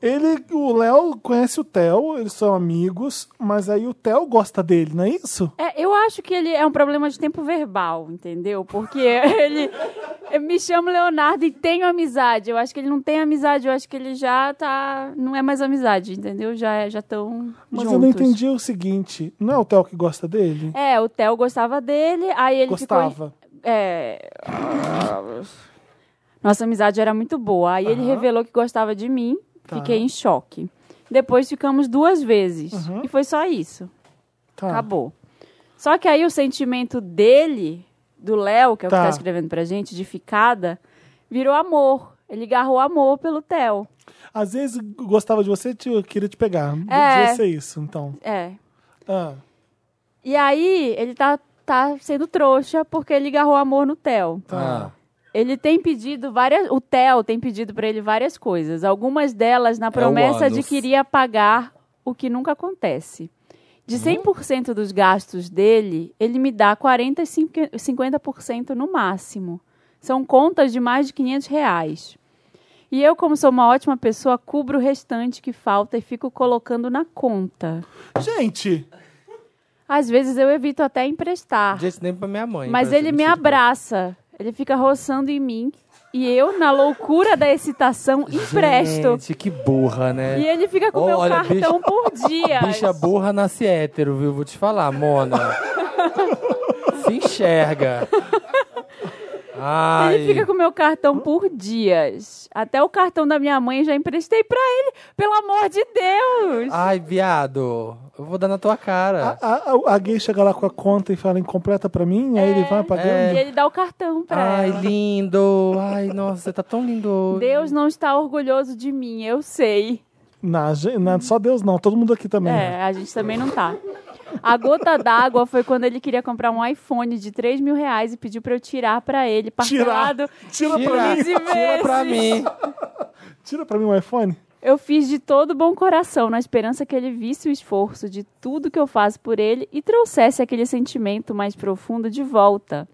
Ele, o Léo conhece o Theo, eles são amigos, mas aí o Theo gosta dele, não é isso? É, eu acho que ele é um problema de tempo verbal, entendeu? Porque ele eu me chama Leonardo e tenho amizade. Eu acho que ele não tem amizade, eu acho que ele já tá. Não é mais amizade, entendeu? Já é- já estão. Mas eu não entendi o seguinte: não é o Theo que gosta dele? É, o Theo gostava dele, aí ele ficou. Gostava. É. Nossa amizade era muito boa. Aí ele revelou que gostava de mim, Tá. fiquei em choque. Depois ficamos duas vezes. E foi só isso. Tá. Acabou. Só que aí o sentimento dele, do Léo, que é o Tá. que tá escrevendo pra gente, de ficada, virou amor. Ele garrou amor pelo Theo. Às vezes gostava de você, te, queria te pegar. É. Devia ser isso, então. É. Ah, E aí, ele tá, tá sendo trouxa porque ele garrou amor no Theo. Ah, Ele tem pedido várias. O Theo tem pedido pra ele várias coisas. Algumas delas na promessa de ânus. que iria pagar o que nunca acontece. De 100% dos gastos dele, ele me dá 40% e 50% no máximo. São contas de mais de 500 reais. E eu, como sou uma ótima pessoa, cubro o restante que falta e fico colocando na conta. Gente, Às vezes eu evito até emprestar. Gente, nem pra minha mãe. Mas pra ele esse me tipo de abraça. Ele fica roçando em mim. E eu, na loucura da excitação, coisa. empresto. Gente, que burra, né? E ele fica com o meu Olha, cartão bicha- por dia. Bicha burra nasce hétero, viu? Vou te falar, Mona. Se enxerga. Ai. Ele fica com o meu cartão por dias. Até o cartão da minha mãe já emprestei pra ele. Pelo amor de Deus! Ai, viado. Eu vou dar na tua cara. Ah, A, a, a gay chega lá com a conta e fala incompleta pra mim, aí É, ele vai pagando. E ele dá o cartão pra é. Ai, ela. lindo. Ai, nossa, você tá tão lindo. hoje. Deus não está orgulhoso de mim, eu sei. Na, ge- na- só Deus não, todo mundo aqui também. É, a gente também não tá. A gota d'água foi quando ele queria comprar um iPhone de 3 mil reais e pediu pra eu tirar pra ele, Tirar, parcelado. tira, pra Tira, mim, tira pra mim. tira pra mim o iPhone. Eu fiz de todo bom coração, na esperança que ele visse o esforço de tudo que eu faço por ele e trouxesse aquele sentimento mais profundo de volta.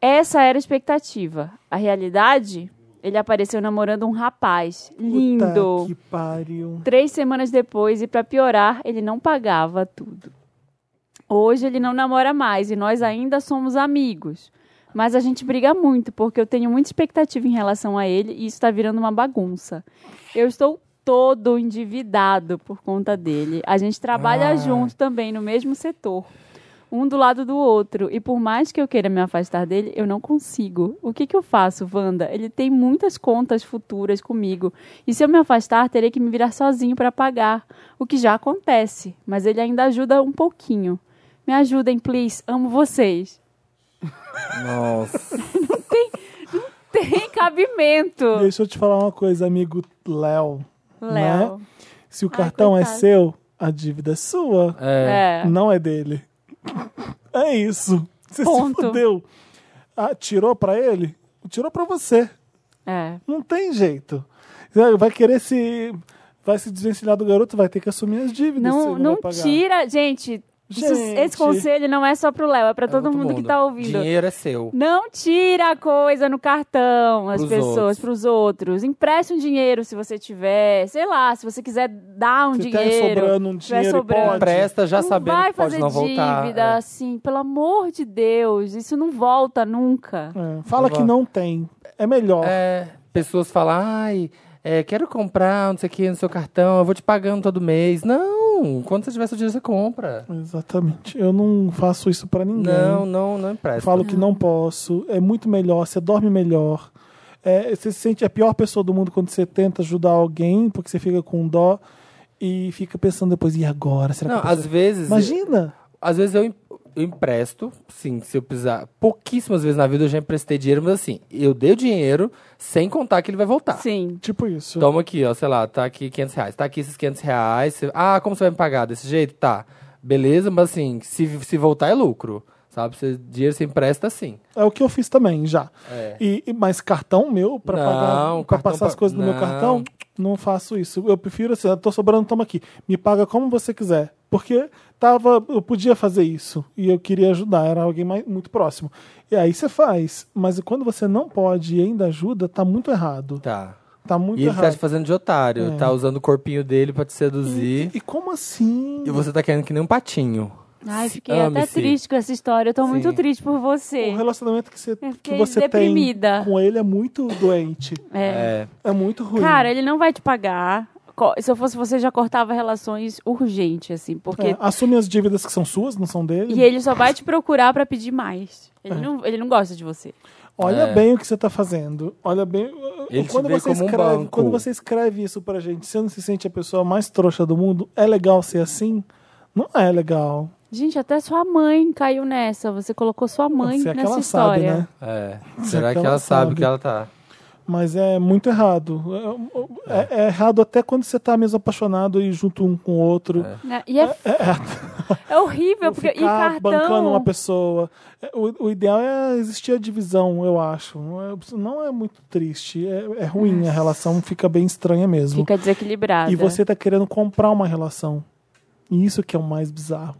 Essa era a expectativa. A realidade? Ele apareceu namorando um rapaz. Lindo. Puta que pariu. Três semanas depois, e pra piorar, ele não pagava tudo. Hoje ele não namora mais e nós ainda somos amigos. Mas a gente briga muito, porque eu tenho muita expectativa em relação a ele e isso tá virando uma bagunça. Eu estou todo endividado por conta dele. A gente trabalha Ah. junto também no mesmo setor. Um do lado do outro. E por mais que eu queira me afastar dele, eu não consigo. O que, que eu faço, Wanda? Ele tem muitas contas futuras comigo. E se eu me afastar, terei que me virar sozinho para pagar. O que já acontece. Mas ele ainda ajuda um pouquinho. Me ajudem, please. Amo vocês. Nossa. Tem cabimento. Deixa eu te falar uma coisa, amigo Léo. Léo. Se o cartão é coitado. seu, a dívida é sua, É. É. não é dele. É isso. Você Ponto. se fudeu. Ah, tirou pra ele? Tirou pra você. É. Não tem jeito. Sabe, Vai querer se. Vai se desvencilhar do garoto, vai ter que assumir as dívidas. se Não, ele não vai pagar. tira. Gente, isso- Gente. esse conselho não é só pro Léo, é para É todo outro mundo, que tá ouvindo. Dinheiro é seu. Não tira a coisa no cartão, as Pros pessoas, outros. pros outros. Empreste um dinheiro se você tiver. Sei lá, se você quiser dar um Se dinheiro. tem sobrando um tiver dinheiro, sobrando. pode. Presta já não sabendo vai que pode fazer não voltar. dívida, É. assim, pelo amor de Deus. Isso não volta nunca. É, fala Vamos que lá. não tem. É melhor. É, pessoas falam, ai, é, quero comprar, não sei o que, no seu cartão, eu vou te pagando todo mês. Não, quando você tiver seu dinheiro, você compra. Exatamente. Eu não faço isso pra ninguém. Não, não, não empresta. Falo que não posso. É muito melhor. Você dorme melhor. É, você se sente a pior pessoa do mundo quando você tenta ajudar alguém, porque você fica com dó e fica pensando depois, e agora? Será Não, que a às pessoa... vezes, Imagina! às vezes eu, em- eu empresto, sim, se eu precisar. Pouquíssimas vezes na vida eu já emprestei dinheiro, mas assim, eu dei o dinheiro sem contar que ele vai voltar. Sim. Tipo isso. Toma aqui, ó, sei lá, tá aqui 500 reais. Tá aqui esses 500 reais. Cê- Ah, como você vai me pagar? Desse jeito? Tá. Beleza, mas assim, se, se voltar é lucro, sabe? Cê, dinheiro se empresta, sim. É o que eu fiz também já. É. E, e- mas cartão meu, pra, Não, pagar, pra cartão passar as pra- coisas no meu não. cartão, não faço isso. Eu prefiro assim, eu tô sobrando, toma aqui. Me paga como você quiser. Porque tava, eu podia fazer isso e eu queria ajudar, era alguém mais- muito próximo. E aí você faz. Mas quando você não pode e ainda ajuda, tá muito errado. Tá. Tá muito e ele tá errado. te fazendo de otário. Tá usando o corpinho dele pra te seduzir. E como assim? E você tá querendo que nem um patinho. Ai, Se- fiquei até ame-se. triste com essa história. Eu tô muito Sim. triste por você. O relacionamento que você, que fiquei você deprimida. tem com ele é muito doente. É. É. É muito ruim. Cara, ele não vai te pagar. Co- Se eu fosse você, já cortava relações urgente, assim, porque. É, assume as dívidas que são suas, não são dele. E ele só vai te procurar pra pedir mais. Ele, É. não, ele não gosta de você. Olha É. bem o que você está fazendo. Olha bem. uh, Ele te quando vê você como um escreve, banco. quando você escreve isso pra gente, você não se sente a pessoa mais trouxa do mundo? É legal ser assim? Não é legal. Gente, até sua mãe caiu nessa. Você colocou sua mãe Se é que nessa ela sabe, história. né? É. Será que ela sabe que ela tá? Mas é muito errado. É, é- é errado até quando você tá mesmo apaixonado e junto um com o outro. Né? E é, é horrível, porque. E Ficar cartão. bancando uma pessoa. É, O, o ideal é existir a divisão, eu acho. Não é, não é muito triste. É, é ruim, a relação fica bem estranha mesmo. Fica desequilibrada. E você tá querendo comprar uma relação. E isso que é o mais bizarro.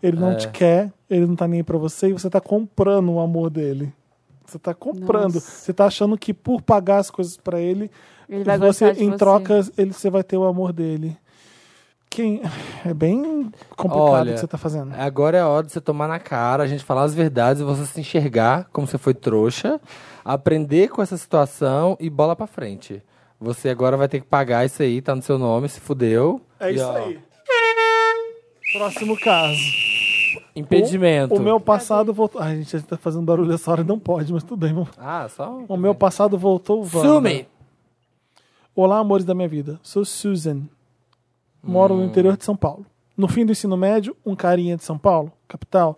Ele É. não te quer, ele não tá nem aí pra você, e você tá comprando o amor dele. Você tá comprando. Nossa. Você tá achando que por pagar as coisas pra ele, Ele vai você gostar de em você. troca ele você vai ter o amor dele. quem. É bem complicado Olha, o que você tá fazendo. Agora é a hora de você tomar na cara, a gente falar as verdades e você se enxergar como você foi trouxa, aprender com essa situação e bola pra frente. Você agora vai ter que pagar isso aí, tá no seu nome, se fudeu. É E, isso ó, aí. Próximo caso. Impedimento. O meu passado voltou. Ai, gente, a gente tá fazendo barulho essa hora, não pode, mas tudo bem. Vamos... Ah, só um. O meu passado voltou, Wanda. Sume! Olá, amores da minha vida. Sou Susan. Moro no interior de São Paulo. No fim do ensino médio, um carinha de São Paulo, capital,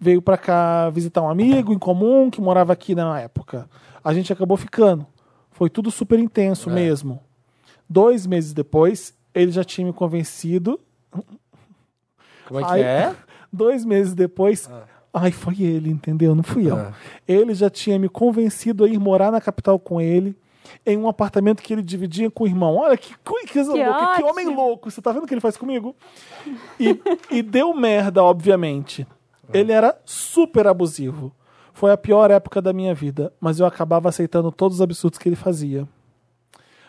veio pra cá visitar um amigo em comum que morava aqui na época. A gente acabou ficando. Foi tudo super intenso mesmo. Dois meses depois, ele já tinha me convencido. Como é que Ai, é? Dois meses depois. Ai, foi ele, entendeu? Não fui eu. Ah. Ele já tinha me convencido a ir morar na capital com ele, em um apartamento que ele dividia com o irmão. Olha que, coi- que, coisa Que louca, que ótimo. homem louco. Você tá vendo o que ele faz comigo? E, e deu merda, obviamente. Ah. Ele era super abusivo. Foi a pior época da minha vida, mas eu acabava aceitando todos os absurdos que ele fazia.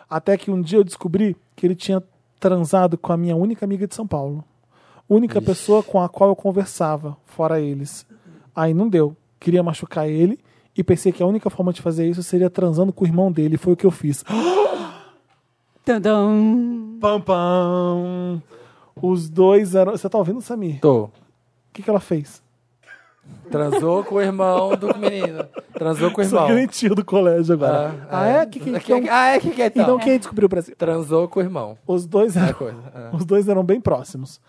Até que um dia eu descobri que ele tinha transado com a minha única amiga de São Paulo. Única pessoa com a qual eu conversava, fora eles. Aí não deu. Queria machucar ele e pensei que a única forma de fazer isso seria transando com o irmão dele. Foi o que eu fiz. Tadam. Pam, pam. Os dois eram. Você tá ouvindo, Samir? Tô. O que, que ela fez? Transou com o irmão do menino. Transou com o Sou irmão. que nem tio do colégio agora. Ah, é? Que, que, então, Ah, é que que é então? então quem descobriu o Brasil? Transou com o irmão. Os dois É a eram. coisa. Ah. Os dois eram bem próximos,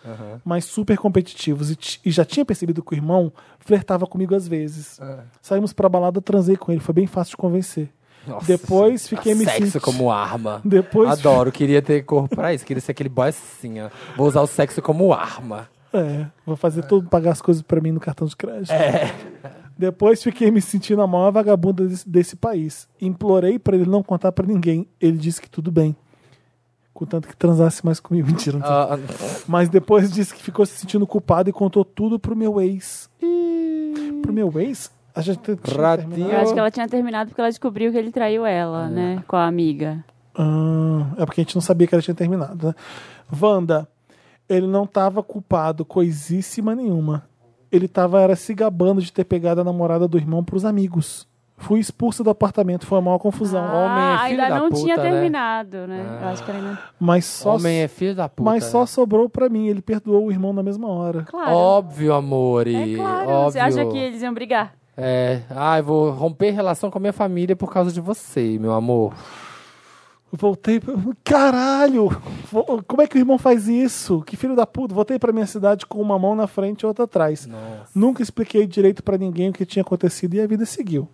mas super competitivos. E, ti- e já tinha percebido que o irmão flertava comigo às vezes. É. Saímos pra balada, transei com ele. Foi bem fácil de convencer. Nossa, Depois fiquei me Sexo senti- como arma. Depois- Adoro, queria ter corpo pra isso. Queria ser aquele boy assim, ó. Vou usar o sexo como arma. É, vou fazer tudo, pagar as coisas pra mim no cartão de crédito. Depois fiquei me sentindo a maior vagabunda desse, desse país. Implorei pra ele não contar pra ninguém. Ele disse que tudo bem. Contanto que transasse mais comigo. Mentira, não Ah, Mas depois disse que ficou se sentindo culpado e contou tudo pro meu ex. Pro meu ex? A gente tem- tinha Ratinho. terminado. Eu acho que ela tinha terminado porque ela descobriu que ele traiu ela, né? Com a amiga. Ah, é porque a gente não sabia que ela tinha terminado, né? Wanda, ele não tava culpado coisíssima nenhuma. Ele tava era, se gabando de ter pegado a namorada do irmão pros amigos. Fui expulso do apartamento, foi a maior confusão. homem é ah, filho ainda da não puta, tinha né? É. terminado, né? Eu acho que ela ainda. Mas só, Homem é filho da puta. mas só né? sobrou pra mim. Ele perdoou o irmão na mesma hora. Claro. Óbvio, amore. É claro. Óbvio. Você acha que eles iam brigar? É. Ai, vou romper relação com a minha família por causa de você, meu amor. Voltei. Pra... Caralho! Vo- Como é que o irmão faz isso? Que filho da puta! Voltei pra minha cidade com uma mão na frente e outra atrás. Nunca expliquei direito pra ninguém o que tinha acontecido e a vida seguiu.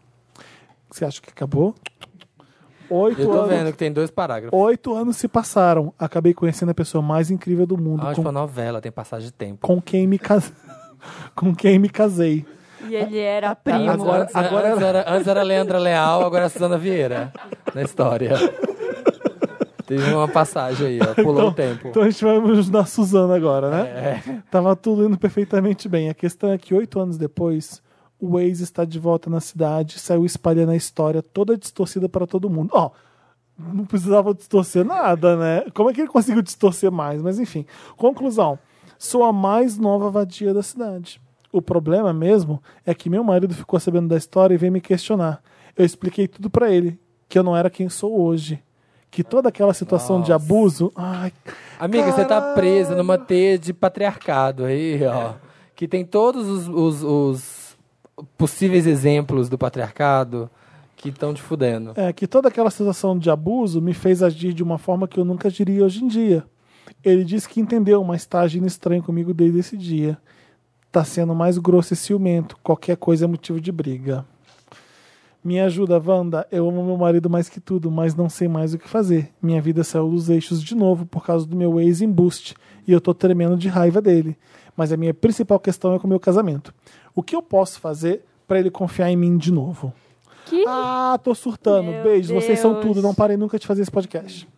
Você acha que acabou? Oito Eu tô anos. vendo que tem dois parágrafos. Oito anos se passaram. Acabei conhecendo a pessoa mais incrível do mundo, Ah, tipo com, uma novela, tem passagem de tempo. com quem me cas... com quem me casei. É. E ele era primo. Agora, agora- antes, era, antes era Leandra Leal, agora é Suzana Vieira na história. Teve uma passagem aí, ó. Pulou o tempo. Então a gente vai ajudar a Suzana agora, né? Tava tudo indo perfeitamente bem. A questão é que oito anos depois, o ex está de volta na cidade, saiu espalhando a história toda distorcida para todo mundo. Ó, não precisava distorcer nada, né? Como é que ele conseguiu distorcer mais? Mas enfim. Conclusão: sou a mais nova vadia da cidade. O problema mesmo é que meu marido ficou sabendo da história e veio me questionar. Eu expliquei tudo pra ele, que eu não era quem sou hoje. Que toda aquela situação de abuso. Ai, Amiga, você tá Caralho. presa numa teia de patriarcado aí, ó. Que tem todos os, os- os possíveis exemplos do patriarcado que estão te fudendo. É, que toda aquela situação de abuso me fez agir de uma forma que eu nunca agiria hoje em dia. Ele disse que entendeu, mas tá agindo estranho comigo desde esse dia. Tá sendo mais grosso e ciumento. Qualquer coisa é motivo de briga. Me ajuda, Wanda. Eu amo meu marido mais que tudo, mas não sei mais o que fazer. Minha vida saiu dos eixos de novo por causa do meu ex-embuste e eu tô tremendo de raiva dele. Mas a minha principal questão é com o meu casamento. O que eu posso fazer pra ele confiar em mim de novo? Que, Ah, tô surtando. Meu Beijo, vocês são Deus. tudo. Não parei nunca de fazer esse podcast.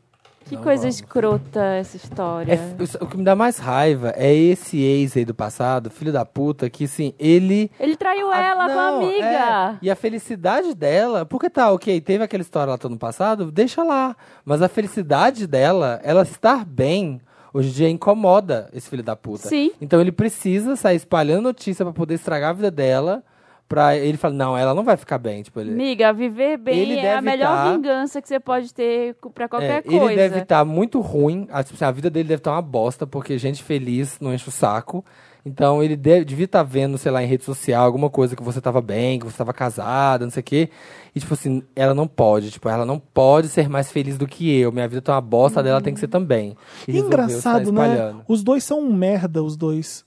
que coisa escrota essa história. É, f- o que me dá mais raiva é esse ex aí do passado, filho da puta, que assim, ele. Ele traiu ela Ah, com a não, amiga. é. E a felicidade dela, porque tá, ok, teve aquela história lá todo no passado, deixa lá. Mas a felicidade dela, ela estar bem, Hoje em dia incomoda esse filho da puta. Sim. Então ele precisa sair espalhando notícia pra poder estragar a vida dela. Pra ele falar, não, ela não vai ficar bem. Tipo, ele, Amiga, viver bem Ele é deve a melhor tá- vingança que você pode ter co- pra É, qualquer ele coisa. deve estar muito ruim. A, tipo assim, a vida dele deve estar uma bosta, porque gente feliz não enche o saco. Então ele deve, devia estar vendo, sei lá, em rede social, alguma coisa que você tava bem, que você tava casada, não sei o quê. E tipo assim, ela não pode, tipo, ela não pode ser mais feliz do que eu. Minha vida tá uma bosta, a dela tem que ser também. E resolveu Engraçado, sair né? espalhando. Os dois são um merda, os dois.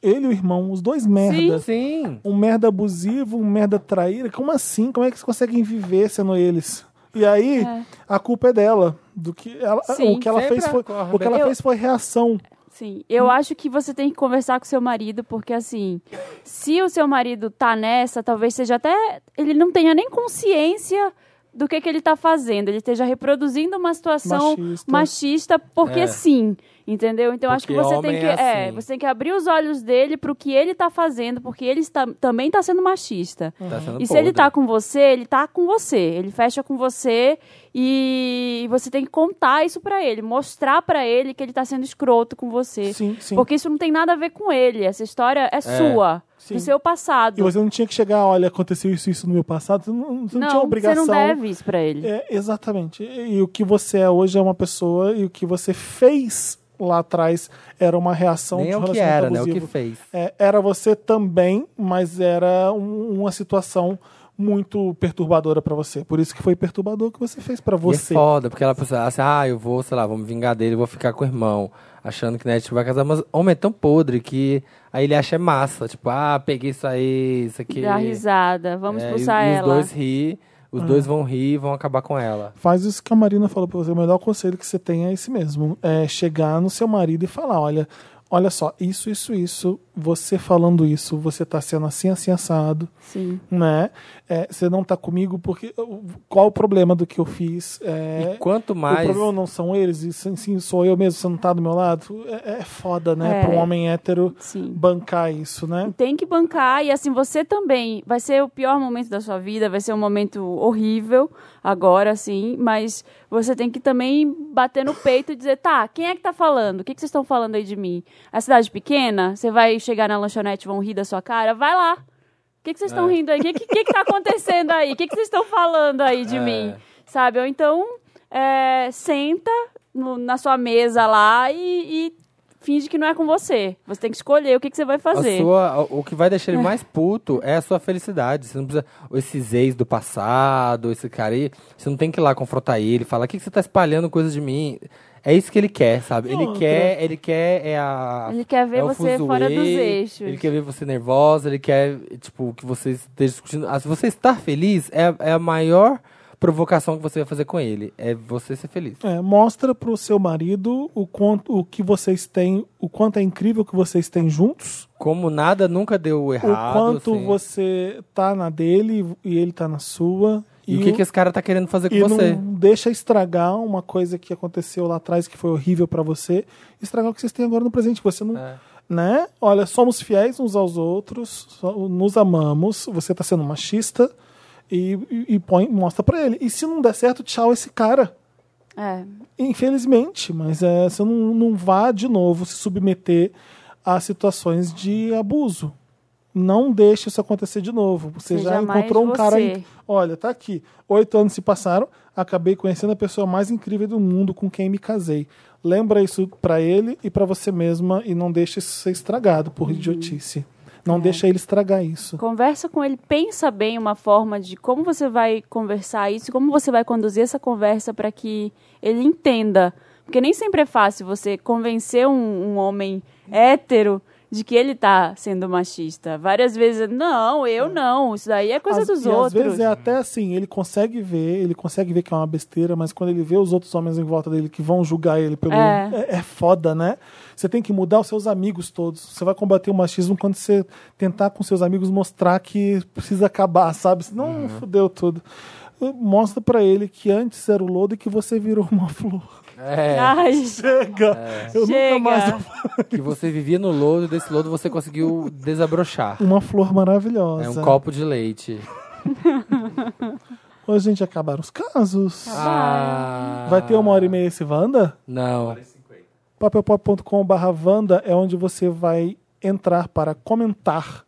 Ele e o irmão, os dois merda. Sim. Um merda abusivo, um merda traíra. Como assim? Como é que eles conseguem viver sendo eles? E aí, a culpa é dela. Do que ela, Sim, é. o que ela sempre fez foi, ocorre. o que ela Eu- fez foi reação. Sim, Hum. eu acho que você tem que conversar com seu marido, porque assim, se o seu marido tá nessa, talvez seja até. Ele não tenha nem consciência do que, que ele tá fazendo. Ele esteja reproduzindo uma situação Machista. machista, porque É. sim. Entendeu? Então eu acho que Porque você homem tem que. é é, assim. você tem que abrir os olhos dele pro que ele tá fazendo, porque ele está, também tá sendo machista. Tá sendo E se ele podre. tá com você, ele tá com você. Ele fecha com você e você tem que contar isso pra ele, mostrar pra ele que ele tá sendo escroto com você. Sim, sim. Porque isso não tem nada a ver com ele. Essa história é, sua, Sim. do seu passado. E você não tinha que chegar, olha, aconteceu isso isso no meu passado. Você não, você não tinha obrigação. você não deve isso pra ele. É, exatamente. E, e o que você é hoje é uma pessoa e o que você fez lá atrás era uma reação Nem de é um o que relacionamento era, né? O abusivo. que fez. É, era você também, mas era um- uma situação muito perturbadora pra você. Por isso que foi perturbador o que você fez pra você. E é foda, porque ela pensa assim, ah, eu vou, sei lá, vou me vingar dele, vou ficar com o irmão. Achando que, né, tipo, vai casar, mas homem é tão podre que aí ele acha é massa. Tipo, ah, peguei isso aí, isso aqui. Dá risada, vamos É, expulsar e, e ela. Os dois ri, os Ah. dois vão rir e vão acabar com ela. Faz isso que a Marina falou pra você. O melhor conselho que você tem é esse mesmo. É chegar no seu marido e falar, olha, olha só, isso, isso, isso, você falando isso, você tá sendo assim, assim, assado. Sim. né? É, você não tá comigo porque eu- qual o problema do que eu fiz? É, E quanto mais. O problema não são eles, e sim, sim, sou eu mesmo, você não tá do meu lado. É, é foda, né? É. Pra um homem hétero Sim. bancar isso, né? Tem que bancar e assim você também vai ser o pior momento da sua vida, vai ser um momento horrível agora assim, mas você tem que também bater no peito e dizer, tá, quem é que tá falando? O que, que vocês estão falando aí de mim? A cidade pequena, você vai chegar na lanchonete, vão rir da sua cara, vai lá. O que, que vocês estão É. rindo aí? O que, que, que que tá acontecendo aí? O que, que vocês estão falando aí de É. mim? Sabe? Ou então, é, senta no- na sua mesa lá e, e finge que não é com você. Você tem que escolher o que, que você vai A é fazer. sua, o- o que vai deixar ele mais puto é a sua felicidade. Você não precisa. Esses ex do passado, esse cara aí. Você não tem que ir lá confrontar ele, falar: o que, que você tá espalhando coisa de mim? É isso que ele quer, sabe? Ele Outra. quer, ele quer é a. Ele quer ver é o você fuzuê, fora dos eixos. Ele quer ver você nervosa, ele quer, tipo, que você esteja discutindo. Ah, Se você estar feliz, é, a- é a maior provocação que você vai fazer com ele. É você ser feliz. É, mostra pro seu marido o quanto o que vocês têm, o quanto é incrível que vocês têm juntos, Como nada nunca deu o errado. quanto assim. você tá na dele e ele tá na sua. E, o que, que esse cara tá querendo fazer com E você? não deixa estragar uma coisa que aconteceu lá atrás que foi horrível pra você, estragar o que vocês têm agora no presente. que Você não, É. né? Olha, somos fiéis uns aos outros, só- nos amamos. Você tá sendo machista e, e, e põe, mostra pra ele. E se não der certo, tchau esse cara. É. Infelizmente, mas é, você não, não vá de novo se submeter a situações de abuso. Não deixe isso acontecer de novo. Você Seja já mais encontrou um cara. você. in- Olha, tá aqui. Oito anos se passaram, acabei conhecendo a pessoa mais incrível do mundo com quem me casei. Lembra isso pra ele e pra você mesma e não deixe isso ser estragado por Uhum. idiotice. Não É. deixa ele estragar isso. Conversa com ele, pensa bem uma forma de como você vai conversar isso, como você vai conduzir essa conversa para que ele entenda. Porque nem sempre é fácil você convencer um, um homem hétero de que ele tá sendo machista. Várias vezes, não, eu não, isso daí é coisa Às- dos e Às outros. vezes é até assim, ele consegue ver, ele consegue ver que é uma besteira, mas quando ele vê os outros homens em volta dele que vão julgar ele pelo. É. É, é foda, né? Você tem que mudar os seus amigos todos. Você vai combater o machismo quando você tentar com seus amigos mostrar que precisa acabar, sabe? Senão Uhum. fudeu tudo. Mostra pra ele que antes era o lodo e que você virou uma flor. É. Ai, Chega! Eu Chega. nunca mais. Que você vivia no lodo, desse lodo você conseguiu desabrochar. Uma flor maravilhosa. É um copo de leite. Hoje, gente, acabaram os casos. Ah, Vai ter uma hora e meia esse Wanda? Não. papelpop.com/vanda é onde você vai entrar para comentar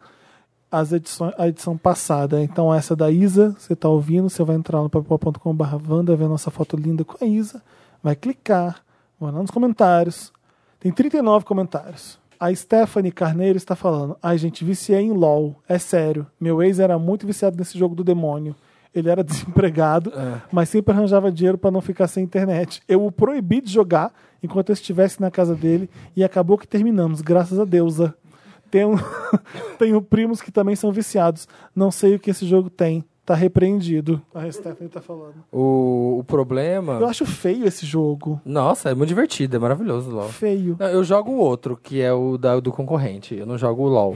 as edições, a edição passada. Então essa da Isa, você está ouvindo, você vai entrar no papelpop.com/vanda, ver nossa foto linda com a Isa, vai clicar, vai lá nos comentários. Tem 39 comentários. A Stephanie Carneiro está falando: "Ai, gente, viciei em LoL, é sério. Meu ex era muito viciado nesse jogo do demônio." Ele era desempregado, mas sempre arranjava dinheiro para não ficar sem internet. Eu o proibi de jogar enquanto eu estivesse na casa dele e acabou que terminamos, graças a deusa. Tenho, um, tenho primos que também são viciados. Não sei o que esse jogo tem. Tá repreendido. A Stephanie tá falando. O, o problema. Eu acho feio esse jogo. Nossa, é muito divertido, é maravilhoso o LOL. Feio. Não, eu jogo o outro, que é o da- do concorrente. Eu não jogo o LOL.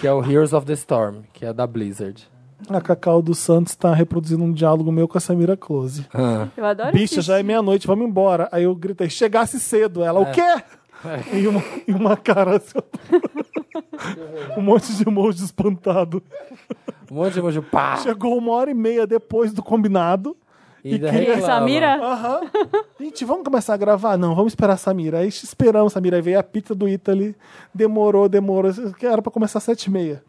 que é o Heroes of the Storm, que é da Blizzard. A Cacau dos Santos tá reproduzindo um diálogo meu com a Samira Close. Ah. Eu adoro Bicha, assistir. já é meia-noite, vamos embora. Aí eu gritei, chegasse cedo. Ela, o quê? E, uma, e uma cara assim. ó. um monte de emoji espantado. Um monte de emoji, pá! Chegou uma hora e meia depois do combinado. E ainda que- E aí, reclama. Samira? Aham. Gente, vamos começar a gravar? Não, vamos esperar a Samira. Aí esperamos a Samira. Aí veio a pizza do Italy. Demorou, demorou. Era pra começar às sete e meia.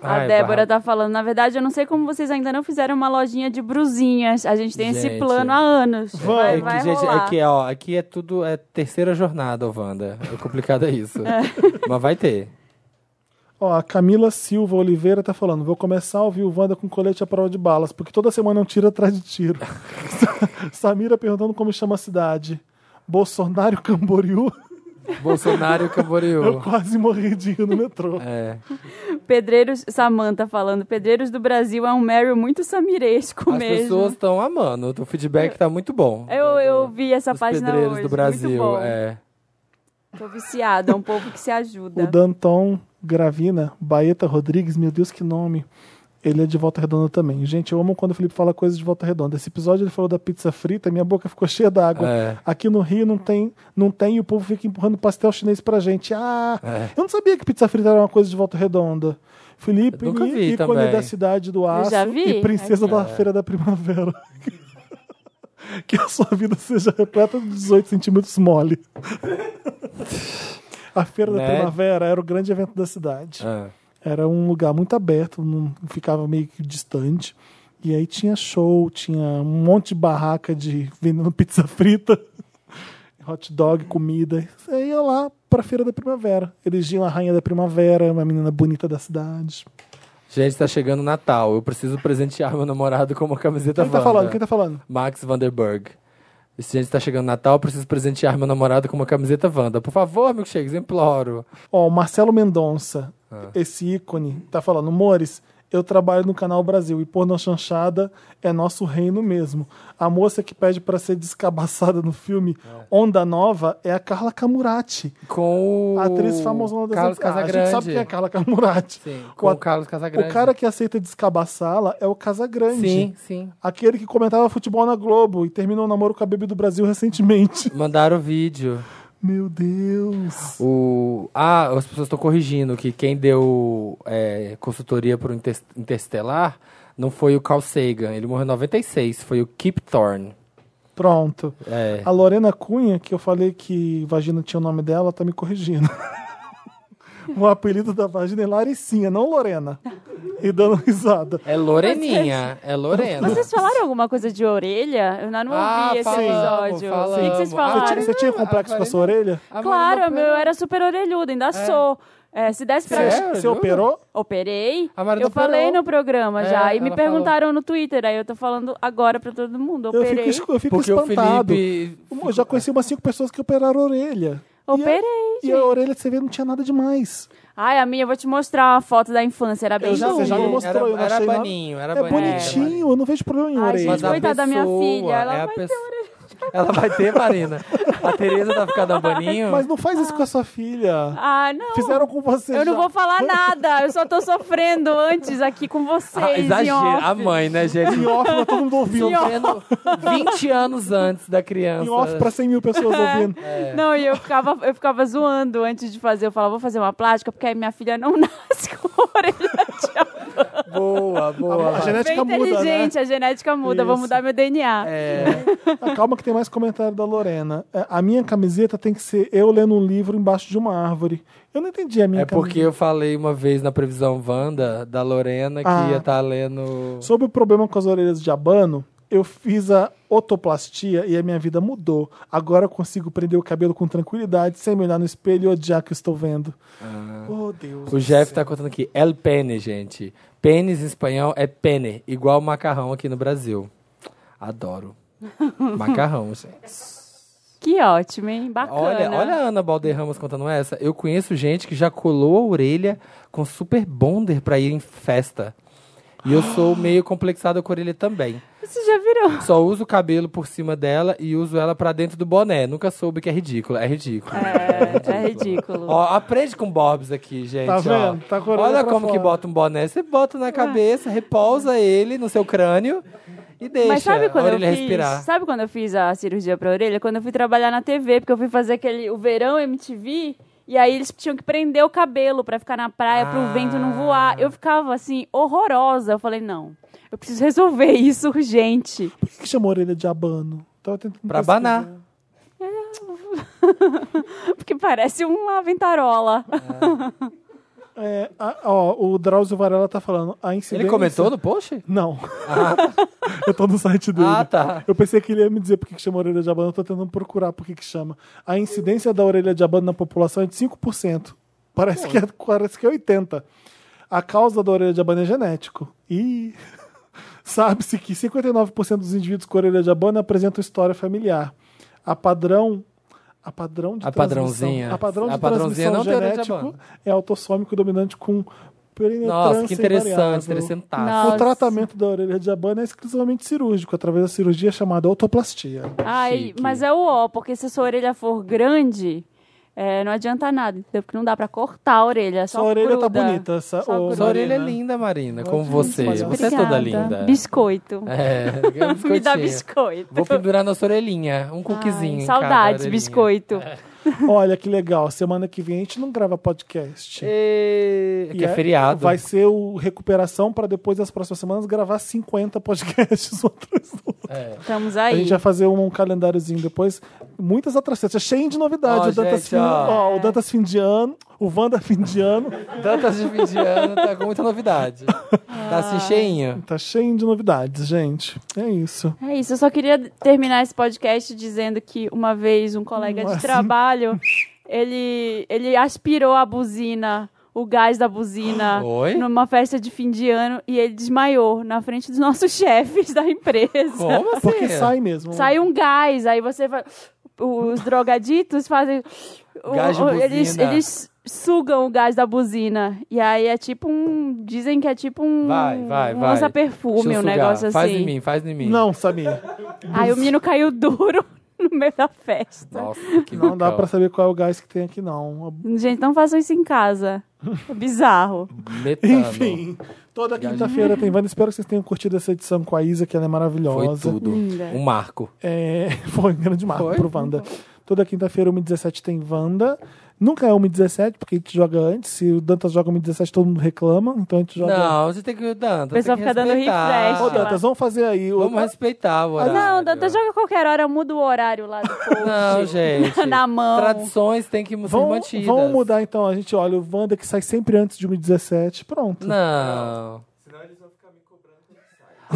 A Ai, Débora Bárbara. tá falando. Na verdade, eu não sei como vocês ainda não fizeram uma lojinha de brusinhas. A gente tem Gente. esse plano há anos. É Vai, que, vai gente, rolar. é que, ó, aqui é tudo é terceira jornada, ô Wanda. É complicado é isso. Mas vai ter. Ó, a Camila Silva Oliveira tá falando: vou começar a ouvir o Wanda com colete à prova de balas, porque toda semana é um tiro atrás de tiro. Sa- Samira perguntando como chama a cidade. Bolsonaro Camboriú, Bolsonaro e eu Camboriú. quase morri de rir no metrô. É. Pedreiros, Samanta falando, Pedreiros do Brasil é um Meryl muito samiresco As mesmo. pessoas estão amando. O feedback tá muito bom. Eu, eu vi essa Os página pedreiros hoje, do Brasil. muito bom. É. Tô viciada, é um povo que se O ajuda. Danton Gravina, Baeta Rodrigues, meu Deus, que nome. Ele é de Volta Redonda também. Gente, eu amo quando o Felipe fala coisas de Volta Redonda. Esse episódio ele falou da pizza frita, minha boca ficou cheia d'água. É. Aqui no Rio não tem, não tem e o povo fica empurrando pastel chinês pra gente. É. Ah, eu não sabia que pizza frita era uma coisa de Volta Redonda. Felipe, Eu nunca vi ícone também. É. da cidade do aço já vi. e princesa da Feira da Primavera. que a sua vida seja repleta de 18 centímetros mole. A Feira da Né? Primavera era o grande evento da cidade. Ah. Era um lugar muito aberto, não ficava meio que distante. E aí tinha show, tinha um monte de barraca de vendendo pizza frita, hot dog, comida. Você ia lá pra Feira da Primavera. Elegiam a Rainha da Primavera, uma menina bonita da cidade. Gente, tá chegando o Natal. Eu preciso presentear meu namorado com uma camiseta Quem tá Wanda. falando? Quem tá falando? Max Vanderberg. Gente, tá chegando o Natal, eu preciso presentear meu namorado com uma camiseta Wanda. Por favor, amigo Chegas, imploro. Ó, o Marcelo Mendonça, Ah. esse ícone, tá falando, Mores, eu trabalho no canal Brasil e porno chanchada é nosso reino mesmo. A moça que pede pra ser descabaçada no filme Onda Nova é a Carla Camurati, Com o. a atriz famosona da Carlos Ah, Casagrande. A gente sabe quem é Carla Camurati. Sim, O com a- o Carlos Casagrande. O cara é que aceita descabaçá-la é o Casagrande. Sim, sim. Aquele que comentava futebol na Globo e terminou o namoro com a Bebê do Brasil recentemente. Mandaram o vídeo. Meu Deus. O... Ah, as pessoas estão corrigindo que quem deu é, consultoria pro Inter- Interstellar não foi o Carl Sagan. Ele morreu em 96. Foi o Kip Thorne. Pronto. É. A Lorena Cunha, que eu falei que vagina tinha o nome dela, tá me corrigindo. o apelido da vagina é Laricinha, não Lorena. E dando risada. É Loreninha. É Lorena. Vocês falaram alguma coisa de orelha? Eu não ouvi Ah, esse falamos, episódio. O que que falamos. Ah, Você vocês falaram? tinha, você tinha complexo com a sua orelha? A é Claro, Marina meu, é eu era super orelhuda, ainda sou. É, se desse pra. Sério? Você jura? operou? Operei. A Marina Eu falei operou. no programa É, já. E me ela perguntaram no Twitter. Aí eu tô falando agora pra todo mundo. Eu fico, Operei. es- eu fico Porque o espantado. Felipe. Eu já conheci umas cinco pessoas que operaram a orelha. E a- Operei, E a, orelha que você vê não tinha nada demais. Ai, a minha, eu vou te mostrar uma foto da infância. Era bem Eu já- você já me ruim. mostrou. eu não era, era achei nada. baninho, era né? é baninho. bonitinho, eu não vejo problema em Ai, orelha. gente, coitada da minha filha, ela vai ter é Ela vai ter, Marina. A Tereza tá ficando a baninho. Mas não faz isso com a sua filha. Ah, não. Fizeram com você Eu não já. vou falar nada. Eu só tô sofrendo antes aqui com vocês. Ah, exagero. em off. A mãe, né, gente? Em off, pra todo mundo ouvindo. Sofrendo 20 anos antes da criança. Em off pra 100 mil pessoas É. ouvindo. Não, e eu ficava, eu ficava zoando antes de fazer. Eu falava, vou fazer uma plástica, porque aí minha filha não nasce com a orelha de abano. Boa, boa. A genética Bem muda, né? inteligente, a genética muda, vou Isso. É. mudar meu DNA. É, Ah, Calma que tem mais comentário da Lorena. É, A minha camiseta tem que ser eu lendo um livro embaixo de uma árvore. Eu não entendi a minha É porque camiseta. eu falei uma vez na previsão Wanda da Lorena que Ah. ia estar lendo. Sobre o problema com as orelhas de abano, eu fiz a otoplastia e a minha vida mudou. Agora eu consigo prender o cabelo com tranquilidade, sem me olhar no espelho e odiar o que eu estou vendo. Ah. Oh, Deus. O Jeff tá contando aqui. El pene, gente. Pênis em espanhol é pene, igual macarrão aqui no Brasil. Adoro. macarrão, gente. Que ótimo, hein? Bacana. Olha, olha a Ana Balderramas contando essa. Eu conheço gente que já colou a orelha com super bonder pra ir em festa. E eu sou meio complexada com a orelha também. Isso já virou. Só uso o cabelo por cima dela e uso ela pra dentro do boné. Nunca soube que é ridículo. É ridículo. É, é ridículo. Ó, aprende com Bobs aqui, gente. Tá ó. vendo? Tá com a orelha Olha pra como fora. que bota um boné. Você bota É. na cabeça, repousa ele no seu crânio e deixa Mas sabe a quando eu orelha fiz? respirar. Sabe quando eu fiz a cirurgia pra orelha? Quando eu fui trabalhar na TV, porque eu fui fazer aquele o verão MTV. E aí eles tinham que prender o cabelo pra ficar na praia, Ah. pro vento não voar. Eu ficava assim, horrorosa. Eu falei, não, eu preciso resolver isso urgente. Por que que chamou orelha de abano? Tava tentando Pra pesquisar. banar. Porque parece uma ventarola. É, a- ó, o Drauzio Varela tá falando. A incidência... Ele comentou no post? Não. eu tô no site dele. Ah, tá. Eu pensei que ele ia me dizer por que que chama orelha de abano. Eu tô tentando procurar por que que chama. A incidência da orelha de abano na população é de 5%. Parece, que é, parece que é 80%. A causa da orelha de abano é genético. E sabe-se que 59% dos indivíduos com orelha de abano apresentam história familiar. A padrão... A padrão de A transmissão- padrãozinha. A padrão de A padrãozinha transmissão não tem orelha de genético abano. é autossômico dominante com é penetrância Nossa, que interessante, invariável. interessante. Não. O Nossa. tratamento da orelha de abano é exclusivamente cirúrgico, através da cirurgia chamada otoplastia. Ai, Chique. mas é o ó, porque se a sua orelha for grande, é, não adianta nada. entendeu? Porque não dá pra cortar a orelha. é Só Sua orelha tá gruda. bonita. Essa, Só ô, gruda. Sua orelha é Marina. linda, Marina, como você. mas Você é toda linda. Biscoito. É, Me biscoitinho. dá biscoito. Vou pendurar na sua orelhinha, um Ai, cookiezinho. em cada saudades, orelhinha. É. biscoito. Olha que legal. Semana que vem a gente não grava podcast. E... Que é feriado. Vai ser o recuperação para depois das próximas semanas gravar 50 podcasts um atrás do outro. Estamos A aí. gente vai fazer um calendáriozinho depois. Muitas atrações. É cheio de novidade. Ó, o, Dantas gente, fim, ó. ó, o Dantas fim de ano, o Wanda fim de ano. Tantas de fim de ano, tá com muita novidade. Tá assim cheinho. Tá cheio de novidades, gente. É isso. É isso, eu só queria terminar esse podcast dizendo que uma vez um colega de assim? Nossa. trabalho, ele, ele aspirou a buzina, o gás da buzina, Oi? numa festa de fim de ano e ele desmaiou na frente dos nossos chefes da empresa. Como assim? Porque sai mesmo. Sai um gás, aí você vai. Os drogaditos fazem. Gás de o- o- eles, buzina. eles sugam o gás da buzina. E aí é tipo um. Dizem que é tipo um. Vai, vai, um vai. lança-perfume, Deixa um eu sugar. negócio Faz assim. em mim, faz em mim. Não, Samir. Aí o menino caiu duro no meio da festa. Nossa, que Não dá bocão. pra saber qual é o gás que tem aqui, não. Gente, não façam isso em casa. É bizarro. Metano. Enfim, toda quinta-feira tem Wanda. Espero que vocês tenham curtido essa edição com a Isa, que ela é Foi maravilhosa. tudo. Linda. Um marco. É, foi um grande marco Foi? pro Wanda. Toda quinta-feira, 1h17 tem Wanda. Nunca é 1h17, porque a gente joga antes. Se o Dantas joga 1h17, todo mundo reclama. Então a gente joga. Não, você tem que. Dantas, O pessoal tem que fica dando respeitar. refresh Ô, Dantas, vamos fazer aí. o- Ah. Vamos respeitar o horário. Não, Danta, joga qualquer hora, muda o horário lá do post. Não, gente. Na mão. Tradições têm que ser vamos, mantidas. vamos mudar então. A gente olha o Wanda que sai sempre antes de 1h17. Pronto. Não.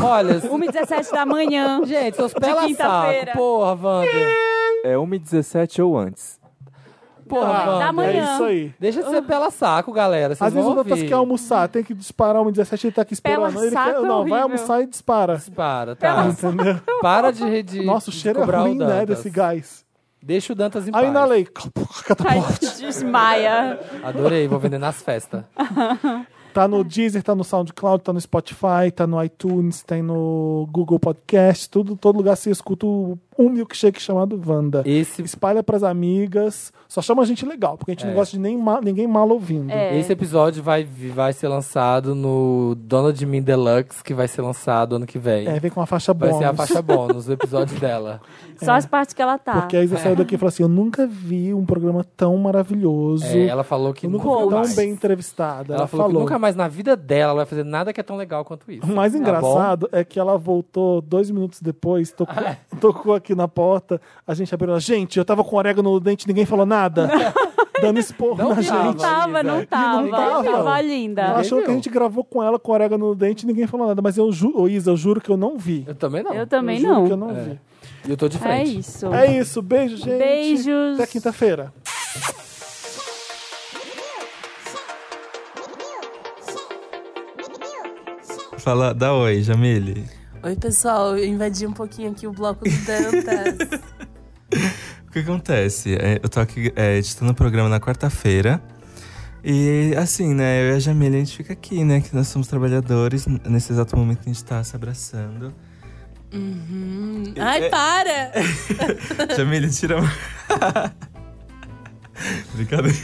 Olha, 1h17 da manhã. gente, seus pela saco. quinta-feira. Porra, Wander. É 1h17 ou antes. Porra, Wander. Da É manhã. isso aí. Deixa de ser pela saco, galera. Vocês Às vezes vão o Dantas ouvir. quer almoçar, tem que disparar 1h17, ele tá aqui Pela esperando. Ele saco quer, é não, vai horrível. É um almoçar e dispara. Para, tá. Para de redir. Nossa, o cheiro é ruim, né, desse gás. Deixa o Dantas em Aí paz. na lei, Ai, catapulta. desmaia. Adorei, vou vender nas festas. Tá no Deezer, tá no SoundCloud, tá no Spotify, tá no iTunes, tem no Google Podcast, tudo, todo lugar você escuta o um milkshake chamado Wanda. Esse, Espalha pras amigas. Só chama gente legal, porque a É. gente não gosta de nem ma- ninguém mal ouvindo. É. esse episódio vai, vai ser lançado no Dona de Mim Deluxe, que vai ser lançado ano que vem. É, vem com uma faixa vai bônus. ser a faixa bônus, o episódio dela. Só as partes que ela tá. Porque a Ah. Isa saiu daqui e falou assim: Eu nunca vi um programa tão maravilhoso. É, ela falou que eu nunca nunca fui tão mais. bem entrevistada. Ela, falou, que nunca mais na vida dela ela vai fazer nada que é tão legal quanto isso. O mais Tá engraçado é que ela voltou dois minutos depois, tocou, Ah, é. tocou aqui na porta, a gente abriu ela, gente, eu tava com orégano no dente, ninguém falou nada. Dando esporro Não tava. na gente. Não tava, não tava. tava. Tava Ela linda. achou que a gente gravou com ela com orégano no dente e ninguém falou nada. Mas eu juro, ô Isa, eu juro que eu não vi. bom? Eu também não. Eu Eu, também eu juro não. que eu não vi. tô de É frente. isso. É isso, beijo, gente. Beijos. Até quinta-feira. Fala, dá oi, Jamile. Oi, pessoal, eu invadi um pouquinho aqui o bloco do Dantas. O que acontece? É, Eu tô aqui é, editando o programa na quarta-feira. E assim, né? Eu e a Jamile, a gente fica aqui, né? Que nós somos trabalhadores. N- Nesse exato momento a gente tá se abraçando. Uhum. Ai, É- para! Jamile, tira. a- Brincadeira.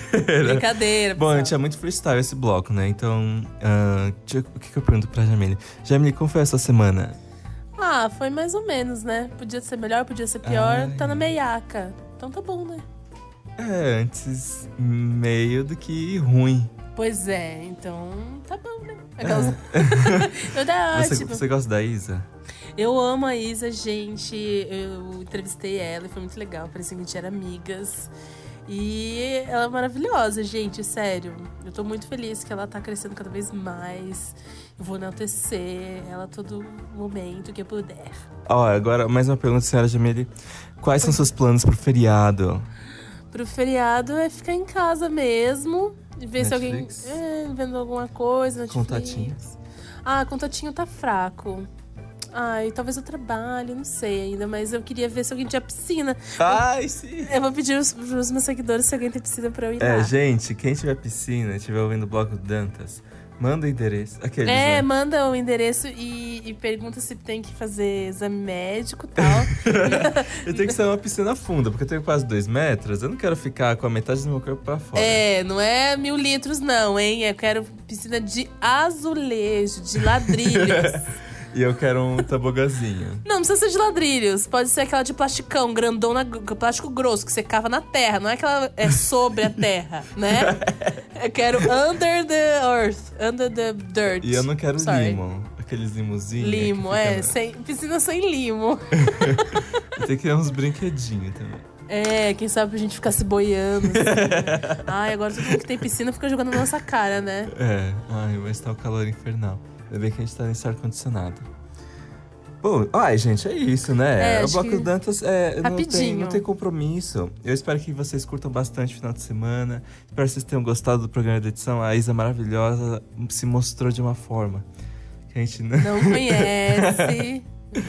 Brincadeira, Bom, pessoal. gente, é muito freestyle esse bloco, né? Então, ah, deixa eu- o que, que eu pergunto pra Jamile? Jamile, como foi essa semana? Ah, foi mais ou menos, né? Podia ser melhor, podia ser pior. Tá na meiaca. Então tá bom, né? É, antes meio do que ruim. Pois é, então tá bom, né? Aquelas... eu tá Você, ótimo. você gosta da Isa? Eu amo a Isa, gente. Eu entrevistei ela e foi muito legal. Parecia que a gente era amigas. E ela é maravilhosa, gente, sério. Eu tô muito feliz que ela tá crescendo cada vez mais. Eu vou enaltecer ela a todo momento que eu puder. Ó, agora mais uma pergunta, senhora Jamile. Quais são seus planos pro feriado? Pro feriado é ficar em casa mesmo. E ver Netflix? se alguém. É, vendo alguma coisa. Netflix. Contatinhos. Ah, contatinho tá fraco. Ai, talvez eu trabalhe, não sei ainda, mas eu queria ver se alguém tinha piscina. Ai, sim! Eu vou pedir os, pros meus seguidores se alguém tem piscina pra eu ir É, lá. gente, quem tiver piscina e estiver ouvindo o bloco do Dantas, manda o endereço. Aqueles, É, né? manda o endereço e, e pergunta se tem que fazer exame médico e tal. Eu tenho que ser uma piscina funda, porque eu tenho quase dois metros. Eu não quero ficar com a metade do meu corpo pra fora. é, não é mil litros, não, hein? Eu quero piscina de azulejo, de ladrilhos. E eu quero um tabogazinho. Não, não precisa ser de ladrilhos. Pode ser aquela de plasticão, grandona, gr- plástico grosso, que você cava na terra. Não é aquela é sobre a terra, né? Eu quero under the earth, under the dirt. E eu não quero Sorry. limo. Aqueles limozinhos. que Limo, fica é. na- Sem, piscina sem limo. E Tem que ter uns brinquedinhos também. É, quem sabe pra gente ficar se boiando. Assim. né? Ai, agora todo mundo que tem piscina fica jogando na nossa cara, né? É, ai, mas tá o calor infernal. Ainda bem que a gente tá nesse ar-condicionado. Bom, ai, gente, é isso, né? É, o acho Bloco que- do Dantas é, não, tem, Rapidinho. não tem compromisso. Eu espero que vocês curtam bastante o final de semana. Espero que vocês tenham gostado do programa de edição. A Isa maravilhosa se mostrou de uma forma que a gente não. Não conhece.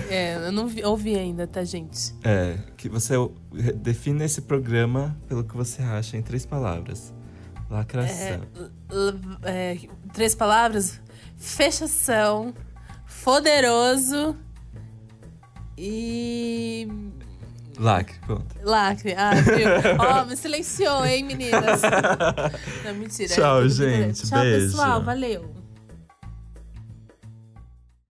É, eu não vi- ouvi ainda, tá, gente? É, que você defina esse programa pelo que você acha em três palavras: lacração. L- é, três palavras: fechação, foderoso e. Lacre, pronto. Lacre. Ah, viu? Ó, me silenciou, hein, meninas? Não, mentira. Tchau, É tudo brincadeira. gente. Tchau, Beijo. pessoal. Valeu.